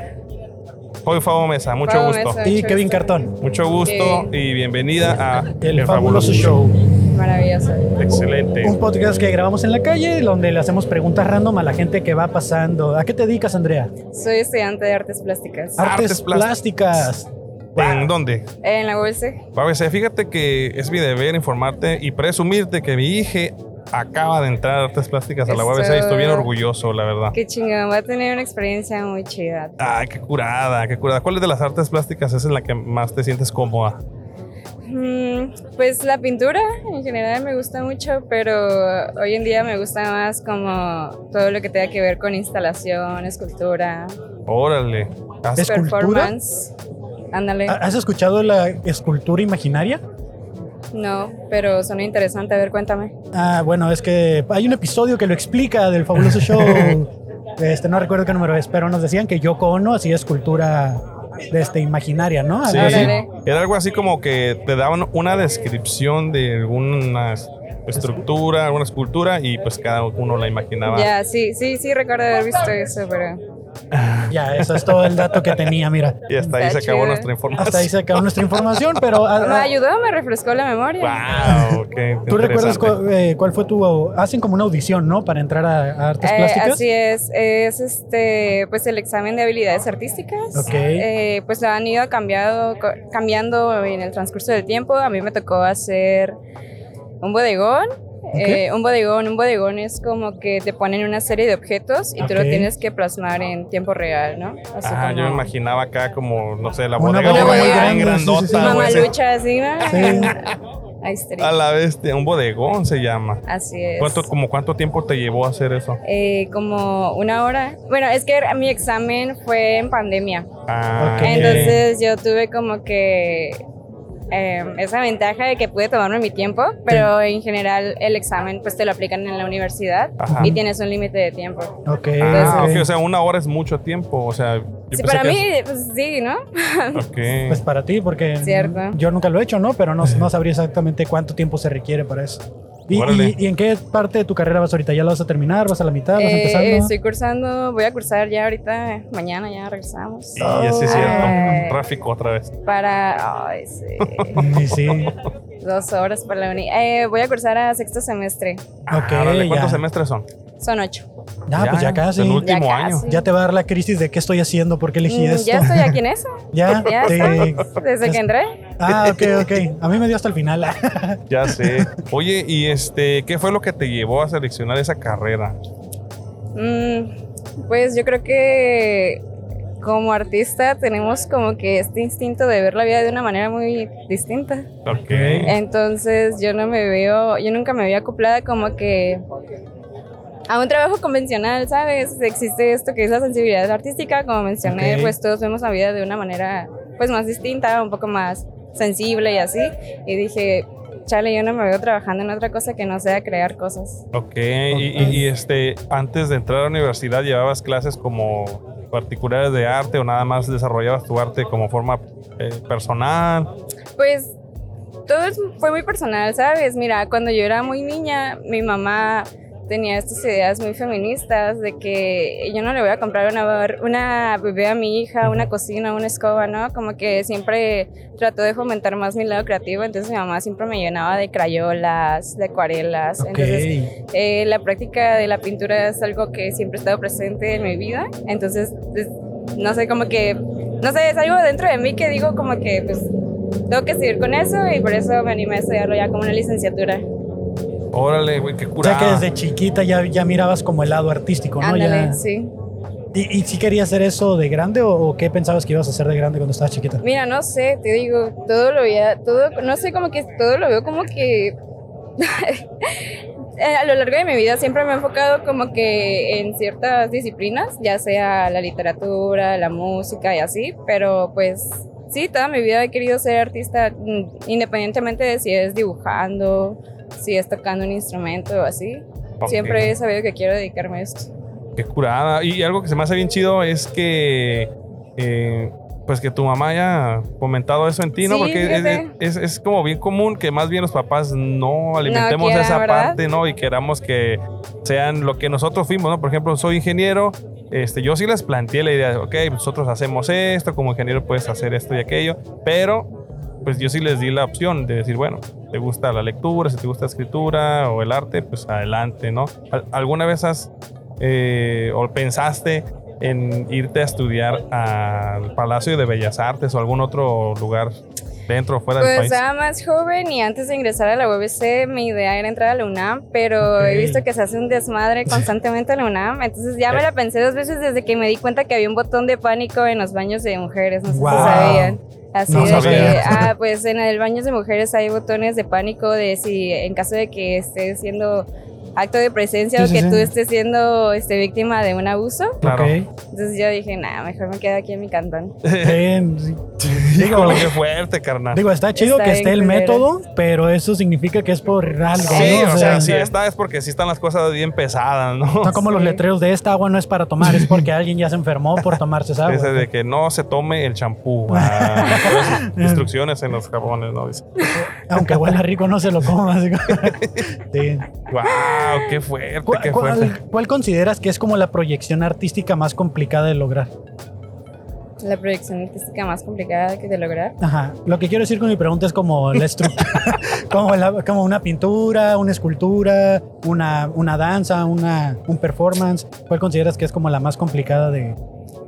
Speaker 1: Soy Fabo Mesa, mucho
Speaker 6: Fabo
Speaker 1: gusto.
Speaker 6: Mesa.
Speaker 3: Y Kevin Cartón.
Speaker 1: Mucho gusto
Speaker 6: Ok.
Speaker 1: y bienvenida a
Speaker 3: El fabuloso show.
Speaker 6: Maravilloso.
Speaker 1: Excelente.
Speaker 3: Un podcast que grabamos en la calle donde le hacemos preguntas random a la gente que va pasando. ¿A qué te dedicas, Andrea?
Speaker 6: Soy estudiante de artes plásticas
Speaker 3: Artes,
Speaker 1: Artes
Speaker 3: plásticas.
Speaker 1: ¿En dónde?
Speaker 6: en la ULC.
Speaker 1: Babese, fíjate que es mi deber informarte y presumirte que mi hija acaba de entrar a artes plásticas a la
Speaker 6: Eso.
Speaker 1: UABC y estoy bien orgulloso, la verdad.
Speaker 6: Qué chingón, va a tener una experiencia muy chida.
Speaker 1: Ay, qué curada, qué curada. ¿Cuál de las artes plásticas es en la que más te sientes cómoda?
Speaker 6: Mm, Pues la pintura en general me gusta mucho, pero hoy en día me gusta más como todo lo que tenga que ver con instalación, escultura,
Speaker 1: Órale. Haz-
Speaker 3: ¿Escultura?
Speaker 6: performance. Ándale.
Speaker 3: ¿Ha- ¿Has escuchado la escultura imaginaria?
Speaker 6: No, pero suena interesante. A ver, cuéntame.
Speaker 3: Ah, bueno, es que hay un episodio que lo explica del fabuloso show. este, no recuerdo qué número es, pero nos decían que Yoko Ono hacía escultura de este, imaginaria, ¿no?
Speaker 1: Sí.
Speaker 3: Algo así.
Speaker 6: Órale.
Speaker 1: Era algo así como que te daban una descripción de alguna es- estructura, alguna escultura y pues cada uno la imaginaba.
Speaker 6: Ya, sí, sí, sí, recuerdo haber visto eso, pero.
Speaker 3: Ya, eso es todo el dato que tenía, mira.
Speaker 1: Y hasta ahí se
Speaker 6: Está
Speaker 1: acabó
Speaker 6: chido.
Speaker 1: nuestra
Speaker 3: Hasta ahí
Speaker 1: información.
Speaker 3: se acabó nuestra información, pero ah,
Speaker 6: Me
Speaker 3: ah,
Speaker 6: ayudó, me refrescó la memoria.
Speaker 1: Wow, qué
Speaker 3: ¿tú recuerdas
Speaker 1: interesante.
Speaker 3: cu- eh, cuál fue tu... Hacen como una audición, ¿no? Para entrar a, a artes
Speaker 6: Eh,
Speaker 3: plásticas.
Speaker 6: así es, es este, pues el examen de habilidades artísticas.
Speaker 3: Ok.
Speaker 6: Eh, pues la han ido cambiado, co- cambiando en el transcurso del tiempo. A mí me tocó hacer un bodegón. Eh, un bodegón, un bodegón es como que te ponen una serie de objetos y tú lo
Speaker 3: Ok.
Speaker 6: tienes que plasmar en tiempo real, ¿no? Así
Speaker 1: Ah, yo me
Speaker 6: como-
Speaker 1: imaginaba acá como, no sé, la
Speaker 3: Una
Speaker 1: bodega
Speaker 6: bodega
Speaker 1: como
Speaker 6: grande,
Speaker 1: gran
Speaker 3: sí,
Speaker 1: grandota.
Speaker 3: sí, sí.
Speaker 1: o ese-
Speaker 6: Mamalucha, así, ¿no?
Speaker 3: Sí.
Speaker 6: Ahí estaría.
Speaker 1: A la bestia, un bodegón se llama.
Speaker 6: Así es.
Speaker 1: ¿Cuánto, como cuánto tiempo te llevó a hacer eso?
Speaker 6: Eh, como una hora. Bueno, es que mi examen fue en pandemia.
Speaker 1: Ah,
Speaker 3: Ok.
Speaker 6: Entonces yo tuve como que eh, esa ventaja de que pude tomarme mi tiempo, pero en general el examen pues te lo aplican en la universidad
Speaker 1: Ajá.
Speaker 6: y tienes un límite de tiempo.
Speaker 3: Ok.
Speaker 1: Ah,
Speaker 3: ok.
Speaker 1: ok, o sea, una hora es mucho tiempo. O sea, yo
Speaker 6: Sí,
Speaker 1: pensé
Speaker 6: para
Speaker 1: que
Speaker 6: mí, pues sí, ¿no?
Speaker 1: es-
Speaker 3: Pues
Speaker 1: ok.
Speaker 3: para ti, porque
Speaker 6: Cierto.
Speaker 3: yo nunca lo he hecho, ¿no? Pero no, no sabría exactamente cuánto tiempo se requiere para eso. ¿Y,
Speaker 1: Órale.
Speaker 3: y- y en qué parte de tu carrera vas ahorita? ¿Ya la vas a terminar? ¿Vas a la mitad? Ah, ¿Vas
Speaker 6: Eh,
Speaker 3: empezando?
Speaker 6: estoy cursando, voy a cursar ya ahorita, eh, mañana ya regresamos.
Speaker 3: Ah.
Speaker 1: Sí, así es cierto.
Speaker 3: Eh.
Speaker 6: Ay.
Speaker 1: Tráfico otra vez.
Speaker 6: Para, ay, sí,
Speaker 3: Y sí.
Speaker 6: dos horas para la uni. Eh, voy a cursar a sexto semestre,
Speaker 3: Ok,
Speaker 1: Ah, órale, ¿Cuántos
Speaker 3: ya.
Speaker 1: semestres son?
Speaker 6: son ocho.
Speaker 3: Ah, pues ya casi.
Speaker 1: El último
Speaker 6: Ya
Speaker 1: año.
Speaker 6: casi.
Speaker 3: Ya te va a dar la crisis de qué estoy haciendo, por qué elegí
Speaker 6: Mm,
Speaker 3: esto.
Speaker 6: ya estoy aquí en eso,
Speaker 3: Ya,
Speaker 6: ya
Speaker 3: te-
Speaker 6: está, desde que entré.
Speaker 3: Ah, ok, ok. A mí me dio hasta el final.
Speaker 1: Ya sé. Oye, ¿y este qué fue lo que te llevó a seleccionar esa carrera?
Speaker 6: Mm, pues yo creo que como artista tenemos como que este instinto de ver la vida de una manera muy distinta.
Speaker 1: Ok.
Speaker 6: Entonces yo no me veo, yo nunca me veo acoplada como que a un trabajo convencional, ¿sabes? Existe esto que es la sensibilidad artística, como mencioné,
Speaker 3: Ok.
Speaker 6: pues todos vemos la vida de una manera pues más distinta, un poco más sensible y así. Y dije, chale, yo no me veo trabajando en otra cosa que no sea crear cosas.
Speaker 1: Ok. Y, y- y, este, antes de entrar a la universidad, ¿llevabas clases como particulares de arte o nada más desarrollabas tu arte como forma eh, personal?
Speaker 6: Pues todo es- fue muy personal, ¿sabes? Mira, cuando yo era muy niña, mi mamá tenía estas ideas muy feministas de que yo no le voy a comprar una, bar- una bebé a mi hija, una cocina, una escoba, ¿no? Como que siempre trató de fomentar más mi lado creativo, entonces mi mamá siempre me llenaba de crayolas, de acuarelas,
Speaker 3: ok.
Speaker 6: entonces eh, la práctica de la pintura es algo que siempre ha estado presente en mi vida, entonces es- pues, no sé, como que no sé, es algo dentro de mí que digo como que pues tengo que seguir con eso y por eso me animé a estudiarlo ya como una licenciatura.
Speaker 3: Oh,
Speaker 1: Órale, güey, qué
Speaker 3: O
Speaker 1: curada.
Speaker 3: sea que desde chiquita ya, ya mirabas como el lado artístico, ¿no?
Speaker 6: Ándale,
Speaker 3: Ya-
Speaker 6: sí.
Speaker 3: ¿Y, ¿Y si querías hacer eso de grande o, o qué pensabas que ibas a hacer de grande cuando estabas chiquita?
Speaker 6: Mira, no sé, te digo, todo lo veía, todo, no sé, como que todo lo veo como que... Eh, A lo largo de mi vida siempre me he enfocado como que en ciertas disciplinas, ya sea la literatura, la música y así, pero pues sí, toda mi vida he querido ser artista, mm, independientemente de si es dibujando, si es tocando un instrumento o así.
Speaker 1: Ok.
Speaker 6: Siempre he sabido que quiero dedicarme a esto.
Speaker 1: Qué curada. Y algo que se me hace bien chido es que. eh, pues que tu mamá haya comentado eso en ti, ¿no?
Speaker 6: Sí,
Speaker 1: Porque es,
Speaker 6: fíjate.
Speaker 1: es- es como bien común que más bien los papás no alimentemos
Speaker 6: quieran,
Speaker 1: esa
Speaker 6: ¿verdad?
Speaker 1: parte, ¿no? Y queramos que sean lo que nosotros fuimos, ¿no? Por ejemplo, soy ingeniero, este, yo sí les planteé la idea, ok, pues nosotros hacemos esto, como ingeniero puedes hacer esto y aquello, pero pues yo sí les di la opción de decir, bueno, te gusta la lectura, si te gusta la escritura o el arte, pues adelante, ¿no? Al- ¿Alguna vez has eh, o pensaste en irte a estudiar al Palacio de Bellas Artes o algún otro lugar dentro o fuera del
Speaker 6: Pues
Speaker 1: país?
Speaker 6: estaba más joven y antes de ingresar a la UBC mi idea era entrar a la UNAM, pero he
Speaker 3: Ok.
Speaker 6: visto que se hace un desmadre constantemente a la UNAM, entonces ya
Speaker 3: Eh.
Speaker 6: me la pensé dos veces desde que me di cuenta que había un botón de pánico en los baños de mujeres, no sé
Speaker 3: Wow.
Speaker 6: si sabían. Así
Speaker 3: No
Speaker 6: de que,
Speaker 1: sabía.
Speaker 6: ah, pues en el baño de mujeres hay botones de pánico de si en caso de que estés siendo acto de presencia
Speaker 3: Sí,
Speaker 6: o
Speaker 3: sí,
Speaker 6: que
Speaker 3: sí.
Speaker 6: tú estés siendo este, víctima de un abuso.
Speaker 1: Claro.
Speaker 3: Ok.
Speaker 6: Entonces yo dije, nada, mejor me quedo aquí en mi cantón.
Speaker 3: Ven, digo,
Speaker 1: Híjole, qué fuerte, carnal.
Speaker 3: digo, está chido
Speaker 6: Está
Speaker 3: que
Speaker 6: bien
Speaker 3: esté el
Speaker 6: culero.
Speaker 3: método, pero eso significa que es por algo.
Speaker 1: Sí,
Speaker 3: ¿no?
Speaker 1: o sea, si está es porque sí están las cosas bien pesadas, ¿no?
Speaker 3: No como los
Speaker 6: Sí.
Speaker 3: letreros de esta agua no es para tomar, es porque alguien ya se enfermó por tomarse esa agua.
Speaker 1: Ese de que no se tome el champú. Ah, entonces, instrucciones en los jabones, ¿no? Dice,
Speaker 3: Aunque huela rico, no se lo comas. Sí.
Speaker 1: wow, qué fuerte,
Speaker 3: ¿Cuál,
Speaker 1: qué fuerte.
Speaker 3: cuál- cuál consideras que es como la proyección artística más complicada de lograr?
Speaker 6: La proyección artística más complicada que de lograr.
Speaker 3: Ajá. Lo que quiero decir con mi pregunta es como la estructura, como, la- como una pintura, una escultura, una, una danza, una, un performance. ¿Cuál consideras que es como la más complicada de,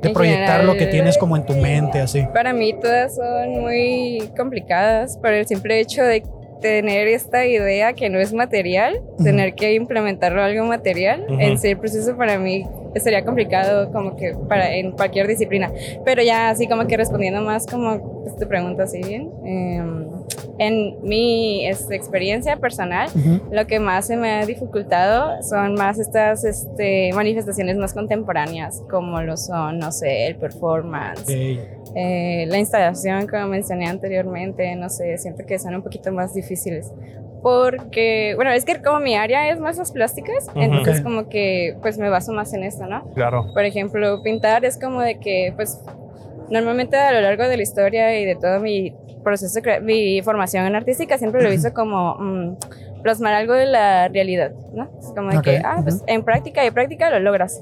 Speaker 3: de
Speaker 6: En
Speaker 3: proyectar lo que
Speaker 6: general-
Speaker 3: tienes como en tu mente, así?
Speaker 6: Para mí todas son muy complicadas por el simple hecho de tener esta idea que no es material,
Speaker 3: Ujú.
Speaker 6: tener que implementarlo a algo material.
Speaker 1: Ujú.
Speaker 6: En sí el proceso para mí sería complicado como que para en cualquier disciplina. Pero ya así como que respondiendo más como pues, tu pregunta así bien. em, en mi este, experiencia personal,
Speaker 3: Ujú.
Speaker 6: lo que más se me ha dificultado son más estas este, manifestaciones más contemporáneas, como lo son, no sé, el performance,
Speaker 3: Ok.
Speaker 6: eh, la instalación, como mencioné anteriormente, no sé, siento que son un poquito más difíciles. Porque, bueno, es que como mi área es más las plásticas,
Speaker 1: Ujú.
Speaker 6: entonces
Speaker 3: Ok.
Speaker 6: como que pues me baso más en esto, ¿no?
Speaker 1: Claro.
Speaker 6: Por ejemplo, pintar es como de que pues normalmente a lo largo de la historia y de todo mi proceso, crea- mi formación en artística siempre lo hizo como mm, plasmar algo de la realidad, ¿no? Es como de
Speaker 3: Ok,
Speaker 6: que, ah, pues
Speaker 3: ujú.
Speaker 6: en práctica y práctica lo logras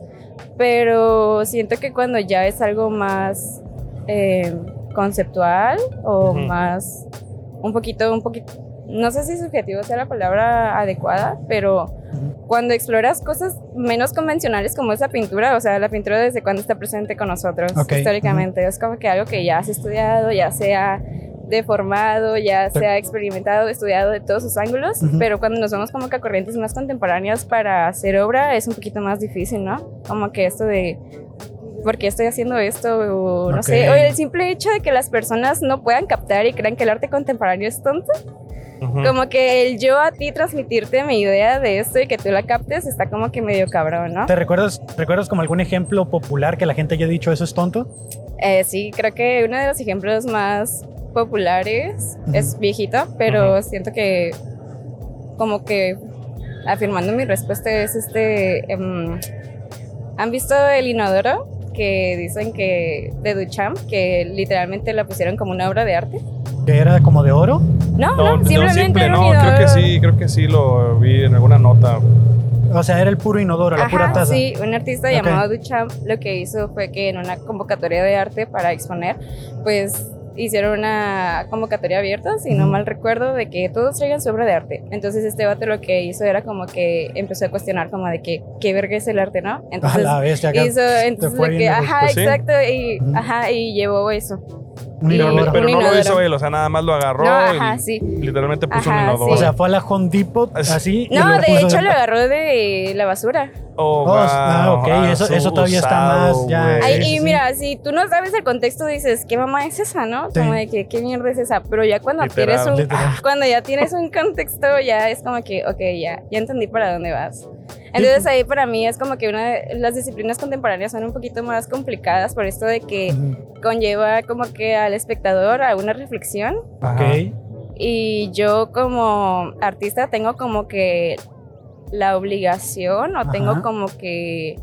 Speaker 6: pero siento que cuando ya es algo más eh, conceptual o
Speaker 1: Ujú.
Speaker 6: más un poquito, un poquito, no sé si subjetivo sea la palabra adecuada, pero cuando exploras cosas menos convencionales como esa pintura, o sea, la pintura desde cuando está presente con nosotros
Speaker 3: Ok,
Speaker 6: históricamente, es como que algo que ya has estudiado, ya sea deformado, ya
Speaker 3: Te-
Speaker 6: se ha experimentado, estudiado de todos sus ángulos,
Speaker 3: Ujú.
Speaker 6: pero cuando nos vamos como que a corrientes más contemporáneas para hacer obra es un poquito más difícil, ¿no? Como que esto de ¿por qué estoy haciendo esto? O no sé,
Speaker 3: Ok.
Speaker 6: o el simple hecho de que las personas no puedan captar y crean que el arte contemporáneo es tonto,
Speaker 1: Ujú.
Speaker 6: como que el yo a ti transmitirte mi idea de esto y que tú la captes está como que medio cabrón, ¿no?
Speaker 3: ¿Te recuerdas, recuerdas como algún ejemplo popular que la gente haya dicho eso es tonto?
Speaker 6: Eh, sí, creo que uno de los ejemplos más populares
Speaker 3: Ujú.
Speaker 6: es viejito, pero
Speaker 1: Ujú.
Speaker 6: siento que como que afirmando mi respuesta es este, em, ¿han visto el inodoro? que dicen que de Duchamp, que literalmente la pusieron como una obra de arte.
Speaker 3: Que era como de oro.
Speaker 6: No,
Speaker 1: No,
Speaker 6: no,
Speaker 1: no,
Speaker 6: simplemente
Speaker 1: simple,
Speaker 6: era un
Speaker 1: no, creo que
Speaker 6: inodoro.
Speaker 1: sí, creo que sí lo vi en alguna nota.
Speaker 3: O sea, era el puro inodoro, la pura
Speaker 6: Ajá,
Speaker 3: taza.
Speaker 6: Sí, un artista
Speaker 3: Ok.
Speaker 6: llamado Duchamp lo que hizo fue que en una convocatoria de arte para exponer, pues hicieron una convocatoria abierta, si no
Speaker 3: Ujú.
Speaker 6: mal recuerdo, de que todos traigan su obra de arte. Entonces este vato lo que hizo era como que empezó a cuestionar como de que qué verga es el arte, ¿no?
Speaker 3: A
Speaker 6: Entonces
Speaker 3: la bestia, acá.
Speaker 6: hizo
Speaker 3: te
Speaker 6: entonces
Speaker 3: fue
Speaker 6: de que
Speaker 3: bien lejos.
Speaker 6: ajá,
Speaker 1: Pues sí.
Speaker 6: exacto y
Speaker 3: Ujú.
Speaker 6: ajá y llevó eso.
Speaker 3: Un
Speaker 6: y-
Speaker 3: inodoro.
Speaker 1: Pero, pero
Speaker 6: Un
Speaker 1: no lo
Speaker 6: inodoro.
Speaker 1: hizo él, o sea, nada más lo agarró
Speaker 6: no,
Speaker 1: y
Speaker 6: ajá, sí.
Speaker 1: literalmente puso un
Speaker 6: Ajá,
Speaker 1: inodoro.
Speaker 6: sí.
Speaker 3: O sea, fue a la Home Depot
Speaker 1: Es-
Speaker 3: así. y
Speaker 6: No,
Speaker 3: lo
Speaker 6: de
Speaker 3: puso-
Speaker 6: hecho lo agarró de la basura.
Speaker 1: Oh,
Speaker 3: Oh, ah, ok,
Speaker 1: wow,
Speaker 3: eso-
Speaker 1: su-
Speaker 3: eso todavía está más ya-
Speaker 1: güey.
Speaker 6: Ay,
Speaker 3: Sí, sí,
Speaker 6: y
Speaker 3: sí.
Speaker 6: mira, si tú no sabes el contexto, dices, ¿qué mamá es esa, no?
Speaker 3: Sí.
Speaker 6: Como de que, ¿qué mierda es esa? Pero ya cuando
Speaker 1: Literal,
Speaker 6: tienes un,
Speaker 3: literal.
Speaker 6: cuando ya tienes un contexto, ya es como que, ok, ya, ya entendí para dónde vas. Entonces ahí para mí es como que una de las disciplinas contemporáneas son un poquito más complicadas por esto de que
Speaker 3: Ujú,
Speaker 6: conlleva como que al espectador a una reflexión
Speaker 1: Ajá.
Speaker 3: Ok.
Speaker 6: y yo como artista tengo como que la obligación o
Speaker 3: Ajá.
Speaker 6: tengo como que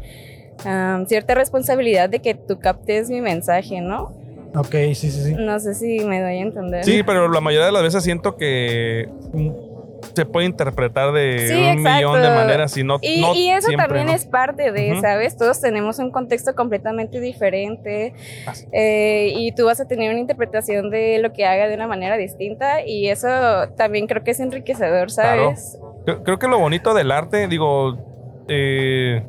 Speaker 6: am, cierta responsabilidad de que tú captes mi mensaje, ¿no?
Speaker 3: Ok, sí, sí, sí.
Speaker 6: No sé si me doy a entender.
Speaker 1: Sí, pero la mayoría de las veces siento que mm, se puede interpretar de
Speaker 6: Sí,
Speaker 1: un
Speaker 6: exacto.
Speaker 1: millón de maneras y no.
Speaker 6: Y,
Speaker 1: no
Speaker 6: y eso
Speaker 1: siempre,
Speaker 6: también
Speaker 1: ¿no?
Speaker 6: es parte de,
Speaker 1: Ujú.
Speaker 6: ¿sabes? Todos tenemos un contexto completamente diferente
Speaker 1: Así.
Speaker 6: eh, y tú vas a tener una interpretación de lo que haga de una manera distinta y eso también creo que es enriquecedor,
Speaker 1: Claro.
Speaker 6: ¿sabes?
Speaker 1: Creo, creo que lo bonito del arte, digo, eh,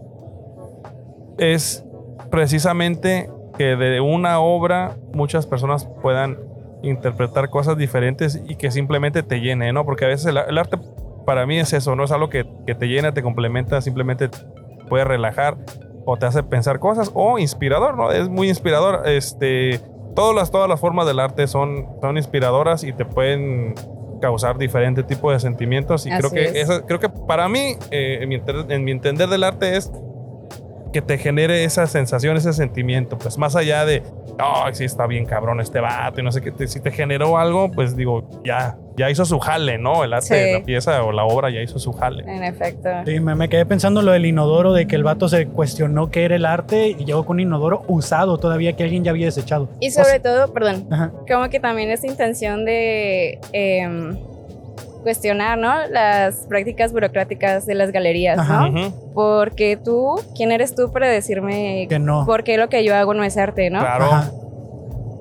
Speaker 1: es precisamente que de una obra muchas personas puedan interpretar cosas diferentes y que simplemente te llene, ¿no? Porque a veces el, el arte para mí es eso, no es algo que, que te llena, te complementa, simplemente puede relajar o te hace pensar cosas o inspirador, ¿no? Es muy inspirador. Este, todas, las, todas las formas del arte son, son inspiradoras y te pueden causar diferente tipo de sentimientos y creo
Speaker 6: Así
Speaker 1: que,
Speaker 6: es.
Speaker 1: eso- creo que para mí, eh, en, mi enter- en mi entender del arte es que te genere esa sensación, ese sentimiento, pues más allá de, no, sí está bien cabrón este vato y no sé qué, te- si te generó algo, pues digo, ya, ya hizo su jale, ¿no? El arte,
Speaker 6: Sí.
Speaker 1: la pieza o la obra ya hizo su jale.
Speaker 6: En efecto.
Speaker 3: Sí, me, me quedé pensando lo del inodoro, de que el vato se cuestionó qué era el arte y llegó con un inodoro usado todavía que alguien ya había desechado.
Speaker 6: Y
Speaker 3: O
Speaker 6: sobre
Speaker 3: sea,
Speaker 6: todo, perdón,
Speaker 3: ajá.
Speaker 6: como que también esa intención de em, cuestionar, ¿no? Las prácticas burocráticas de las galerías,
Speaker 3: Ajá.
Speaker 6: ¿no?
Speaker 1: Ujú,
Speaker 6: Porque tú, ¿quién eres tú para decirme
Speaker 3: Que no.
Speaker 6: por qué lo que yo hago no es arte, ¿no?
Speaker 1: Claro.
Speaker 3: Ajá.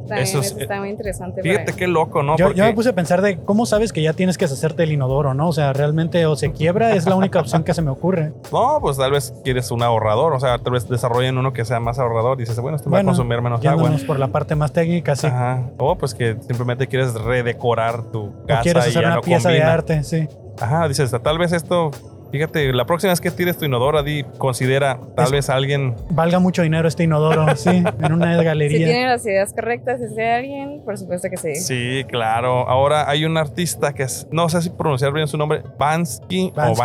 Speaker 6: También
Speaker 1: Eso
Speaker 6: eso
Speaker 1: es-
Speaker 6: está muy interesante.
Speaker 1: Fíjate
Speaker 6: para-
Speaker 1: qué loco, ¿no?
Speaker 3: Yo,
Speaker 1: Porque
Speaker 3: yo me puse a pensar de cómo sabes que ya tienes que deshacerte del inodoro, ¿no? O sea, realmente o se quiebra, es la única opción que se me ocurre.
Speaker 1: No, pues tal vez quieres un ahorrador, o sea, tal vez desarrollen uno que sea más ahorrador. Dices, bueno, esto
Speaker 3: Bueno,
Speaker 1: va a consumir menos agua.
Speaker 3: Yándonos por la parte más técnica, sí.
Speaker 1: Ajá. O pues que simplemente quieres redecorar tu
Speaker 3: O
Speaker 1: casa
Speaker 3: quieres
Speaker 1: y
Speaker 3: hacer
Speaker 1: ya
Speaker 3: una
Speaker 1: no
Speaker 3: pieza de
Speaker 1: combina.
Speaker 3: arte, sí.
Speaker 1: Ajá, dices, tal vez esto, fíjate, la próxima vez que tires tu inodoro, di, considera, tal
Speaker 3: Es-
Speaker 1: vez alguien
Speaker 3: Valga mucho dinero este inodoro, sí, en una
Speaker 6: Si
Speaker 3: galería.
Speaker 6: tienen las ideas correctas, si sea alguien, por supuesto que sí.
Speaker 1: Sí, claro. Ahora hay un artista que es, no sé si pronunciar bien su nombre, Bansky, o
Speaker 3: Bansky.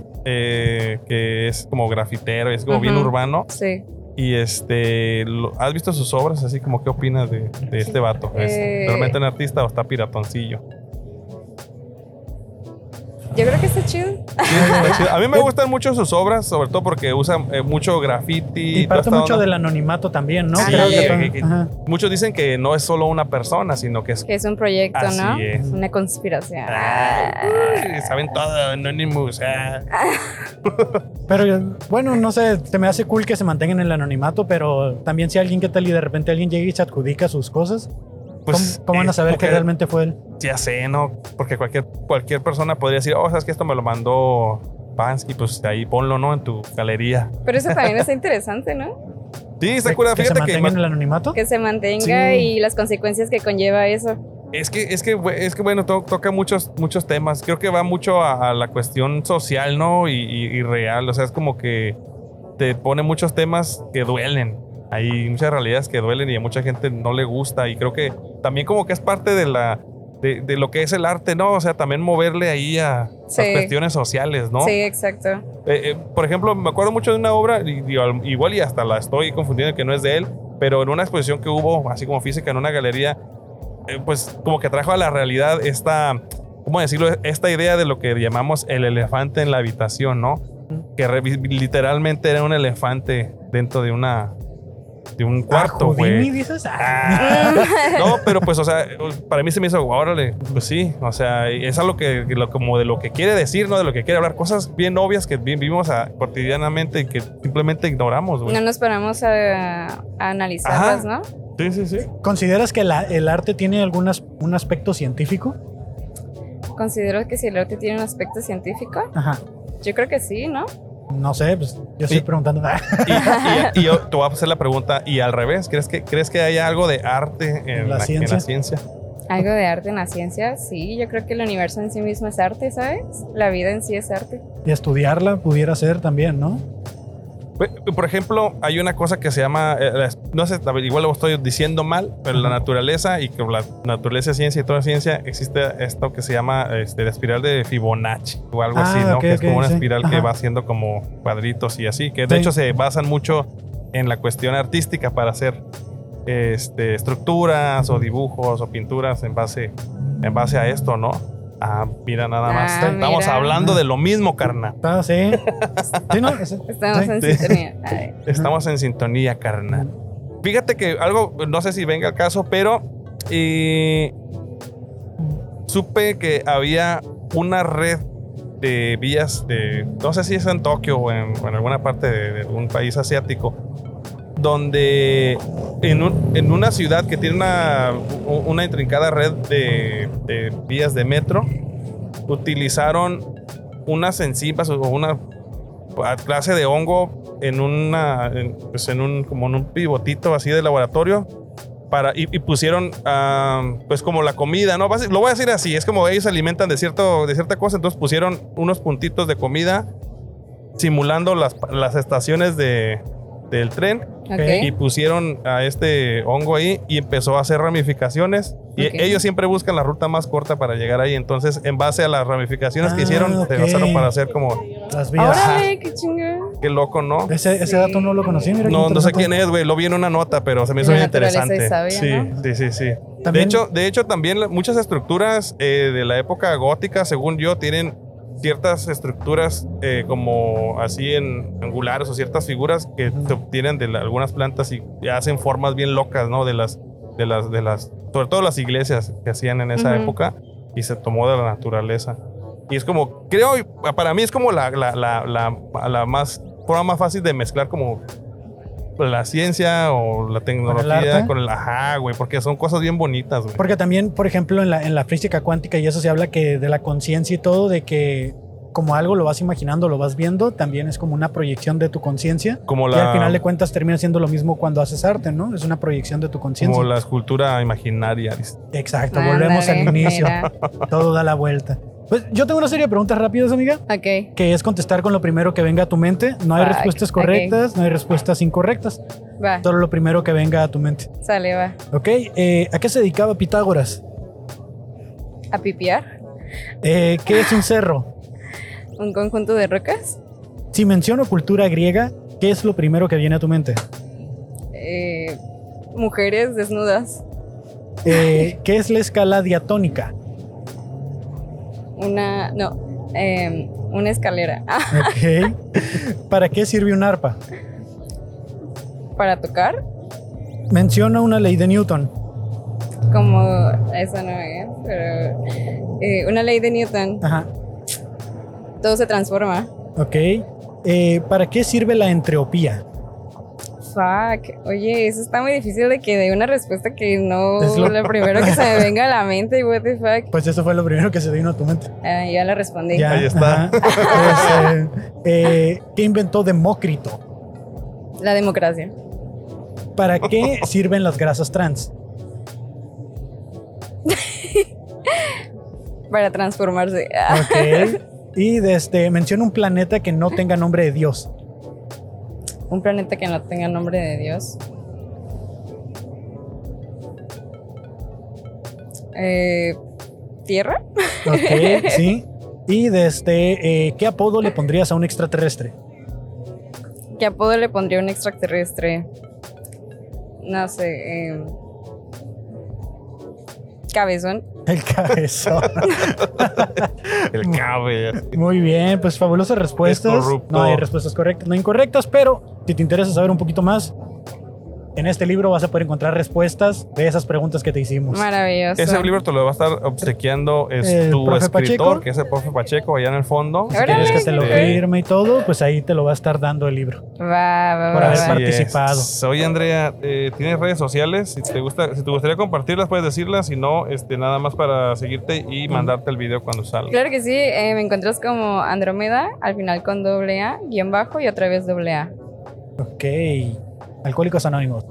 Speaker 1: Banksy, eh, que es como grafitero, es como bien
Speaker 6: Ujú.
Speaker 1: urbano.
Speaker 6: Sí.
Speaker 1: Y este, lo- ¿has visto sus obras? Así como, ¿qué opinas de, de este vato? ¿Es
Speaker 6: Eh.
Speaker 1: realmente un artista o está piratoncillo?
Speaker 6: Yo creo que está chido.
Speaker 1: Sí, está chido. A mí me gustan mucho sus obras, sobre todo porque usa eh, mucho graffiti.
Speaker 3: Y
Speaker 1: toda
Speaker 3: parte
Speaker 1: esta
Speaker 3: mucho
Speaker 1: onda.
Speaker 3: del anonimato también, ¿no?
Speaker 1: Sí,
Speaker 3: Creo que
Speaker 1: que-
Speaker 3: también-
Speaker 1: que-
Speaker 3: ajá.
Speaker 1: Muchos dicen que no es solo una persona, sino que es...
Speaker 6: Que es un proyecto,
Speaker 1: Así
Speaker 6: ¿no?
Speaker 1: es.
Speaker 6: Una conspiración.
Speaker 1: Ay, saben todo, Anonymous. ah.
Speaker 3: Pero bueno, no sé, se me hace cool que se mantengan en el anonimato, pero también si alguien, ¿qué tal? Y de repente alguien llega y se adjudica sus cosas,
Speaker 1: Pues,
Speaker 3: ¿cómo, cómo van a
Speaker 1: eh,
Speaker 3: saber que
Speaker 1: porque-
Speaker 3: realmente fue él?
Speaker 1: ya sé, ¿no? Porque cualquier, cualquier persona podría decir, oh, sabes que esto me lo mandó Pansky, pues ahí ponlo, ¿no? En tu galería.
Speaker 6: Pero eso también está interesante, ¿no?
Speaker 1: Sí, está
Speaker 3: ¿Que-
Speaker 1: curada.
Speaker 3: ¿Que se
Speaker 1: Fíjate que,
Speaker 3: mantenga en el anonimato?
Speaker 6: Que se mantenga
Speaker 3: Sí.
Speaker 6: y las consecuencias que conlleva eso.
Speaker 1: es que, es que, es que bueno, to- toca muchos, muchos temas. Creo que va mucho a, a la cuestión social, ¿no? Y, y- y real. O sea, es como que te pone muchos temas que duelen. Hay muchas realidades que duelen y a mucha gente no le gusta. Y creo que también como que es parte de la. De, de lo que es el arte, ¿no? O sea, también moverle ahí a las
Speaker 6: Sí.
Speaker 1: cuestiones sociales, ¿no?
Speaker 6: Sí, exacto.
Speaker 1: Eh, eh, por ejemplo, me acuerdo mucho de una obra, y, digo, al- igual y hasta la estoy confundiendo que no es de él, pero en una exposición que hubo, así como física, en una galería, eh, pues como que trajo a la realidad esta, ¿cómo decirlo? Esta idea de lo que llamamos el elefante en la habitación, ¿no? Que re- literalmente era un elefante dentro de una... De un cuarto,
Speaker 3: Ah, Houdini,
Speaker 1: güey.
Speaker 3: dices? Ah.
Speaker 1: Ah, no, pero pues, o sea, para mí se me hizo, órale, pues sí, o sea, es algo que, que lo- como de lo que quiere decir, ¿no? De lo que quiere hablar, cosas bien obvias que vi- vivimos a- cotidianamente y que simplemente ignoramos, güey.
Speaker 6: No nos paramos a, a analizarlas,
Speaker 1: Ajá.
Speaker 6: ¿no?
Speaker 1: Sí, sí, sí.
Speaker 3: ¿Consideras que la- el arte tiene algún as- un aspecto científico?
Speaker 6: Considero que si el arte tiene un aspecto científico,
Speaker 3: Ajá.
Speaker 6: yo creo que sí, ¿no?
Speaker 3: No sé, pues yo estoy
Speaker 1: Sí.
Speaker 3: preguntando.
Speaker 1: Y, y- y yo te voy a hacer la pregunta, y al revés, ¿crees que, ¿crees que hay algo de arte en
Speaker 3: La
Speaker 1: la, en
Speaker 3: ciencia.
Speaker 1: la ciencia?
Speaker 6: Algo de arte en la ciencia, sí, yo creo que el universo en sí mismo es arte, ¿sabes? La vida en sí es arte.
Speaker 3: Y estudiarla pudiera ser también, ¿no?
Speaker 1: Pe- Pues, Por ejemplo, hay una cosa que se llama, eh, las- no sé, igual lo estoy diciendo mal, pero la naturaleza y que la naturaleza es ciencia y toda ciencia, existe esto que se llama este, la espiral de Fibonacci o algo
Speaker 3: Ah,
Speaker 1: así, ¿no?
Speaker 3: ok,
Speaker 1: que es como
Speaker 3: ok,
Speaker 1: una
Speaker 3: sí.
Speaker 1: espiral que
Speaker 3: Ajá.
Speaker 1: va haciendo como cuadritos y así, que de
Speaker 3: Sí.
Speaker 1: hecho se basan mucho en la cuestión artística para hacer este, estructuras o dibujos o pinturas en base, en base a esto, ¿no? Ah, mira nada más.
Speaker 6: Ah,
Speaker 1: Estamos
Speaker 6: mira.
Speaker 1: hablando de lo mismo, carnal.
Speaker 3: Ah, sí. Sí, no, es-
Speaker 6: Estamos
Speaker 3: Sí.
Speaker 6: en
Speaker 1: Sí.
Speaker 6: sintonía. Ay.
Speaker 1: Estamos en sintonía, carnal. Fíjate que algo, no sé si venga al caso, pero eh, supe que había una red de vías de, no sé si es en Tokio o en, o en alguna parte de, de algún país asiático, donde en, un- en una ciudad que tiene una, u- una intrincada red de, de vías de metro, utilizaron unas enzimas o una a clase de hongo en una en, pues en un como en un pivotito así de laboratorio para y, y pusieron ah, pues como la comida no Basi- lo voy a decir así es como ellos se alimentan de cierto de cierta cosa entonces pusieron unos puntitos de comida simulando las, pa- las estaciones de del tren y
Speaker 6: Ok.
Speaker 1: pusieron a este hongo ahí y empezó a hacer ramificaciones y
Speaker 6: Ok.
Speaker 1: ellos siempre buscan la ruta más corta para llegar ahí entonces en base a las ramificaciones
Speaker 3: Ah,
Speaker 1: que hicieron
Speaker 3: ok.
Speaker 1: se usaron para hacer como
Speaker 3: las vías.
Speaker 6: Órale, qué chingón.
Speaker 1: qué loco no
Speaker 3: Ese, ese
Speaker 6: Sí.
Speaker 3: dato no lo conocí, mira. qué
Speaker 1: No, no sé
Speaker 3: interesante.
Speaker 1: quién es, güey. Lo vi en una nota, pero se me hizo
Speaker 6: La
Speaker 1: bien
Speaker 6: naturaleza
Speaker 1: interesante.
Speaker 6: es
Speaker 1: sí,
Speaker 6: sabia,
Speaker 1: sí, sí, sí. De
Speaker 3: También-
Speaker 1: hecho, de hecho, también la- muchas estructuras eh, de la época gótica, según yo, tienen ciertas estructuras eh, como así en angulares o ciertas figuras que se obtienen de la- algunas plantas y hacen formas bien locas, ¿no? De las, de las, de las, sobre todo las iglesias que hacían en esa
Speaker 6: Ujú.
Speaker 1: época y se tomó de la naturaleza. Y es como, creo, para mí es como la, la, la, la, la más forma más fácil de mezclar como la ciencia o la tecnología
Speaker 3: arte?
Speaker 1: con el ajá, güey, porque son cosas bien bonitas, güey.
Speaker 3: Porque también, por ejemplo, en la, en la física cuántica y eso se habla que de la conciencia y todo, de que como algo lo vas imaginando, lo vas viendo, también es como una proyección de tu conciencia.
Speaker 1: Como
Speaker 3: Y al
Speaker 1: la,
Speaker 3: final de cuentas termina siendo lo mismo cuando haces arte, ¿no? Es una proyección de tu
Speaker 1: como
Speaker 3: conciencia.
Speaker 1: la escultura imaginaria. dice.
Speaker 3: Exacto, volvemos al
Speaker 6: Ándale,
Speaker 3: inicio.
Speaker 6: mira.
Speaker 3: Todo da la vuelta. Pues yo tengo una serie de preguntas rápidas, amiga,
Speaker 6: Ok.
Speaker 3: que es contestar con lo primero que venga a tu mente. No hay
Speaker 6: Fuck,
Speaker 3: respuestas
Speaker 6: ok.
Speaker 3: correctas, no hay respuestas incorrectas.
Speaker 6: Va,
Speaker 3: Todo lo primero que venga a tu mente.
Speaker 6: sale, va.
Speaker 3: ¿Ok? eh, ¿A qué se dedicaba Pitágoras?
Speaker 6: ¿A pipiar?
Speaker 3: Eh, ¿Qué es un cerro?
Speaker 6: ¿Un conjunto de rocas?
Speaker 3: Si menciono cultura griega, ¿qué es lo primero que viene a tu mente?
Speaker 6: Eh, mujeres desnudas.
Speaker 3: Eh, ¿Qué es la escala diatónica?
Speaker 6: Una. No. em, una escalera. Ah,
Speaker 3: Ok. ¿Para qué sirve un arpa?
Speaker 6: para tocar.
Speaker 3: Menciona una ley de Newton.
Speaker 6: Como. Eso no es, pero. eh, una ley de Newton.
Speaker 3: Ajá.
Speaker 6: Todo se transforma.
Speaker 3: Ok. Eh, ¿Para qué sirve la entropía?
Speaker 6: Fuck. Oye, eso está muy difícil de que dé una respuesta que no.
Speaker 3: Es
Speaker 6: Lo...
Speaker 3: lo-
Speaker 6: primero que se me venga a la mente. What the fuck.
Speaker 3: Pues eso fue lo primero que se vino a tu mente.
Speaker 6: Ah, ya la respondí.
Speaker 1: Ahí está.
Speaker 3: ajá. Pues, eh, eh, ¿Qué inventó Demócrito?
Speaker 6: La democracia.
Speaker 3: ¿Para qué sirven las grasas trans?
Speaker 6: Para transformarse. Ah,
Speaker 3: Ok. Y desde, menciona un planeta que no tenga nombre de Dios.
Speaker 6: un planeta que no tenga nombre de Dios. Eh, ¿Tierra?
Speaker 3: Ok, sí. Y desde, eh, ¿qué apodo le pondrías a un extraterrestre?
Speaker 6: ¿Qué apodo le pondría a un extraterrestre? No sé. eh, cabezón.
Speaker 3: El cabezón.
Speaker 1: El cabe.
Speaker 3: Muy bien, pues fabulosas respuestas.
Speaker 1: corrupto.
Speaker 3: No hay respuestas correctas, no incorrectas, pero si te interesa saber un poquito más, En este libro vas a poder encontrar respuestas de esas preguntas que te hicimos.
Speaker 6: Maravilloso.
Speaker 1: Ese libro te lo va a estar obsequiando es
Speaker 3: El
Speaker 1: tu
Speaker 3: profe
Speaker 1: escritor,
Speaker 3: Pacheco.
Speaker 1: que es el profe Pacheco, allá en el fondo.
Speaker 3: Si quieres que te lo
Speaker 6: ok.
Speaker 3: firme y todo, pues ahí te lo va a estar dando el libro.
Speaker 6: Va, va,
Speaker 3: Por
Speaker 6: va,
Speaker 3: haber
Speaker 6: va.
Speaker 3: par- participado.
Speaker 1: es. Oye, Andrea, eh, ¿tienes redes sociales? Si te, gusta, si te gustaría compartirlas, puedes decirlas. Si no, este, nada más para seguirte y mandarte el video cuando salga.
Speaker 6: Claro que sí, eh, me encuentras como Andrómeda, al final con doble A, guión bajo y otra vez doble A.
Speaker 3: Ok. Alcohólicos Anónimos.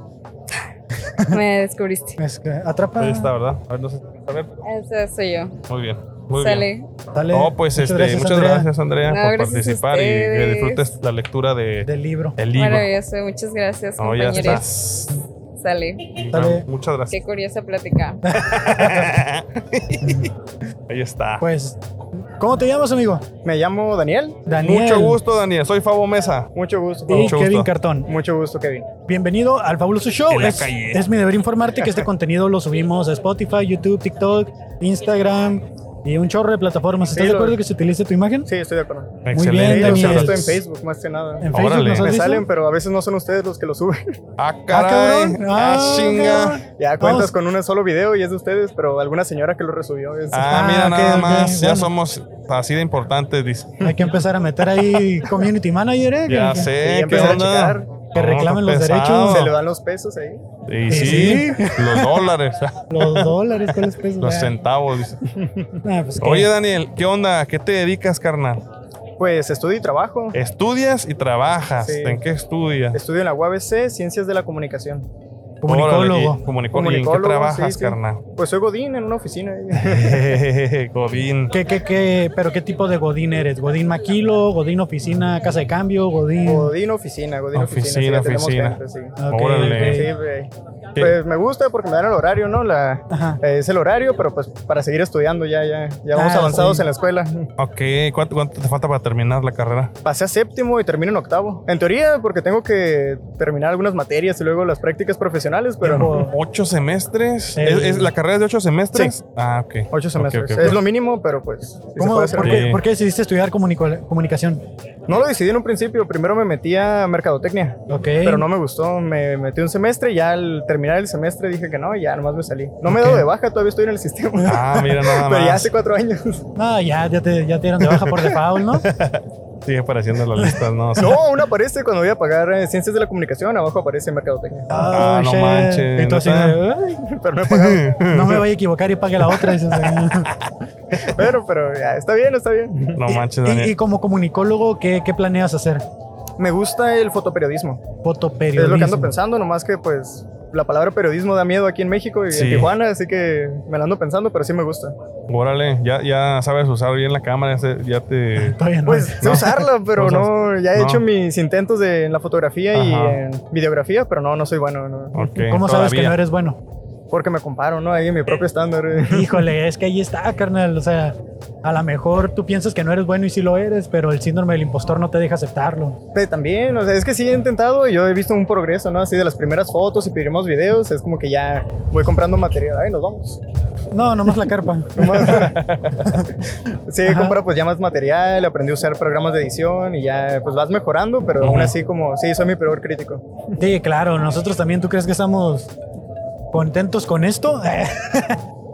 Speaker 6: Me descubriste.
Speaker 3: Es que Atrapa.
Speaker 1: Ahí está, ¿verdad? A ver, no sé. A ver,
Speaker 6: Esa soy yo.
Speaker 1: muy bien. Muy bien.
Speaker 6: Sale.
Speaker 3: Dale.
Speaker 1: No, pues este, muchas
Speaker 3: Andrea,
Speaker 1: gracias, Andrea,
Speaker 6: No,
Speaker 1: por
Speaker 6: gracias a
Speaker 1: participar y que
Speaker 6: ustedes.
Speaker 1: disfrutes la lectura de,
Speaker 3: Del libro.
Speaker 1: del libro.
Speaker 6: Maravilloso, muchas gracias,
Speaker 1: No, ya está.
Speaker 6: compañeros. Sale.
Speaker 3: Dale.
Speaker 1: Muchas gracias.
Speaker 6: Qué curiosa plática.
Speaker 1: Ahí está.
Speaker 3: Pues, ¿cómo te llamas, amigo?
Speaker 9: Me llamo Daniel.
Speaker 3: Daniel.
Speaker 1: Mucho gusto, Daniel. Soy Fabo Mesa.
Speaker 9: Mucho gusto.
Speaker 3: Y
Speaker 9: Pablo.
Speaker 1: Mucho
Speaker 3: Kevin
Speaker 1: gusto.
Speaker 3: Cartón.
Speaker 9: Mucho gusto, Kevin.
Speaker 3: Bienvenido al Fabuloso Show.
Speaker 1: En la
Speaker 3: Es,
Speaker 1: calle.
Speaker 3: es mi deber informarte que este contenido lo subimos a Spotify, YouTube, TikTok, Instagram y un chorro de plataformas. ¿Estás
Speaker 9: Sí,
Speaker 3: de
Speaker 9: lo-
Speaker 3: acuerdo que se utilice tu imagen?
Speaker 9: Sí, estoy de acuerdo.
Speaker 3: Bien,
Speaker 9: Sí,
Speaker 1: Excelente.
Speaker 9: los he
Speaker 3: Daniel.
Speaker 9: visto en Facebook, más que nada.
Speaker 3: En Facebook
Speaker 1: Órale.
Speaker 3: nos has
Speaker 9: Me
Speaker 3: visto?
Speaker 9: salen, pero a veces no son ustedes los que lo suben.
Speaker 1: Ah,
Speaker 3: Ah,
Speaker 1: caray.
Speaker 3: cabrón.
Speaker 1: Ah,
Speaker 3: Ah,
Speaker 1: chinga.
Speaker 3: cabrón.
Speaker 9: Ya cuentas
Speaker 3: Vamos.
Speaker 9: con un solo video y es de ustedes, pero alguna señora que lo resubió es...
Speaker 1: Ah,
Speaker 3: Ah,
Speaker 1: mira
Speaker 3: ok,
Speaker 1: nada
Speaker 3: ok,
Speaker 1: más. Ya
Speaker 3: bueno.
Speaker 1: somos así de importantes, dice.
Speaker 3: Hay que empezar a meter ahí community manager, ¿eh?
Speaker 1: Ya
Speaker 3: Que-
Speaker 9: Sí,
Speaker 1: sé, ¿qué
Speaker 9: empecé a
Speaker 1: onda?
Speaker 9: checar.
Speaker 3: Que reclamen los
Speaker 1: pesado.
Speaker 9: Se
Speaker 3: derechos.
Speaker 9: le dan los pesos ahí.
Speaker 1: Y
Speaker 3: Sí,
Speaker 1: sí, los dólares,
Speaker 3: Los dólares, ¿cuáles pesos?
Speaker 1: los
Speaker 3: Ah,
Speaker 1: centavos, dice.
Speaker 3: ah, pues, ¿qué?
Speaker 1: Oye, Daniel, ¿qué onda? ¿Qué te dedicas, carnal?
Speaker 9: Pues estudio y trabajo.
Speaker 1: Eh. ¿Estudias y trabajas?
Speaker 9: Sí.
Speaker 1: ¿En qué estudias?
Speaker 9: Estudio en la UABC, Ciencias de la Comunicación.
Speaker 3: comunicólogo.
Speaker 1: Órale, y- comunicólogo. ¿Y en qué
Speaker 9: Comunicólogo,
Speaker 1: trabajas,
Speaker 9: sí, sí.
Speaker 1: carnal?
Speaker 9: Pues soy Godín en una oficina. eh. ahí.
Speaker 1: Godín.
Speaker 3: ¿Qué, qué, qué? ¿Pero qué tipo de Godín eres? ¿Godín maquilo? ¿Godín oficina? ¿Casa de cambio? ¿Godín?
Speaker 9: Godín oficina, Godín
Speaker 1: Oficina,
Speaker 9: oficina. sí, la tenemos
Speaker 1: oficina.
Speaker 9: gente, sí.
Speaker 3: Ok,
Speaker 1: Órale.
Speaker 3: ok.
Speaker 9: Sí, güey. Pues me gusta porque me dan el horario, ¿no? La,
Speaker 3: Ajá.
Speaker 9: eh, es el horario, pero pues para seguir estudiando ya, ya, ya vamos
Speaker 3: Ah,
Speaker 9: avanzados
Speaker 3: sí.
Speaker 9: en la escuela.
Speaker 1: Ok, ¿cuánto, cuánto te falta para terminar la carrera?
Speaker 9: Pasé a séptimo y termino en octavo. En teoría, porque tengo que terminar algunas materias y luego las prácticas profesionales, pero Eh,
Speaker 3: Tiempo-
Speaker 1: ¿Ocho semestres?
Speaker 3: El-
Speaker 1: ¿Es, es- la carrera es de ocho semestres? Ah, ok.
Speaker 9: ocho semestres.
Speaker 1: Ok, ok, ok.
Speaker 9: Es lo mínimo, pero pues sí se
Speaker 3: ¿Cómo-
Speaker 9: puede hacer.
Speaker 3: ¿por, qué,
Speaker 1: Sí.
Speaker 3: por qué decidiste estudiar comunico- comunicación?
Speaker 9: No lo decidí en un principio. Primero me metí a mercadotecnia,
Speaker 3: Ok.
Speaker 9: pero no me gustó. Me metí un semestre y ya al terminar el semestre dije que no, ya nomás me salí. No me he dado
Speaker 3: Ok.
Speaker 9: de baja, todavía estoy en el sistema.
Speaker 1: Ah, mira nada
Speaker 9: Pero ya
Speaker 1: más.
Speaker 9: hace cuatro años.
Speaker 3: No, Ah, ya, ya, te, ya te dieron de baja por default, ¿no?
Speaker 1: Sigue apareciendo la lista, ¿no?
Speaker 9: No, uno aparece cuando voy a pagar eh, ciencias de la comunicación, abajo aparece mercadotecnia.
Speaker 1: Ah,
Speaker 3: Oh,
Speaker 1: no
Speaker 3: shit.
Speaker 1: manches,
Speaker 3: Y tú así,
Speaker 1: ¿neta?
Speaker 3: "Ay,
Speaker 9: Pero no he pagado.
Speaker 3: no me vaya a equivocar y pague la otra. dices, "Ah".
Speaker 9: Pero, pero ya, está bien, está bien.
Speaker 1: No manches,
Speaker 3: Y-
Speaker 1: Daniel.
Speaker 3: y, como comunicólogo, ¿qué, qué planeas hacer?
Speaker 9: Me gusta el fotoperiodismo.
Speaker 3: Fotoperiodismo.
Speaker 9: Es lo que ando pensando, nomás que pues la palabra periodismo da miedo aquí en México y
Speaker 1: Sí.
Speaker 9: en Tijuana, así que me la ando pensando, pero sí me gusta.
Speaker 1: Órale, ya, ya sabes usar bien la cámara, ya, se- ya te...
Speaker 3: Todavía no.
Speaker 9: Pues sé
Speaker 1: No.
Speaker 9: usarla, pero
Speaker 1: No,
Speaker 9: no, ya he
Speaker 1: no.
Speaker 9: hecho mis intentos de, en la fotografía y
Speaker 1: Ajá. Oh.
Speaker 9: en videografía, pero no, no soy bueno, no.
Speaker 1: Okay,
Speaker 3: ¿Cómo sabes que
Speaker 1: todavía.
Speaker 3: no eres bueno?
Speaker 9: porque me comparo, ¿no? Ahí en mi propio estándar. eh.
Speaker 3: Híjole, es que ahí está, carnal. O sea, a lo mejor tú piensas que no eres bueno y sí lo eres, pero el síndrome del impostor no te deja aceptarlo.
Speaker 9: Pero también, o sea, es que sí he intentado y yo he visto un progreso, ¿no? Así de las primeras fotos y pediremos videos, es como que ya voy comprando material, ahí nos vamos.
Speaker 3: No, nomás la carpa.
Speaker 9: Sí, he
Speaker 3: Ajá.
Speaker 9: comprado pues ya más material, aprendí a usar programas de edición y ya pues vas mejorando, pero aún así como, sí, soy mi peor crítico.
Speaker 3: Sí, claro, nosotros también. ¿Tú crees que estamos contentos con esto?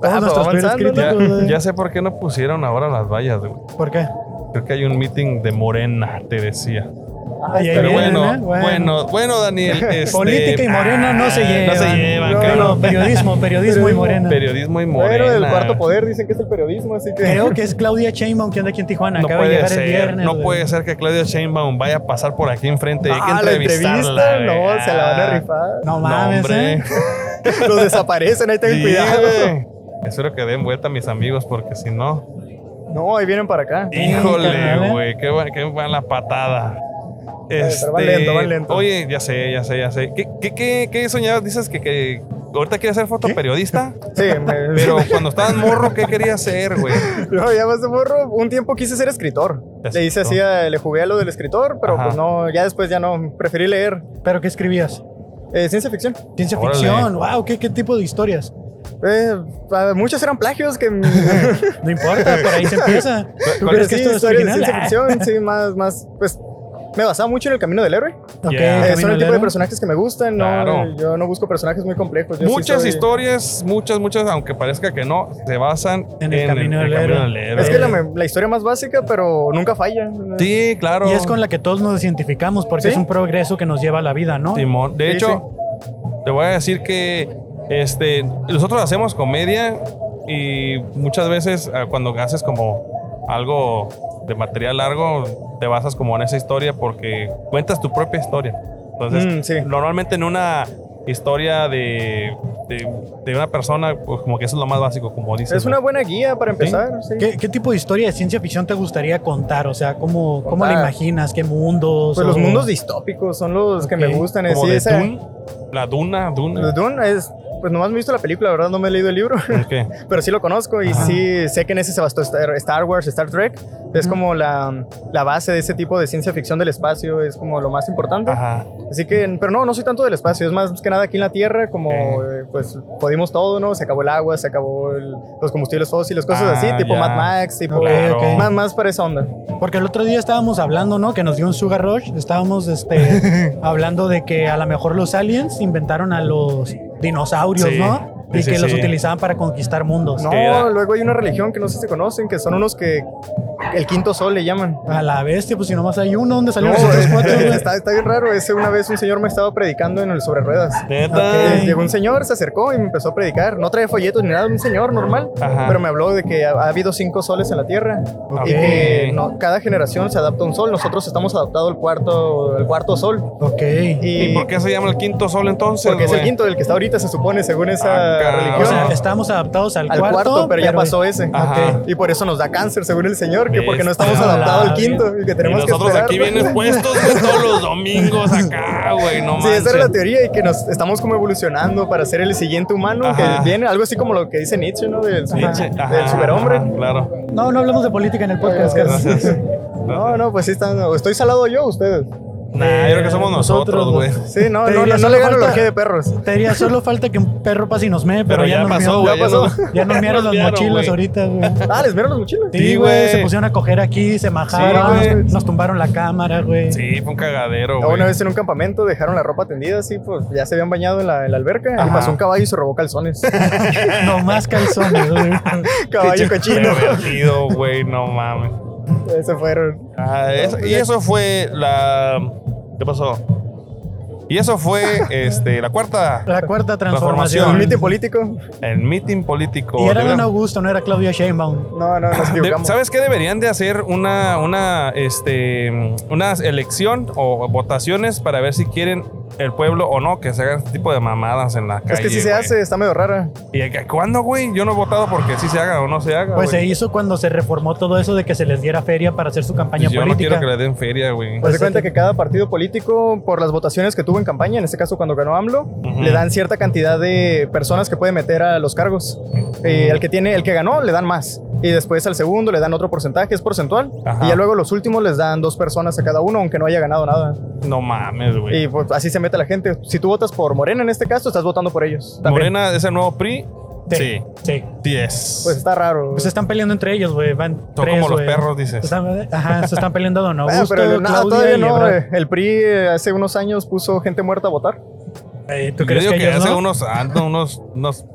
Speaker 9: Ah,
Speaker 3: Todos nuestros
Speaker 9: va
Speaker 3: peores
Speaker 9: avanzando,
Speaker 3: críticos.
Speaker 1: pues Ya,
Speaker 3: eh.
Speaker 1: ya Este, sé por qué no pusieron ahora las vallas, güey.
Speaker 3: ¿Por qué?
Speaker 1: Creo que hay un meeting de Morena, te decía.
Speaker 3: Ahí
Speaker 1: Pero
Speaker 3: vienen,
Speaker 1: bueno,
Speaker 3: ¿eh?
Speaker 1: bueno, bueno, Daniel. este,
Speaker 3: Política y morena no se
Speaker 1: ah,
Speaker 3: llevan.
Speaker 1: No se llevan,
Speaker 3: No,
Speaker 1: claro.
Speaker 3: no, periodismo, periodismo y morena.
Speaker 1: Periodismo y morena.
Speaker 9: Pero el cuarto poder dicen que es el periodismo, así que...
Speaker 3: Creo que es Claudia Sheinbaum que anda aquí en Tijuana.
Speaker 1: No
Speaker 3: Acaba de
Speaker 1: puede
Speaker 3: llegar
Speaker 1: ser,
Speaker 3: el viernes.
Speaker 1: no
Speaker 3: güey.
Speaker 1: puede ser que Claudia Sheinbaum vaya a pasar por aquí enfrente y hay que
Speaker 9: Ah, la entrevista,
Speaker 1: entrevistarla. güey.
Speaker 9: no, se la van a rifar.
Speaker 3: No
Speaker 1: No,
Speaker 3: mames,
Speaker 1: hombre.
Speaker 3: ¿eh?
Speaker 9: Los desaparecen, ahí ten
Speaker 1: Sí,
Speaker 9: cuidado.
Speaker 1: güey. Espero que den vuelta a mis amigos porque si no...
Speaker 9: No, ahí vienen para acá.
Speaker 1: Híjole,
Speaker 3: carnal, ¿eh?
Speaker 1: güey, qué, va- qué la patada.
Speaker 9: pero van
Speaker 1: Este,
Speaker 9: lento, van lento.
Speaker 1: Oye, ya sé, ya sé, ya sé. ¿Qué, qué, qué, qué soñabas? Dices que, que ahorita quieres ser fotoperiodista,
Speaker 9: Sí, me-
Speaker 1: pero cuando estabas morro, ¿qué querías ser, güey?
Speaker 9: No, ya más de morro, un tiempo quise ser escritor. Le hice así, a- le jugué a lo del escritor, pero
Speaker 1: Ajá.
Speaker 9: pues no, ya después ya no, preferí leer
Speaker 3: ¿Pero qué escribías?
Speaker 9: eh, ciencia ficción.
Speaker 3: Ciencia
Speaker 1: Órale.
Speaker 3: ficción. Wow, ¿qué, qué tipo de historias?
Speaker 9: Eh, ah, muchos eran plagios que...
Speaker 3: No importa, por ahí se empieza. ¿Tú
Speaker 9: Pero
Speaker 3: crees que
Speaker 9: sí,
Speaker 3: esto es
Speaker 9: historias de
Speaker 3: original?
Speaker 9: ciencia
Speaker 3: Ah,
Speaker 9: ficción, sí, más, más, pues me basaba mucho en el camino del héroe.
Speaker 3: Ok,
Speaker 1: Yeah.
Speaker 3: Ah, Camino
Speaker 9: Eh, son el
Speaker 3: del
Speaker 9: tipo de
Speaker 3: Héroe.
Speaker 9: personajes que me gustan. no,
Speaker 1: Claro.
Speaker 9: yo no busco personajes muy complejos. yo sí
Speaker 1: Muchas
Speaker 9: soy-
Speaker 1: historias, muchas, muchas, aunque parezca que no, se basan
Speaker 3: En el camino del héroe.
Speaker 1: héroe.
Speaker 9: Es que la, me- la historia más básica, pero nunca falla.
Speaker 1: Sí, claro.
Speaker 3: Y es con la que todos nos identificamos porque
Speaker 9: ¿Sí?
Speaker 3: es un progreso que nos lleva a la vida, ¿no?
Speaker 1: Simón. De
Speaker 9: Sí,
Speaker 1: hecho, te voy a decir que este, nosotros hacemos comedia y muchas veces ah, cuando haces como algo de material largo, te basas como en esa historia porque cuentas tu propia historia. Entonces,
Speaker 9: Mm, sí.
Speaker 1: normalmente en una historia de, de, de una persona, pues como que eso es lo más básico, como dices.
Speaker 9: Es una
Speaker 1: ¿no?
Speaker 9: buena guía para empezar. sí.
Speaker 3: ¿Qué, qué tipo de historia de ciencia ficción te gustaría contar? O sea, ¿cómo, cómo la
Speaker 9: Contar.
Speaker 3: imaginas? ¿Qué mundos?
Speaker 9: Ah. Pues los
Speaker 3: O-
Speaker 9: mundos distópicos son los que
Speaker 3: Ok.
Speaker 9: me gustan. eh,
Speaker 1: Como
Speaker 9: sí,
Speaker 1: de
Speaker 9: esa-
Speaker 1: Dune, la duna,
Speaker 9: Los
Speaker 1: duna.
Speaker 9: Dune es, pues nomás me he visto la película, la verdad no me he leído el libro,
Speaker 1: ¿Qué?
Speaker 9: pero sí lo conozco y
Speaker 3: Ajá.
Speaker 9: sí sé que en ese se bastó Star, Star Wars, Star Trek, es como la, la base de ese tipo de ciencia ficción del espacio, es como lo más importante.
Speaker 1: Ajá.
Speaker 9: Así que, pero no, no soy tanto del espacio, es más que nada aquí en la Tierra, como
Speaker 1: Ok.
Speaker 9: eh, pues pudimos todo, ¿no? Se acabó el agua, se acabó el- los combustibles fósiles, cosas
Speaker 1: Ah,
Speaker 9: así, tipo
Speaker 1: ya.
Speaker 9: Mad Max, tipo...
Speaker 3: Ok,
Speaker 1: Claro.
Speaker 3: ok.
Speaker 9: Más, más para esa onda.
Speaker 3: Porque el otro día estábamos hablando, ¿no? Que nos dio un sugar rush. Estábamos este, hablando de que a lo mejor los aliens inventaron a los dinosaurios,
Speaker 1: Sí.
Speaker 3: ¿no?
Speaker 1: Sí,
Speaker 3: Y
Speaker 1: sí,
Speaker 3: que los
Speaker 1: sí.
Speaker 3: utilizaban para conquistar mundos.
Speaker 9: No,
Speaker 1: que era-
Speaker 9: luego hay una religión que no sé si conocen, que son unos que el quinto sol le llaman.
Speaker 3: A la bestia, pues si nomás hay uno, ¿dónde
Speaker 9: No,
Speaker 3: salieron los
Speaker 1: eh.
Speaker 3: otros cuatro? güey?
Speaker 9: está, está bien raro. Ese una vez un señor me estaba predicando en el sobre ruedas.
Speaker 1: Neta.
Speaker 9: Eh, Llegó un señor, se acercó y me empezó a predicar. No trae folletos ni nada, un señor normal.
Speaker 1: Ajá.
Speaker 9: Pero me habló de que ha, ha habido cinco soles en la Tierra.
Speaker 1: Ok.
Speaker 9: Y que no- cada generación se adapta a un sol. Nosotros estamos adaptados al cuarto, al cuarto sol.
Speaker 3: Ok.
Speaker 9: Y,
Speaker 1: ¿Y por qué se llama el quinto sol entonces?
Speaker 9: Porque es el
Speaker 1: güey?
Speaker 9: quinto del que está ahorita, se supone, según esa
Speaker 1: Ah, cabrón.
Speaker 9: religión.
Speaker 3: O sea, estamos adaptados al,
Speaker 9: al cuarto, pero, ya pasó ese.
Speaker 1: Ajá.
Speaker 9: Y por eso nos da cáncer, según el señor, que porque no
Speaker 1: Bestia.
Speaker 9: estamos adaptados al quinto y que
Speaker 1: Y
Speaker 9: tenemos que
Speaker 1: nosotros
Speaker 9: esperar,
Speaker 1: aquí
Speaker 9: ¿no?
Speaker 1: bien expuestos güey, todos los domingos acá, güey, no
Speaker 9: Sí,
Speaker 1: manches.
Speaker 9: esa era la teoría y que nos estamos como evolucionando para ser el siguiente humano
Speaker 1: Ajá.
Speaker 9: que viene, algo así como lo que dice Nietzsche, ¿no? Del,
Speaker 1: Pinche-
Speaker 9: del
Speaker 1: ajá,
Speaker 9: superhombre.
Speaker 1: ajá, claro.
Speaker 3: No, no hablamos de política en el podcast. Carlos.
Speaker 1: Ah, Gracias.
Speaker 9: No, no, pues sí, están, o estoy salado yo, ustedes.
Speaker 1: Nah, yo creo que somos nosotros,
Speaker 3: nosotros,
Speaker 1: güey.
Speaker 9: Sí, no,
Speaker 3: Te
Speaker 9: no,
Speaker 3: diría,
Speaker 9: no, no
Speaker 3: solo
Speaker 9: le gano
Speaker 3: falta-
Speaker 9: el oje de perros.
Speaker 3: Te diría, solo falta que un perro pase y nos mee, pero, ya, nos miaron-
Speaker 1: güey.
Speaker 9: ya
Speaker 1: ya
Speaker 9: pasó.
Speaker 3: Ya nos miaron las
Speaker 1: miaron,
Speaker 3: mochilas
Speaker 1: güey.
Speaker 3: ahorita, güey.
Speaker 9: Ah, les vieron los mochilas.
Speaker 3: Sí, güey,
Speaker 1: Sí, güey.
Speaker 3: se pusieron a coger aquí, se majaron,
Speaker 1: Sí, güey.
Speaker 3: nos tumbaron la cámara, güey.
Speaker 1: Sí, fue un cagadero,
Speaker 9: No,
Speaker 1: güey.
Speaker 9: Ah, Una vez en un campamento dejaron la ropa tendida, así, pues ya se habían bañado en la, en la alberca y
Speaker 1: Ajá.
Speaker 9: pasó un caballo y se robó calzones.
Speaker 3: Nomás calzones, güey.
Speaker 9: caballo cochino.
Speaker 1: Pervertido, güey, no mames.
Speaker 9: se fueron.
Speaker 1: Ah, eso- y eso fue la ¿Qué pasó? Y eso fue este la cuarta
Speaker 3: La cuarta
Speaker 9: ¿Un
Speaker 3: transformación.
Speaker 1: Transformación.
Speaker 9: mito político?
Speaker 1: el meeting político.
Speaker 3: Y era
Speaker 1: Deberían-
Speaker 3: Don Augusto, no era Claudia Sheinbaum.
Speaker 9: No, no, nos
Speaker 1: de-
Speaker 9: equivocamos.
Speaker 1: ¿Sabes qué deberían de hacer una una este una elección o votaciones para ver si quieren el pueblo o no que se hagan este tipo de mamadas en la calle?
Speaker 9: Es que si se
Speaker 1: güey?
Speaker 9: hace, está medio rara.
Speaker 1: ¿Y a- cuándo, güey? Yo no he votado porque si se haga o no se haga.
Speaker 3: Pues se
Speaker 1: güey.
Speaker 3: hizo cuando se reformó todo eso de que se les diera feria para hacer su campaña
Speaker 1: Pues Yo no
Speaker 3: política.
Speaker 1: quiero que le den feria, güey.
Speaker 9: Pues
Speaker 3: Pues
Speaker 9: se cuenta
Speaker 3: sí.
Speaker 9: que cada partido político, por las votaciones que tuvo en campaña, en este caso cuando ganó AMLO, le dan cierta cantidad de personas que puede meter a los cargos. Y el que tiene, el que ganó, le dan más. Y después al segundo le dan otro porcentaje, es porcentual.
Speaker 1: Ajá.
Speaker 9: Y ya luego los últimos les dan dos personas a cada uno, aunque no haya ganado nada.
Speaker 1: No mames, güey.
Speaker 9: Y pues así se mete la gente. Si tú votas por Morena en este caso, estás votando por ellos. También.
Speaker 1: Morena es el nuevo PRI. Sí.
Speaker 3: Sí, sí.
Speaker 1: Sí es.
Speaker 9: Pues está raro.
Speaker 3: Pues se están peleando entre ellos, güey. Van
Speaker 1: Son
Speaker 3: tres,
Speaker 1: como los
Speaker 3: güey.
Speaker 1: perros, dices.
Speaker 3: Se están- ajá, se están peleando Don
Speaker 9: Ah,
Speaker 3: Augusto,
Speaker 9: pero nada,
Speaker 3: Claudia
Speaker 9: todavía
Speaker 3: y
Speaker 9: no.
Speaker 3: Ebrard.
Speaker 9: eh. El PRI eh, hace unos años puso gente muerta a votar.
Speaker 3: Eh, ¿Tú
Speaker 1: Yo
Speaker 3: crees
Speaker 1: digo
Speaker 3: que
Speaker 1: que,
Speaker 3: ellos
Speaker 1: hace
Speaker 3: no?
Speaker 1: unos, ah, no, unos, unos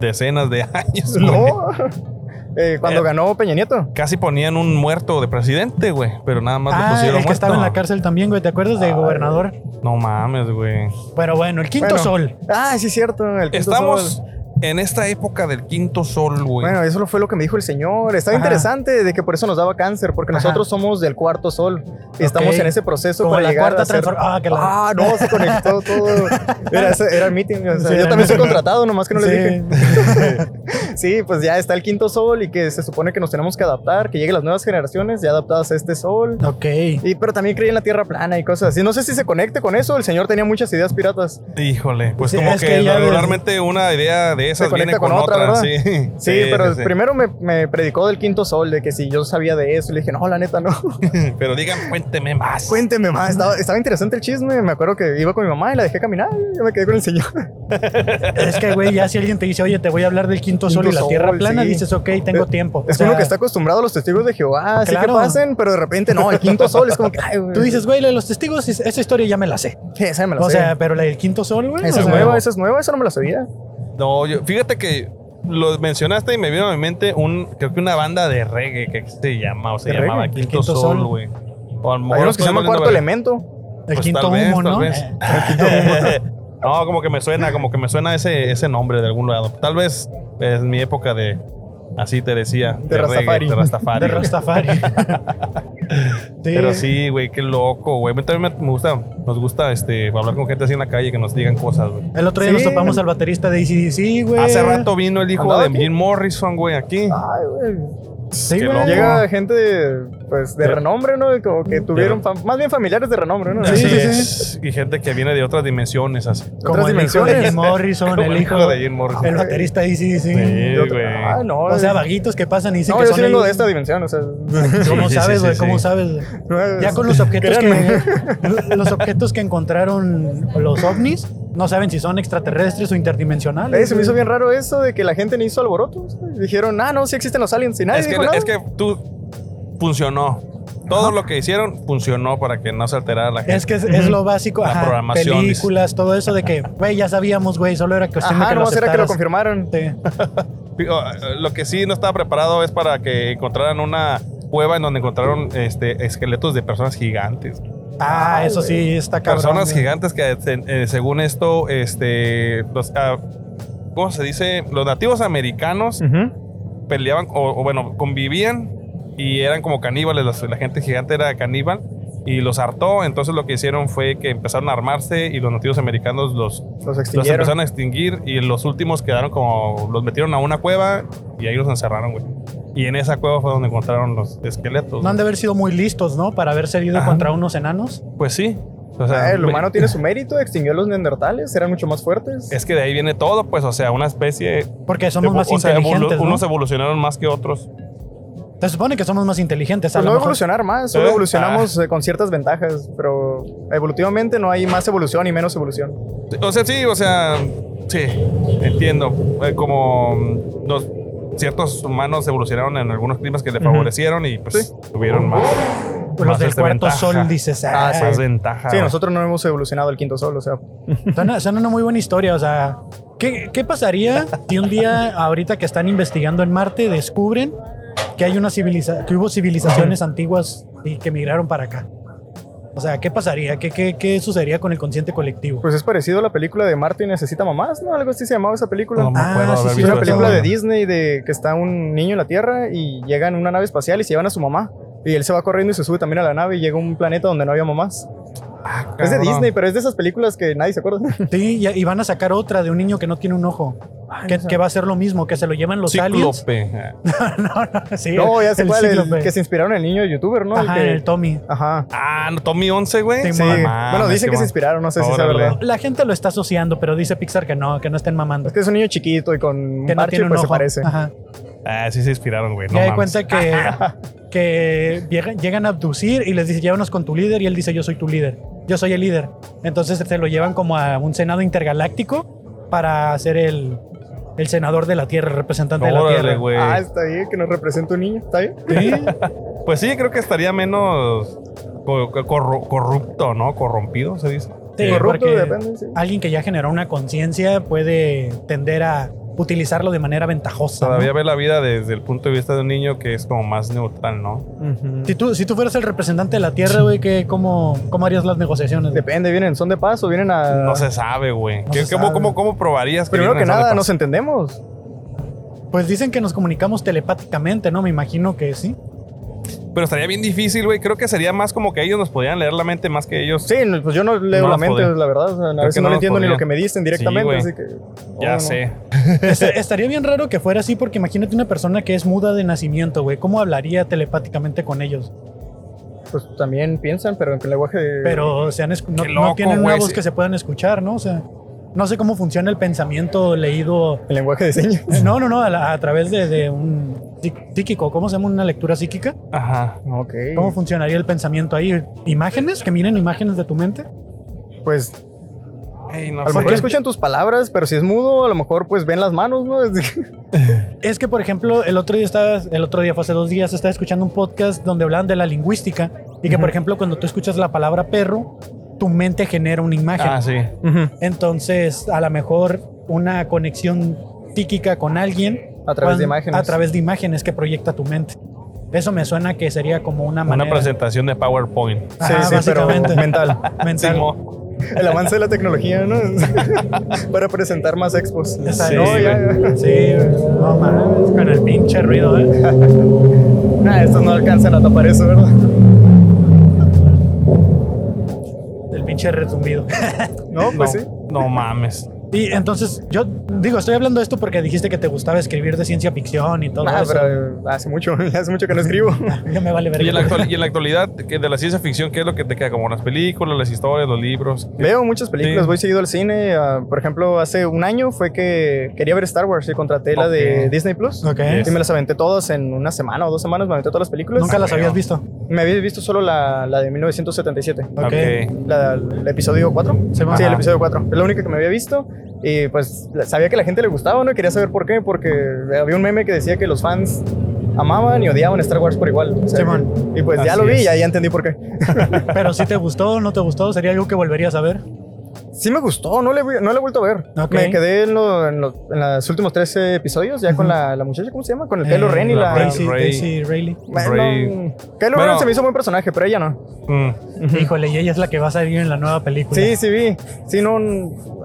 Speaker 1: decenas de años, güey.
Speaker 9: No. Eh, cuando
Speaker 1: Eh.
Speaker 9: ganó Peña Nieto.
Speaker 1: Casi ponían un muerto de presidente, güey. Pero nada más lo
Speaker 3: Ah, el
Speaker 1: pusieron
Speaker 3: que estaba en la
Speaker 1: muerto.
Speaker 3: cárcel también, güey. ¿Te acuerdas de gobernador?
Speaker 1: No mames, güey.
Speaker 3: Pero bueno, el quinto
Speaker 9: Bueno.
Speaker 3: sol.
Speaker 9: Ah, sí, es cierto. el quinto
Speaker 1: Estamos
Speaker 9: sol.
Speaker 1: en esta época del quinto sol, güey.
Speaker 9: Bueno, eso fue lo que me dijo el señor. Estaba
Speaker 3: Ajá.
Speaker 9: interesante de que por eso nos daba cáncer, porque
Speaker 3: Ajá.
Speaker 9: nosotros somos del cuarto sol. Y estamos en ese proceso
Speaker 3: Como
Speaker 9: para
Speaker 3: la
Speaker 9: llegar
Speaker 3: cuarta
Speaker 9: a ser-
Speaker 3: transformación. Ah, que la-
Speaker 9: Ah, no, se conectó todo. Era, ese- era el meeting. o sea,
Speaker 3: Sí,
Speaker 9: yo
Speaker 3: era
Speaker 9: también soy
Speaker 3: meeting.
Speaker 9: contratado, nomás que no
Speaker 3: Sí.
Speaker 9: les dije. Sí, pues ya está el quinto sol y que se supone que nos tenemos que adaptar, que lleguen las nuevas generaciones ya adaptadas a este sol.
Speaker 3: Ok.
Speaker 9: Y, pero también creí en la tierra plana y cosas así. No sé si se conecte con eso. El señor tenía muchas ideas piratas.
Speaker 1: Híjole, pues
Speaker 3: Sí,
Speaker 1: como
Speaker 3: es
Speaker 1: que,
Speaker 3: que ya ves.
Speaker 1: regularmente una idea de esas
Speaker 9: conecta
Speaker 1: viene con,
Speaker 9: con otra,
Speaker 1: otra,
Speaker 9: ¿verdad?
Speaker 1: sí.
Speaker 9: Sí, pero primero me, me predicó del quinto sol, de que si yo sabía de eso, le dije, no, la neta no.
Speaker 1: Pero digan, Cuénteme más.
Speaker 9: Cuénteme más, estaba, estaba interesante el chisme. Me acuerdo que iba con mi mamá y la dejé caminar. Yo me quedé con el señor.
Speaker 3: Es que, güey, ya si alguien te dice, oye, te voy a hablar del quinto sol y
Speaker 9: Quinto
Speaker 3: la tierra
Speaker 9: sol,
Speaker 3: plana,
Speaker 9: sí.
Speaker 3: dices, ok, tengo tiempo. O
Speaker 9: Es que
Speaker 3: sea,
Speaker 9: uno que está acostumbrado a los testigos de Jehová, así que
Speaker 3: Claro.
Speaker 9: pasen, pero de repente no, el quinto sol es como que, ay, güey.
Speaker 3: Tú dices, güey, la de los testigos, es- esa historia ya me la sé.
Speaker 9: Sí, esa me la
Speaker 3: O
Speaker 9: sé.
Speaker 3: sea, pero la del quinto sol, güey.
Speaker 9: esa
Speaker 3: o
Speaker 9: es
Speaker 3: sea,
Speaker 9: nueva, esa es nueva, esa no me la sabía.
Speaker 1: No, yo, fíjate que lo mencionaste y me vino a mi mente un, creo que una banda de reggae que se llama, o se
Speaker 9: ¿De
Speaker 1: llamaba
Speaker 9: reggae?
Speaker 3: ¿El
Speaker 1: Quinto,
Speaker 3: Quinto
Speaker 1: Sol,
Speaker 3: Sol?
Speaker 1: güey. O a lo
Speaker 9: Hay
Speaker 1: mejor
Speaker 9: unos que se
Speaker 1: estoy volviendo
Speaker 9: llaman cuarto
Speaker 1: ver-
Speaker 9: elemento.
Speaker 3: El
Speaker 1: Pues
Speaker 3: quinto
Speaker 1: tal vez,
Speaker 3: humo,
Speaker 1: tal
Speaker 3: ¿no?
Speaker 1: vez.
Speaker 3: Eh,
Speaker 1: No, como que me suena, como que me suena ese, ese nombre de algún lado. Tal vez es mi época de, así te decía, de, reggae,
Speaker 9: Rastafari.
Speaker 1: de Rastafari.
Speaker 3: De Rastafari. Sí.
Speaker 1: Pero sí, güey, qué loco, güey. A mí también me, me gusta, nos gusta este, hablar con gente así en la calle que nos digan cosas, güey.
Speaker 3: El otro día
Speaker 9: Sí.
Speaker 3: nos topamos al baterista de ACDC, güey.
Speaker 1: Hace rato vino el hijo
Speaker 9: ¿Andaba
Speaker 1: de
Speaker 9: aquí? Ah,
Speaker 1: Jim Morrison, güey, aquí.
Speaker 9: Ay, güey.
Speaker 3: Sí,
Speaker 1: Qué
Speaker 3: güey.
Speaker 1: loco.
Speaker 9: Llega gente de, pues, de
Speaker 1: Sí.
Speaker 9: renombre, ¿no? Y Como que tuvieron, fam- más bien familiares de renombre, ¿no?
Speaker 3: Sí, sí,
Speaker 1: así
Speaker 3: sí.
Speaker 1: es. Y gente que viene de otras dimensiones, así.
Speaker 3: Como el
Speaker 9: Otras
Speaker 3: hijo de
Speaker 9: dimensiones.
Speaker 3: Jim Morrison,
Speaker 1: Como
Speaker 3: el hijo
Speaker 1: de Jim Morrison.
Speaker 3: El baterista de ACDC.
Speaker 1: Sí,
Speaker 9: Yo-
Speaker 1: güey.
Speaker 9: Ah, no.
Speaker 3: O sea, vaguitos que pasan y dicen
Speaker 9: no,
Speaker 3: que
Speaker 9: yo
Speaker 3: son
Speaker 9: sí vengo
Speaker 3: ellos.
Speaker 9: de esta dimensión, o sea.
Speaker 3: ¿Cómo
Speaker 1: Sí, sí,
Speaker 3: sabes,
Speaker 1: sí,
Speaker 3: güey?
Speaker 1: sí.
Speaker 3: ¿Cómo sabes? güey?
Speaker 9: Pues,
Speaker 3: Ya con los objetos que los objetos que encontraron los ovnis, no saben si son extraterrestres o interdimensionales.
Speaker 9: Eh, se me hizo bien raro eso de que la gente ni hizo alboroto. o sea, Dijeron, ah, no, sí existen los aliens. Y nadie
Speaker 1: es, que,
Speaker 9: dijo nada.
Speaker 1: es que tú funcionó. Todo lo que hicieron funcionó para que no se alterara la gente.
Speaker 3: Es que es, es lo básico,
Speaker 1: La
Speaker 3: ajá,
Speaker 1: programación,
Speaker 3: películas, todo eso de que, güey, ya sabíamos, güey, solo era cuestión
Speaker 9: Ajá,
Speaker 3: de que
Speaker 9: no,
Speaker 3: lo
Speaker 9: será que lo
Speaker 3: aceptaras.
Speaker 9: confirmaron.
Speaker 3: Sí.
Speaker 1: Digo, eh, Lo que sí no estaba preparado es para que encontraran una cueva en donde encontraron este, esqueletos de personas gigantes.
Speaker 3: Ah, eso sí, está cabrón.
Speaker 1: personas
Speaker 3: güey.
Speaker 1: gigantes que se- eh, según esto, este, los, ah, ¿cómo se dice? Los nativos americanos
Speaker 9: Ujú.
Speaker 1: peleaban o, o, bueno, convivían y eran como caníbales, los- la gente gigante era caníbal y los hartó, entonces lo que hicieron fue que empezaron a armarse y los nativos americanos los,
Speaker 9: Los
Speaker 1: los
Speaker 9: extinguieron.
Speaker 1: empezaron a extinguir y los últimos quedaron como, los metieron a una cueva y ahí los encerraron, güey. Y en esa cueva fue donde encontraron los esqueletos.
Speaker 3: No han de haber sido muy listos, ¿no? Para haberse ido
Speaker 1: Ajá.
Speaker 3: contra unos enanos.
Speaker 1: Pues sí. O
Speaker 9: Ah,
Speaker 1: sea,
Speaker 9: el
Speaker 1: me-
Speaker 9: humano tiene su mérito, extinguió a los neandertales, eran mucho más fuertes.
Speaker 1: Es que de ahí viene todo, pues, o sea, una especie
Speaker 3: Porque somos
Speaker 1: Evo-
Speaker 3: más
Speaker 1: o sea, evolu-
Speaker 3: inteligentes. ¿no?
Speaker 1: Unos evolucionaron más que otros.
Speaker 3: Se supone que somos más inteligentes. A
Speaker 9: Pues
Speaker 3: lo
Speaker 9: no
Speaker 3: mejor-
Speaker 9: evolucionar más,
Speaker 1: ¿Eh?
Speaker 9: solo evolucionamos eh, con ciertas ventajas, pero evolutivamente no hay más evolución y menos evolución.
Speaker 1: O sea, sí, o sea, sí, entiendo. Eh, Como mm, los ciertos humanos evolucionaron en algunos climas que le favorecieron y pues tuvieron más.
Speaker 3: los
Speaker 1: más,
Speaker 3: del
Speaker 1: este,
Speaker 3: cuarto
Speaker 1: ventaja.
Speaker 3: sol, dices. Ah,
Speaker 1: más ventaja.
Speaker 9: Sí, nosotros no hemos evolucionado el quinto sol, o sea,
Speaker 3: Suena, suena una muy buena historia, o sea, ¿qué, qué pasaría si un día, ahorita que están investigando en Marte, descubren que hay una civiliza que hubo civilizaciones antiguas y que migraron para acá? O sea, ¿qué pasaría? ¿Qué, qué, qué sucedería con el consciente colectivo?
Speaker 9: pues es parecido a la película de Martin Necesita Mamás, ¿no? Algo así se llamaba esa película.
Speaker 1: No me
Speaker 3: Ah,
Speaker 1: acuerdo
Speaker 3: sí,
Speaker 1: haber
Speaker 3: sí,
Speaker 9: Es
Speaker 1: visto
Speaker 9: una
Speaker 3: cierto.
Speaker 1: esa
Speaker 9: película de
Speaker 1: madre.
Speaker 9: Disney de que está un niño en la Tierra y llega en una nave espacial y se llevan a su mamá. Y él se va corriendo y se sube también a la nave y llega a un planeta donde no había mamás. Es de
Speaker 1: Cabrón.
Speaker 9: Disney, pero es de esas películas que nadie se acuerda.
Speaker 3: Sí, y, y van a sacar otra de un niño que no tiene un ojo, que, que va a ser lo mismo, que se lo llevan los aliens.
Speaker 1: Cíclope.
Speaker 3: Sí,
Speaker 9: No, ya se
Speaker 3: el
Speaker 9: cuál, el
Speaker 3: cíclope.
Speaker 9: que se inspiraron en el niño youtuber, ¿no? El
Speaker 3: Ajá,
Speaker 9: que-
Speaker 3: el Tommy.
Speaker 9: Ajá.
Speaker 1: Ah, no, Tommy 11, güey.
Speaker 3: Sí,
Speaker 9: Sí.
Speaker 3: No
Speaker 9: bueno,
Speaker 1: mames,
Speaker 9: dicen que
Speaker 1: qué
Speaker 9: se
Speaker 1: mal.
Speaker 9: inspiraron, no sé si es
Speaker 1: Órale.
Speaker 9: verdad.
Speaker 3: La gente lo está asociando, pero dice Pixar que no, que no estén mamando.
Speaker 9: Es que es un niño chiquito y con un
Speaker 3: Que no
Speaker 9: parche,
Speaker 3: tiene un
Speaker 9: pues
Speaker 3: ojo.
Speaker 9: se parece.
Speaker 3: Ajá.
Speaker 1: Ah, sí se inspiraron, güey. No
Speaker 3: Ya de
Speaker 1: mames.
Speaker 3: cuenta que, que llega- llegan a abducir y les dice, llévanos con tu líder. Y él dice, yo soy tu líder. Yo soy el líder. Entonces se lo llevan como a un senado intergaláctico para ser el, el senador de la Tierra, el representante de la
Speaker 1: Órale,
Speaker 3: Tierra.
Speaker 1: güey.
Speaker 9: Ah, está bien, que nos representa un niño, está bien.
Speaker 1: Pues sí, creo que estaría menos co- co- corru- corrupto, ¿no? Corrompido, se dice.
Speaker 3: Sí,
Speaker 9: Corrupto,
Speaker 3: porque
Speaker 9: depende, sí.
Speaker 3: Alguien que ya generó una conciencia puede tender a utilizarlo de manera ventajosa. ¿no?
Speaker 1: Todavía ve la vida desde el punto de vista de un niño que es como más neutral, ¿no?
Speaker 3: Si tú, si tú fueras el representante de la Tierra, güey, ¿qué- ¿cómo, ¿cómo harías las negociaciones? güey?
Speaker 9: Depende, vienen, son de paz o vienen a.
Speaker 1: No se sabe, güey.
Speaker 3: No
Speaker 1: ¿Qué-
Speaker 3: se
Speaker 1: ¿Cómo,
Speaker 3: sabe.
Speaker 1: cómo, cómo probarías?
Speaker 9: Primero que
Speaker 1: vienen a
Speaker 9: nada,
Speaker 1: Santa
Speaker 9: nos entendemos.
Speaker 3: Pues dicen que nos comunicamos telepáticamente, ¿no? Me imagino que sí.
Speaker 1: Paz? Pero estaría bien difícil, güey. Creo que sería más como que ellos nos podrían leer la mente más que ellos.
Speaker 9: Sí, no, pues yo no leo
Speaker 1: No
Speaker 9: la
Speaker 1: las
Speaker 9: mente,
Speaker 1: podría.
Speaker 9: la verdad. o sea, a
Speaker 1: Creo que
Speaker 9: veces
Speaker 1: no
Speaker 9: no,
Speaker 1: las
Speaker 9: le entiendo ni
Speaker 1: podría.
Speaker 9: lo que me dicen directamente,
Speaker 1: Sí,
Speaker 9: así que.
Speaker 1: ya
Speaker 9: oh, no.
Speaker 1: sé.
Speaker 3: Est- Este, estaría bien raro que fuera así porque imagínate una persona que es muda de nacimiento, güey. ¿Cómo hablaría telepáticamente con ellos?
Speaker 9: Pues también piensan, pero en lenguaje.
Speaker 3: Pero se han escu- no,
Speaker 1: Qué
Speaker 3: no
Speaker 1: loco,
Speaker 3: tienen una
Speaker 1: güey,
Speaker 3: voz
Speaker 1: sí.
Speaker 3: que se puedan escuchar, ¿no? O sea, no sé cómo funciona el pensamiento leído. eh,
Speaker 9: El lenguaje de señas.
Speaker 3: No, no, no, a, la- a través de, de un psí- psíquico. ¿Cómo se llama una lectura psíquica?
Speaker 1: Ajá.
Speaker 9: Ok.
Speaker 3: ¿Cómo funcionaría el pensamiento ahí? ¿Imágenes? ¿Que miren imágenes de tu mente?
Speaker 9: Pues
Speaker 1: Ey, no
Speaker 9: a lo
Speaker 1: sé.
Speaker 9: mejor escuchan tus palabras, pero si es mudo, a lo mejor pues ven las manos, ¿no? Es de-
Speaker 3: Es que, por ejemplo, el otro día estaba, el otro día, fue hace dos días, estaba escuchando un podcast donde hablaban de la lingüística y que, por ejemplo, cuando tú escuchas la palabra perro, tu mente genera una imagen.
Speaker 1: Ah, sí.
Speaker 3: Entonces, a lo mejor una conexión psíquica con alguien
Speaker 9: A través de
Speaker 3: cuan-
Speaker 9: imágenes.
Speaker 3: A través de imágenes que proyecta tu mente. Eso me suena que sería como una manera.
Speaker 1: Una presentación de PowerPoint.
Speaker 9: Sí,
Speaker 3: Ajá,
Speaker 9: sí, pero
Speaker 3: básicamente.
Speaker 9: mental.
Speaker 3: mental.
Speaker 1: Simón.
Speaker 9: El avance de la tecnología, ¿no? Para presentar más expos.
Speaker 3: Ya está,
Speaker 1: Sí,
Speaker 3: ¿no?
Speaker 9: No, ya-
Speaker 3: Sí, no mames, con el pinche ruido, ¿eh?
Speaker 9: Nah, Ah, estos no alcanzan a tapar eso, ¿verdad?
Speaker 3: El pinche retumbido.
Speaker 9: No, pues sí.
Speaker 1: No mames.
Speaker 3: Y entonces, yo digo, estoy hablando de esto porque dijiste que te gustaba escribir de ciencia ficción y todo
Speaker 9: Nah,
Speaker 3: eso.
Speaker 9: pero eh, hace mucho, hace mucho que no escribo.
Speaker 3: Ya me vale ver.
Speaker 1: Y en, la actual- y en la actualidad, que de la ciencia ficción, ¿qué es lo que te queda? Como las películas, las historias, los libros.
Speaker 9: Veo muchas películas,
Speaker 1: Sí.
Speaker 9: voy seguido al cine. ah, por ejemplo, hace un año fue que quería ver Star Wars y contraté la de
Speaker 1: Ok.
Speaker 9: Disney Plus.
Speaker 3: Ok.
Speaker 9: Y me las aventé todas en una semana o dos semanas, me aventé todas las películas.
Speaker 3: Nunca las habías visto.
Speaker 9: Me había visto solo la, la de 1977.
Speaker 3: Ok.
Speaker 1: Ok.
Speaker 9: La, el episodio 4.
Speaker 3: Se va.
Speaker 9: Sí, el
Speaker 3: Ajá.
Speaker 9: episodio 4. Es la única que me había visto. Y pues la- sabía que a la gente le gustaba, ¿no? Y quería saber por qué. Porque había un meme que decía que los fans amaban y odiaban Star Wars por igual. O sea,
Speaker 3: Simón.
Speaker 9: y pues ya
Speaker 1: Así
Speaker 9: lo vi
Speaker 1: es.
Speaker 9: y ya, ya entendí por qué.
Speaker 3: Pero si te gustó, no te gustó, sería algo que volverías a ver.
Speaker 9: Sí me gustó, no le, vi- no la he vuelto a ver.
Speaker 3: Ok.
Speaker 9: Me quedé en, lo- en lo- en los últimos tres episodios ya con la, la muchacha, ¿cómo se llama? Con el pelo
Speaker 3: Eh,
Speaker 9: Ren y
Speaker 1: la
Speaker 9: la...
Speaker 1: Ren.
Speaker 3: Daisy,
Speaker 1: Ray.
Speaker 3: Daisy Rayleigh.
Speaker 9: Bueno,
Speaker 1: Rey.
Speaker 9: Kylo Ren
Speaker 1: Bueno.
Speaker 9: se me hizo un buen personaje, pero ella no.
Speaker 1: Mm.
Speaker 3: Híjole, y ella es la que va a salir en la nueva
Speaker 1: Pues
Speaker 3: película.
Speaker 9: Sí, sí vi. Sí, no...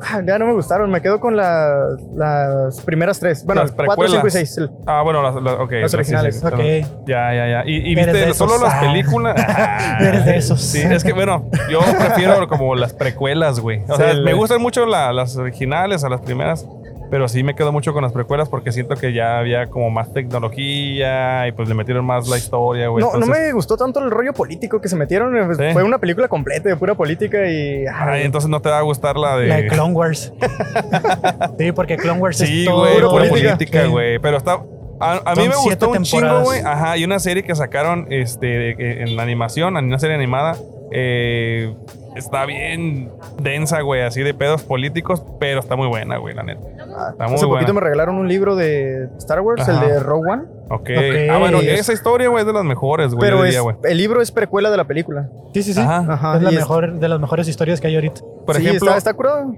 Speaker 9: ah, Ya no me gustaron. Me quedo con la- las primeras tres. Bueno,
Speaker 1: Las
Speaker 9: cuatro, cinco y
Speaker 1: precuelas.
Speaker 9: seis.
Speaker 1: Ah, bueno, las, las- ok,
Speaker 9: Los
Speaker 1: sí,
Speaker 9: originales,
Speaker 1: sí, sí.
Speaker 3: ok.
Speaker 1: Ya, ya, ya. ¿Y, y
Speaker 3: Eres de
Speaker 1: viste solo
Speaker 3: esos.
Speaker 1: las
Speaker 3: Ah.
Speaker 1: películas? Ah.
Speaker 3: Eres de esos.
Speaker 1: Sí, es que bueno, yo prefiero como las precuelas, güey. O
Speaker 9: Sí,
Speaker 1: sea,
Speaker 9: el-
Speaker 1: me gustan mucho la- las originales a las primeras, pero sí me quedo mucho con las precuelas porque siento que ya había como más tecnología y pues le metieron más la historia, güey.
Speaker 9: No, no
Speaker 1: entonces-
Speaker 9: me gustó tanto el rollo político que se metieron. eh, pues,
Speaker 1: Sí.
Speaker 9: Fue una película completa de pura política y...
Speaker 1: Ay, entonces no te va a gustar la de...
Speaker 3: La de Clone Wars. sí, porque Clone Wars
Speaker 1: Sí,
Speaker 3: es todo.
Speaker 1: güey, pura
Speaker 9: política.
Speaker 1: política,
Speaker 3: Sí.
Speaker 1: güey. Pero está. A, a mí
Speaker 3: Son
Speaker 1: me
Speaker 3: siete
Speaker 1: gustó un chingo,
Speaker 3: temporadas.
Speaker 1: güey. Ajá, y una serie que sacaron este, de- que- en la animación, en una serie animada. eh, está bien densa, güey, así de pedos políticos, pero está muy buena, güey, la neta. Está muy
Speaker 9: ah, Hace
Speaker 1: buena.
Speaker 9: poquito me regalaron un libro de Star Wars,
Speaker 1: Ajá.
Speaker 9: el de Rogue One.
Speaker 1: Ok.
Speaker 3: Ok.
Speaker 1: Ah, bueno, esa historia, güey, es de Ah, las mejores, güey.
Speaker 9: Pero
Speaker 1: yo
Speaker 9: es,
Speaker 1: diría, güey.
Speaker 9: el libro es precuela de la película.
Speaker 3: Sí, sí, sí.
Speaker 1: Ajá.
Speaker 9: Ajá.
Speaker 3: es la
Speaker 9: Ah, y
Speaker 3: mejor, de las mejores historias que hay ahorita.
Speaker 1: Por
Speaker 9: sí,
Speaker 1: ejemplo,
Speaker 9: está,
Speaker 1: está,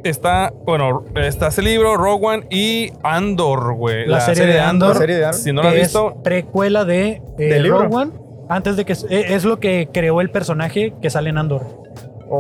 Speaker 9: está
Speaker 1: bueno,
Speaker 9: curado.
Speaker 1: está ese libro, Rogue One y Andor, güey.
Speaker 3: La serie de Andor.
Speaker 9: La serie de Andor.
Speaker 1: Si no la has
Speaker 3: que
Speaker 1: visto,
Speaker 3: Es precuela de, eh,
Speaker 9: Del libro.
Speaker 3: Rogue One, Antes de que. eh, Es lo que creó el personaje que sale en Andor.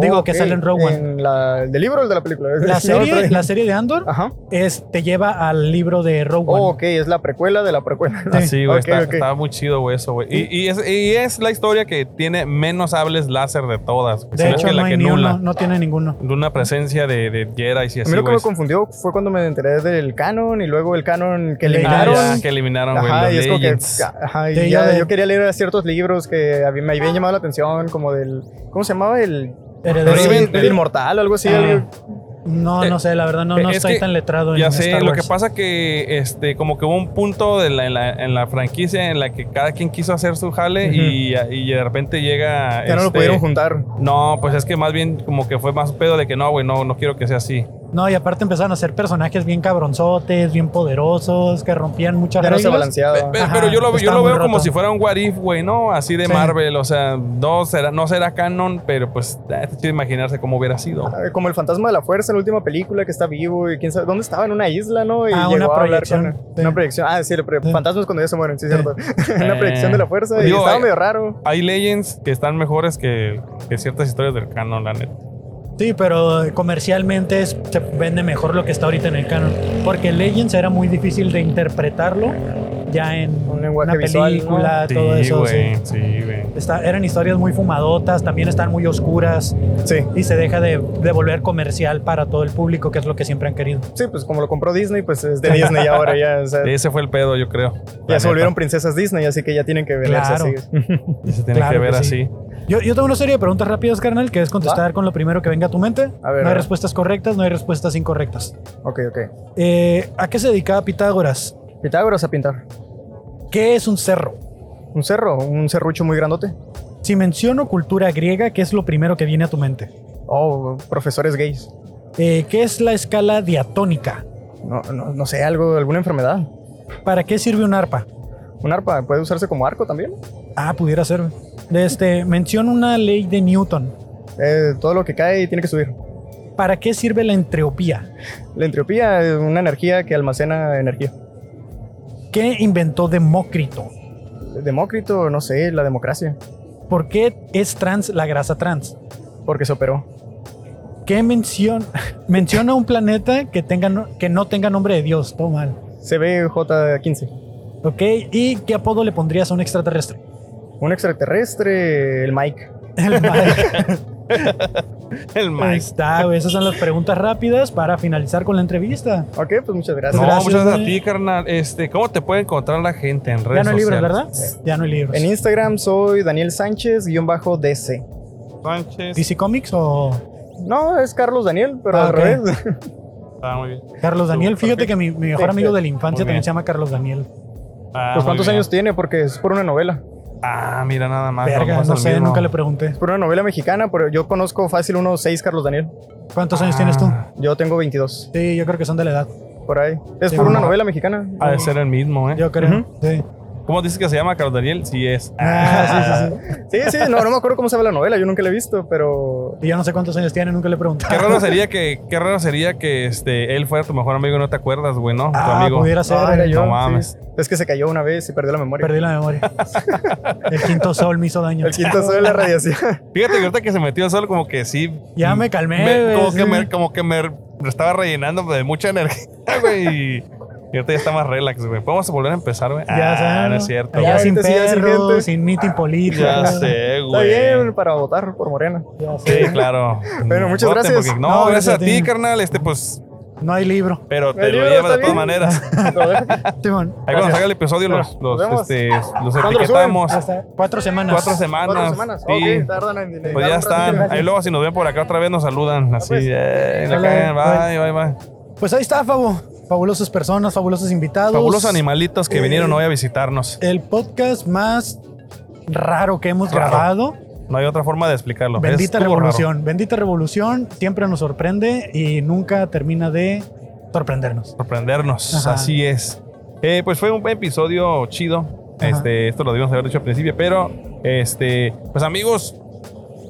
Speaker 3: Digo, que
Speaker 9: Ok,
Speaker 3: sale en Rogue One.
Speaker 9: en la- ¿El del libro o el de la película?
Speaker 3: La
Speaker 9: No,
Speaker 3: serie,
Speaker 9: otra-
Speaker 3: la serie de Andor
Speaker 9: Ajá.
Speaker 3: es, te lleva al libro de Rogue One.
Speaker 9: Oh, ok, es la precuela de la precuela.
Speaker 1: Así, güey.
Speaker 9: Ok,
Speaker 1: está,
Speaker 9: ok.
Speaker 1: está muy chido, güey, eso, güey. Y, y es, y es la historia que tiene menos hables láser de todas. güey.
Speaker 3: De
Speaker 1: Sino
Speaker 3: hecho,
Speaker 1: que la
Speaker 3: no, hay
Speaker 1: que
Speaker 3: ni
Speaker 1: nula.
Speaker 3: uno, no tiene ninguno.
Speaker 1: De una presencia de, de Jedi y
Speaker 9: A
Speaker 1: así,
Speaker 9: mí lo que
Speaker 1: güey.
Speaker 9: me confundió fue cuando me enteré del canon y luego el canon que
Speaker 3: Ah,
Speaker 1: Ah,
Speaker 9: eliminaron.
Speaker 1: ya, que eliminaron, güey.
Speaker 9: Ajá,
Speaker 1: Los
Speaker 9: y es como que,
Speaker 1: Legends.
Speaker 9: ajá, y
Speaker 3: Sí,
Speaker 9: ya
Speaker 3: ya de-
Speaker 9: yo quería leer ciertos libros que a mí me habían llamado la atención, como del, ¿cómo se llamaba? El,
Speaker 3: Heredero
Speaker 1: Riven-
Speaker 3: de-
Speaker 9: el, inmortal o algo así.
Speaker 3: Ah.
Speaker 9: algo-
Speaker 3: No, no sé, la verdad, no, no
Speaker 1: Eh, Es
Speaker 3: estoy
Speaker 1: que-
Speaker 3: tan letrado
Speaker 1: Ya
Speaker 3: en
Speaker 1: sé,
Speaker 3: Star
Speaker 1: lo
Speaker 3: Wars.
Speaker 1: que pasa que este, como que hubo un punto de la- en, la, en la franquicia en la que cada quien quiso hacer su jale y, y de repente llega.
Speaker 9: ya no lo
Speaker 1: este,
Speaker 9: pudieron juntar.
Speaker 1: No, pues es que más bien como que fue más pedo de que no, güey, no, no quiero que sea así.
Speaker 3: No, y aparte empezaron a ser personajes bien cabronzotes, bien poderosos, que rompían muchas
Speaker 9: Ya no se
Speaker 3: reglas.
Speaker 9: balanceaba.
Speaker 1: Pe- Pero,
Speaker 3: Ajá,
Speaker 1: yo lo, yo
Speaker 3: está
Speaker 1: lo
Speaker 3: muy
Speaker 1: veo como
Speaker 3: roto.
Speaker 1: si fuera un What If, güey, ¿no? Así de
Speaker 3: Sí.
Speaker 1: Marvel, o sea, no será, no será canon, pero pues eh, está chido imaginarse cómo hubiera sido.
Speaker 9: Ah, Como el fantasma de la fuerza, la última película que está vivo y quién sabe dónde estaba, en una isla, ¿no? Y
Speaker 3: Ah,
Speaker 9: llegó
Speaker 3: una
Speaker 9: a hablar
Speaker 3: proyección.
Speaker 9: con-
Speaker 3: Sí.
Speaker 9: Una proyección. Ah, sí, el pre-
Speaker 3: Sí.
Speaker 9: fantasmas cuando ya se mueren, sí, cierto. una
Speaker 1: Eh.
Speaker 9: proyección de la fuerza y
Speaker 1: Digo,
Speaker 9: estaba
Speaker 1: eh,
Speaker 9: medio raro.
Speaker 1: Hay legends que están mejores que, que ciertas historias del canon, la neta.
Speaker 3: Sí, pero eh, comercialmente es- se vende mejor lo que está ahorita en el canon. Porque Legends era muy difícil de interpretarlo, ya en
Speaker 9: Un
Speaker 3: una
Speaker 9: lenguaje visual. ¿no?
Speaker 3: película,
Speaker 1: Sí,
Speaker 3: todo eso. sí.
Speaker 1: güey. Sí, güey.
Speaker 3: Está- eran historias muy fumadotas, también están muy oscuras
Speaker 9: Sí.
Speaker 3: y se deja de, de volver comercial para todo el público, que es lo que siempre han querido.
Speaker 9: Sí, pues como lo compró Disney, pues es de Disney ahora ya. o sea,
Speaker 1: Ese fue el pedo, yo creo.
Speaker 9: ya se volvieron princesas Disney, así que ya tienen que verse
Speaker 3: Claro.
Speaker 9: así.
Speaker 1: Se tiene
Speaker 3: Claro
Speaker 1: que ver
Speaker 3: que sí.
Speaker 1: así.
Speaker 3: Yo, yo tengo una serie de preguntas rápidas, carnal, que es contestar con lo primero que venga a tu mente.
Speaker 9: A ver,
Speaker 3: no
Speaker 9: a
Speaker 3: hay
Speaker 9: ver.
Speaker 3: respuestas correctas, no hay respuestas incorrectas.
Speaker 9: Ok, ok.
Speaker 3: Eh, ¿A qué se dedicaba Pitágoras?
Speaker 9: Pitágoras a pintar.
Speaker 3: ¿Qué es un cerro?
Speaker 9: Un cerro, un cerrucho muy grandote.
Speaker 3: Si menciono cultura griega, ¿qué es lo primero que viene a tu mente?
Speaker 9: Oh, profesores gays.
Speaker 3: Eh, ¿Qué es la escala diatónica?
Speaker 9: No, no, no sé, algo, alguna enfermedad.
Speaker 3: ¿Para qué sirve un arpa?
Speaker 9: Un arpa puede usarse como arco también.
Speaker 3: Ah, pudiera ser. Este, menciono una ley de Newton.
Speaker 9: Eh, todo lo que cae tiene que subir.
Speaker 3: ¿Para qué sirve la entropía?
Speaker 9: La entropía es una energía que almacena energía.
Speaker 3: ¿Qué inventó Demócrito?
Speaker 9: Demócrito, no sé, la democracia.
Speaker 3: ¿Por qué es trans la grasa trans?
Speaker 9: Porque se operó.
Speaker 3: ¿Qué mención menciona un planeta que, tenga no- que no tenga nombre de Dios? Todo mal.
Speaker 9: CBJ15.
Speaker 3: ¿Ok? ¿Y qué apodo le pondrías a un extraterrestre?
Speaker 9: Un extraterrestre, el Mike.
Speaker 3: El Mike.
Speaker 1: El
Speaker 3: Ahí
Speaker 1: Mike.
Speaker 3: está, güey. Esas son las preguntas rápidas para finalizar con la entrevista.
Speaker 9: Ok, pues muchas gracias.
Speaker 1: No,
Speaker 3: Gracias,
Speaker 1: muchas gracias a
Speaker 3: güey.
Speaker 1: ti, carnal. Este, ¿Cómo te puede encontrar la gente en redes
Speaker 3: ya no hay libros,
Speaker 1: sociales?
Speaker 3: ¿verdad? Ya no hay libros.
Speaker 9: En Instagram soy Daniel Sánchez, guión bajo DC.
Speaker 1: Sánchez.
Speaker 3: ¿DC Comics o
Speaker 9: No, es Carlos Daniel, pero
Speaker 3: Ah,
Speaker 9: al
Speaker 3: ok.
Speaker 9: revés.
Speaker 1: Está muy bien. Pues
Speaker 3: Carlos Daniel? Fíjate que mi, mi mejor amigo de la infancia
Speaker 1: Muy bien.
Speaker 3: también se llama Carlos Daniel.
Speaker 9: pues cuántos años tiene, porque es por una novela.
Speaker 1: Ah, mira nada más.
Speaker 3: Verga,
Speaker 1: vamos
Speaker 3: no
Speaker 1: al
Speaker 3: sé,
Speaker 1: mismo.
Speaker 3: nunca le pregunté.
Speaker 9: Es por una novela mexicana, pero yo conozco fácil unos seis Carlos Daniel.
Speaker 3: ¿Cuántos años tienes tú?
Speaker 1: Ah,
Speaker 9: Yo tengo 22,
Speaker 3: Sí, yo creo que son de la edad.
Speaker 9: por ahí. Es
Speaker 3: Sí,
Speaker 9: por una
Speaker 3: mamá.
Speaker 9: novela mexicana.
Speaker 1: Ha de ser el mismo, ¿eh?
Speaker 3: Yo creo. Sí.
Speaker 1: ¿Cómo dices que se llama Carlos Daniel? Sí es.
Speaker 3: Ah, sí, sí, sí.
Speaker 9: Sí, sí, no, no me acuerdo cómo se llama la novela, yo nunca la he visto, pero...
Speaker 3: Y yo no sé cuántos años tiene, nunca le pregunté.
Speaker 1: Qué raro sería que, qué raro sería que este, él fuera tu mejor amigo y no te acuerdas, güey, ¿no? tu
Speaker 3: Ah,
Speaker 1: amigo.
Speaker 3: pudiera ser.
Speaker 9: Ah, era yo,
Speaker 1: No
Speaker 9: sí.
Speaker 1: mames.
Speaker 9: Es que se cayó una vez y perdió la memoria.
Speaker 3: Perdí la memoria. El quinto sol me hizo daño.
Speaker 9: El quinto sol de la radiación.
Speaker 1: Fíjate que ahorita que se metió el sol, como que sí.
Speaker 3: Ya me calmé,
Speaker 1: me-
Speaker 3: güey,
Speaker 1: como,
Speaker 3: sí.
Speaker 1: que me, como que me estaba rellenando de mucha energía, güey. Y ahorita ya está más relax, güey. Podemos volver a empezar, güey.
Speaker 3: Ya
Speaker 1: ah,
Speaker 3: sabes,
Speaker 1: No
Speaker 3: ¿no?
Speaker 1: es cierto.
Speaker 3: Allá
Speaker 1: güey.
Speaker 3: sin
Speaker 9: Ahorita sí, ya sin
Speaker 3: perros,
Speaker 9: gente.
Speaker 3: sin meeting político.
Speaker 1: Ya sé,
Speaker 9: Está
Speaker 1: güey.
Speaker 9: bien para votar por Morena.
Speaker 3: Ya sé.
Speaker 1: Sí, claro.
Speaker 9: Bueno, muchas
Speaker 1: Voten,
Speaker 9: gracias.
Speaker 1: porque- No,
Speaker 3: No,
Speaker 1: gracias,
Speaker 3: gracias
Speaker 1: a
Speaker 3: a
Speaker 1: ti,
Speaker 3: ti.
Speaker 1: carnal. Este, pues,
Speaker 3: No hay libro.
Speaker 1: pero te
Speaker 9: El
Speaker 1: lo
Speaker 9: libro
Speaker 1: llevas de
Speaker 9: está
Speaker 1: todas
Speaker 9: bien.
Speaker 1: maneras.
Speaker 9: Lo dejo.
Speaker 3: Timón,
Speaker 1: Ahí cuando salga el episodio los, los,
Speaker 9: Nos vemos.
Speaker 1: este, los
Speaker 9: lo
Speaker 1: etiquetamos.
Speaker 3: hasta cuatro semanas.
Speaker 1: Cuatro semanas.
Speaker 9: Cuatro semanas.
Speaker 1: Ah, Sí.
Speaker 9: Ok, tardan en llegar
Speaker 1: Pues
Speaker 9: un
Speaker 1: ya
Speaker 9: ratito.
Speaker 1: están. Ahí luego si nos ven por acá otra vez nos saludan. Así,
Speaker 9: pues.
Speaker 1: eh, la
Speaker 3: Hola,
Speaker 1: cagan. Bye, bye, bye.
Speaker 3: Pues ahí está, Fabo. Fabulosas personas, fabulosos invitados.
Speaker 1: Fabulosos animalitos que vinieron
Speaker 9: Eh.
Speaker 1: hoy a visitarnos.
Speaker 3: El podcast más raro que hemos
Speaker 1: Raro.
Speaker 3: grabado.
Speaker 1: No hay otra forma de explicarlo.
Speaker 3: Bendita
Speaker 1: Estuvo raro.
Speaker 3: revolución. Bendita revolución. Siempre nos sorprende y nunca termina de sorprendernos.
Speaker 1: sorprendernos.
Speaker 3: Ajá.
Speaker 1: Así es. Eh, pues fue un episodio chido.
Speaker 3: Ajá.
Speaker 1: Este, esto lo debimos haber dicho al principio, pero este, pues amigos,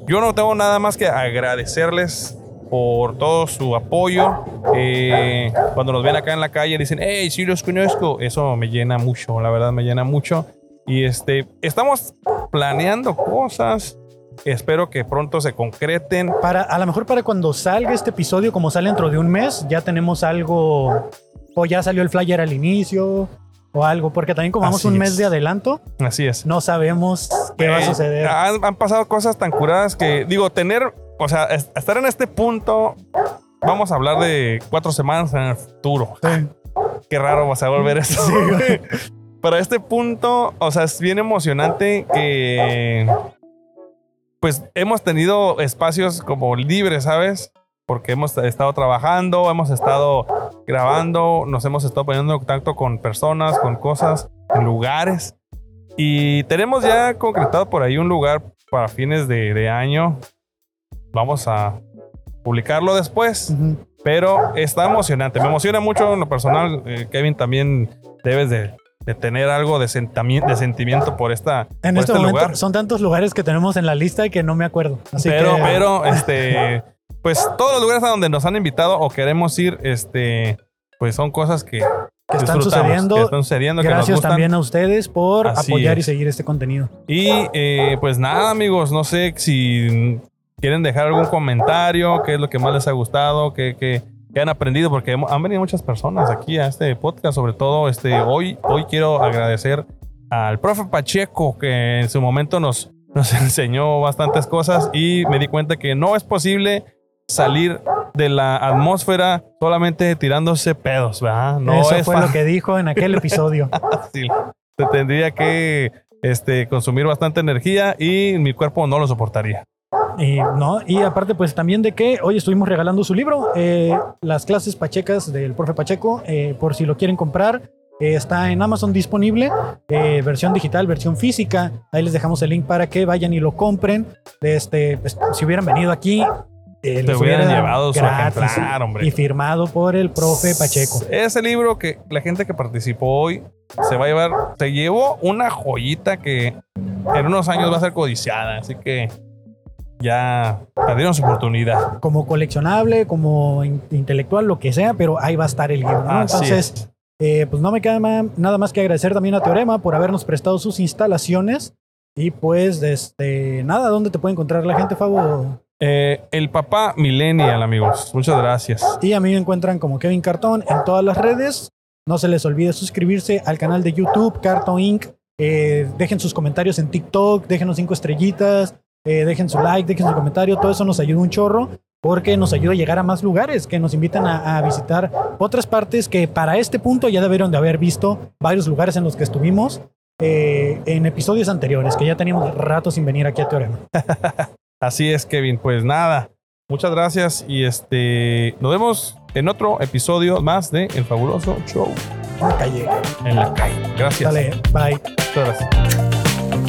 Speaker 1: yo no tengo nada más que agradecerles por todo su apoyo. Eh, cuando nos ven acá en la calle dicen, hey, sí los conozco. Eso me llena mucho, la verdad me llena mucho. Y este, estamos planeando cosas. Espero que pronto se concreten.
Speaker 3: Para, a lo mejor para cuando salga este episodio, como sale dentro de un mes, ya tenemos algo. O ya salió el flyer al inicio o algo. Porque también, como vamos
Speaker 1: Así
Speaker 3: un
Speaker 1: es.
Speaker 3: mes de adelanto,
Speaker 1: Así es.
Speaker 3: no sabemos qué va a
Speaker 1: Eh,
Speaker 3: suceder.
Speaker 1: Han, han pasado cosas tan curadas que, digo, tener, o sea, es- estar en este punto, vamos a hablar de cuatro semanas en el futuro.
Speaker 3: Sí.
Speaker 1: Qué raro vas a volver eso. Para este punto, o sea, es bien emocionante que, pues, hemos tenido espacios como libres, ¿sabes? Porque hemos estado trabajando, hemos estado grabando, nos hemos estado poniendo en contacto con personas, con cosas, en lugares. Y tenemos ya concretado por ahí un lugar para fines de, de año. Vamos a publicarlo después,
Speaker 3: Ujú.
Speaker 1: pero está emocionante. Me emociona mucho en lo personal. eh, Kevin, también debes de, de tener algo de, sentami- de sentimiento por, esta,
Speaker 3: En
Speaker 1: por
Speaker 3: este,
Speaker 1: este
Speaker 3: momento
Speaker 1: lugar.
Speaker 3: son tantos lugares que tenemos en la lista que no me acuerdo. Así
Speaker 1: pero,
Speaker 3: que
Speaker 1: pero, este, pues todos los lugares a donde nos han invitado o queremos ir, este, pues son cosas que,
Speaker 3: que están
Speaker 1: disfrutamos,
Speaker 3: sucediendo.
Speaker 1: que están sucediendo, que nos
Speaker 3: Gracias
Speaker 1: gustan.
Speaker 3: también a ustedes por
Speaker 1: Así
Speaker 3: apoyar y
Speaker 1: es.
Speaker 3: seguir este contenido.
Speaker 1: Y eh, pues nada, amigos, no sé si quieren dejar algún comentario, qué es lo que más les ha gustado, qué, qué, que han aprendido, porque hemo- han venido muchas personas aquí a este podcast, sobre todo este hoy, hoy quiero agradecer al profe Pacheco, que en su momento nos, nos enseñó bastantes cosas y me di cuenta que no es posible salir de la atmósfera solamente tirándose pedos, ¿verdad? No
Speaker 3: Eso
Speaker 1: es
Speaker 3: fue
Speaker 1: fácil
Speaker 3: lo que dijo en aquel episodio.
Speaker 1: fácil. Te tendría que este, consumir bastante energía y mi cuerpo no lo soportaría.
Speaker 3: Y, Eh, no, y aparte, pues también de que hoy estuvimos regalando su libro, eh, Las clases pachecas del profe Pacheco, eh, por si lo quieren comprar. eh, está en Amazon disponible, eh, versión digital, versión física. Ahí les dejamos el link para que vayan y lo compren. Este, pues, si hubieran venido aquí, eh,
Speaker 1: Te
Speaker 3: los
Speaker 1: hubieran
Speaker 3: hubiera
Speaker 1: llevado su
Speaker 3: gratis
Speaker 1: ejemplar, hombre.
Speaker 3: Y firmado por el profe Pacheco.
Speaker 1: Ese libro que la gente que participó hoy se va a llevar, se llevó una joyita que en unos años va a ser codiciada, así que ya perdieron su oportunidad.
Speaker 3: como coleccionable, como in- intelectual, lo que sea, pero ahí va a estar el libro. ¿no?
Speaker 1: Así
Speaker 3: Entonces, eh, pues no me queda ma- nada más que agradecer también a Teorema por habernos prestado sus instalaciones. Y pues, este, nada, ¿dónde te puede encontrar la gente, Fabo?
Speaker 1: Eh, el papá millennial, amigos. Muchas gracias.
Speaker 3: Y a mí me encuentran como Kevin Cartón en todas las redes. No se les olvide suscribirse al canal de YouTube, Cartón Inc. Eh, dejen sus comentarios en TikTok, déjenos cinco estrellitas, eh, dejen su like, dejen su comentario. Todo eso nos ayuda un chorro porque nos ayuda a llegar a más lugares, que nos invitan a, a visitar otras partes que para este punto ya debieron de haber visto varios lugares en los que estuvimos eh, en episodios anteriores, que ya teníamos rato sin venir aquí a Teorema.
Speaker 1: Así es, Kevin. Pues nada, muchas gracias y este nos vemos en otro episodio más de El Fabuloso Show
Speaker 3: En la calle.
Speaker 1: en la calle. Gracias.
Speaker 3: Dale, bye.
Speaker 1: Muchas gracias.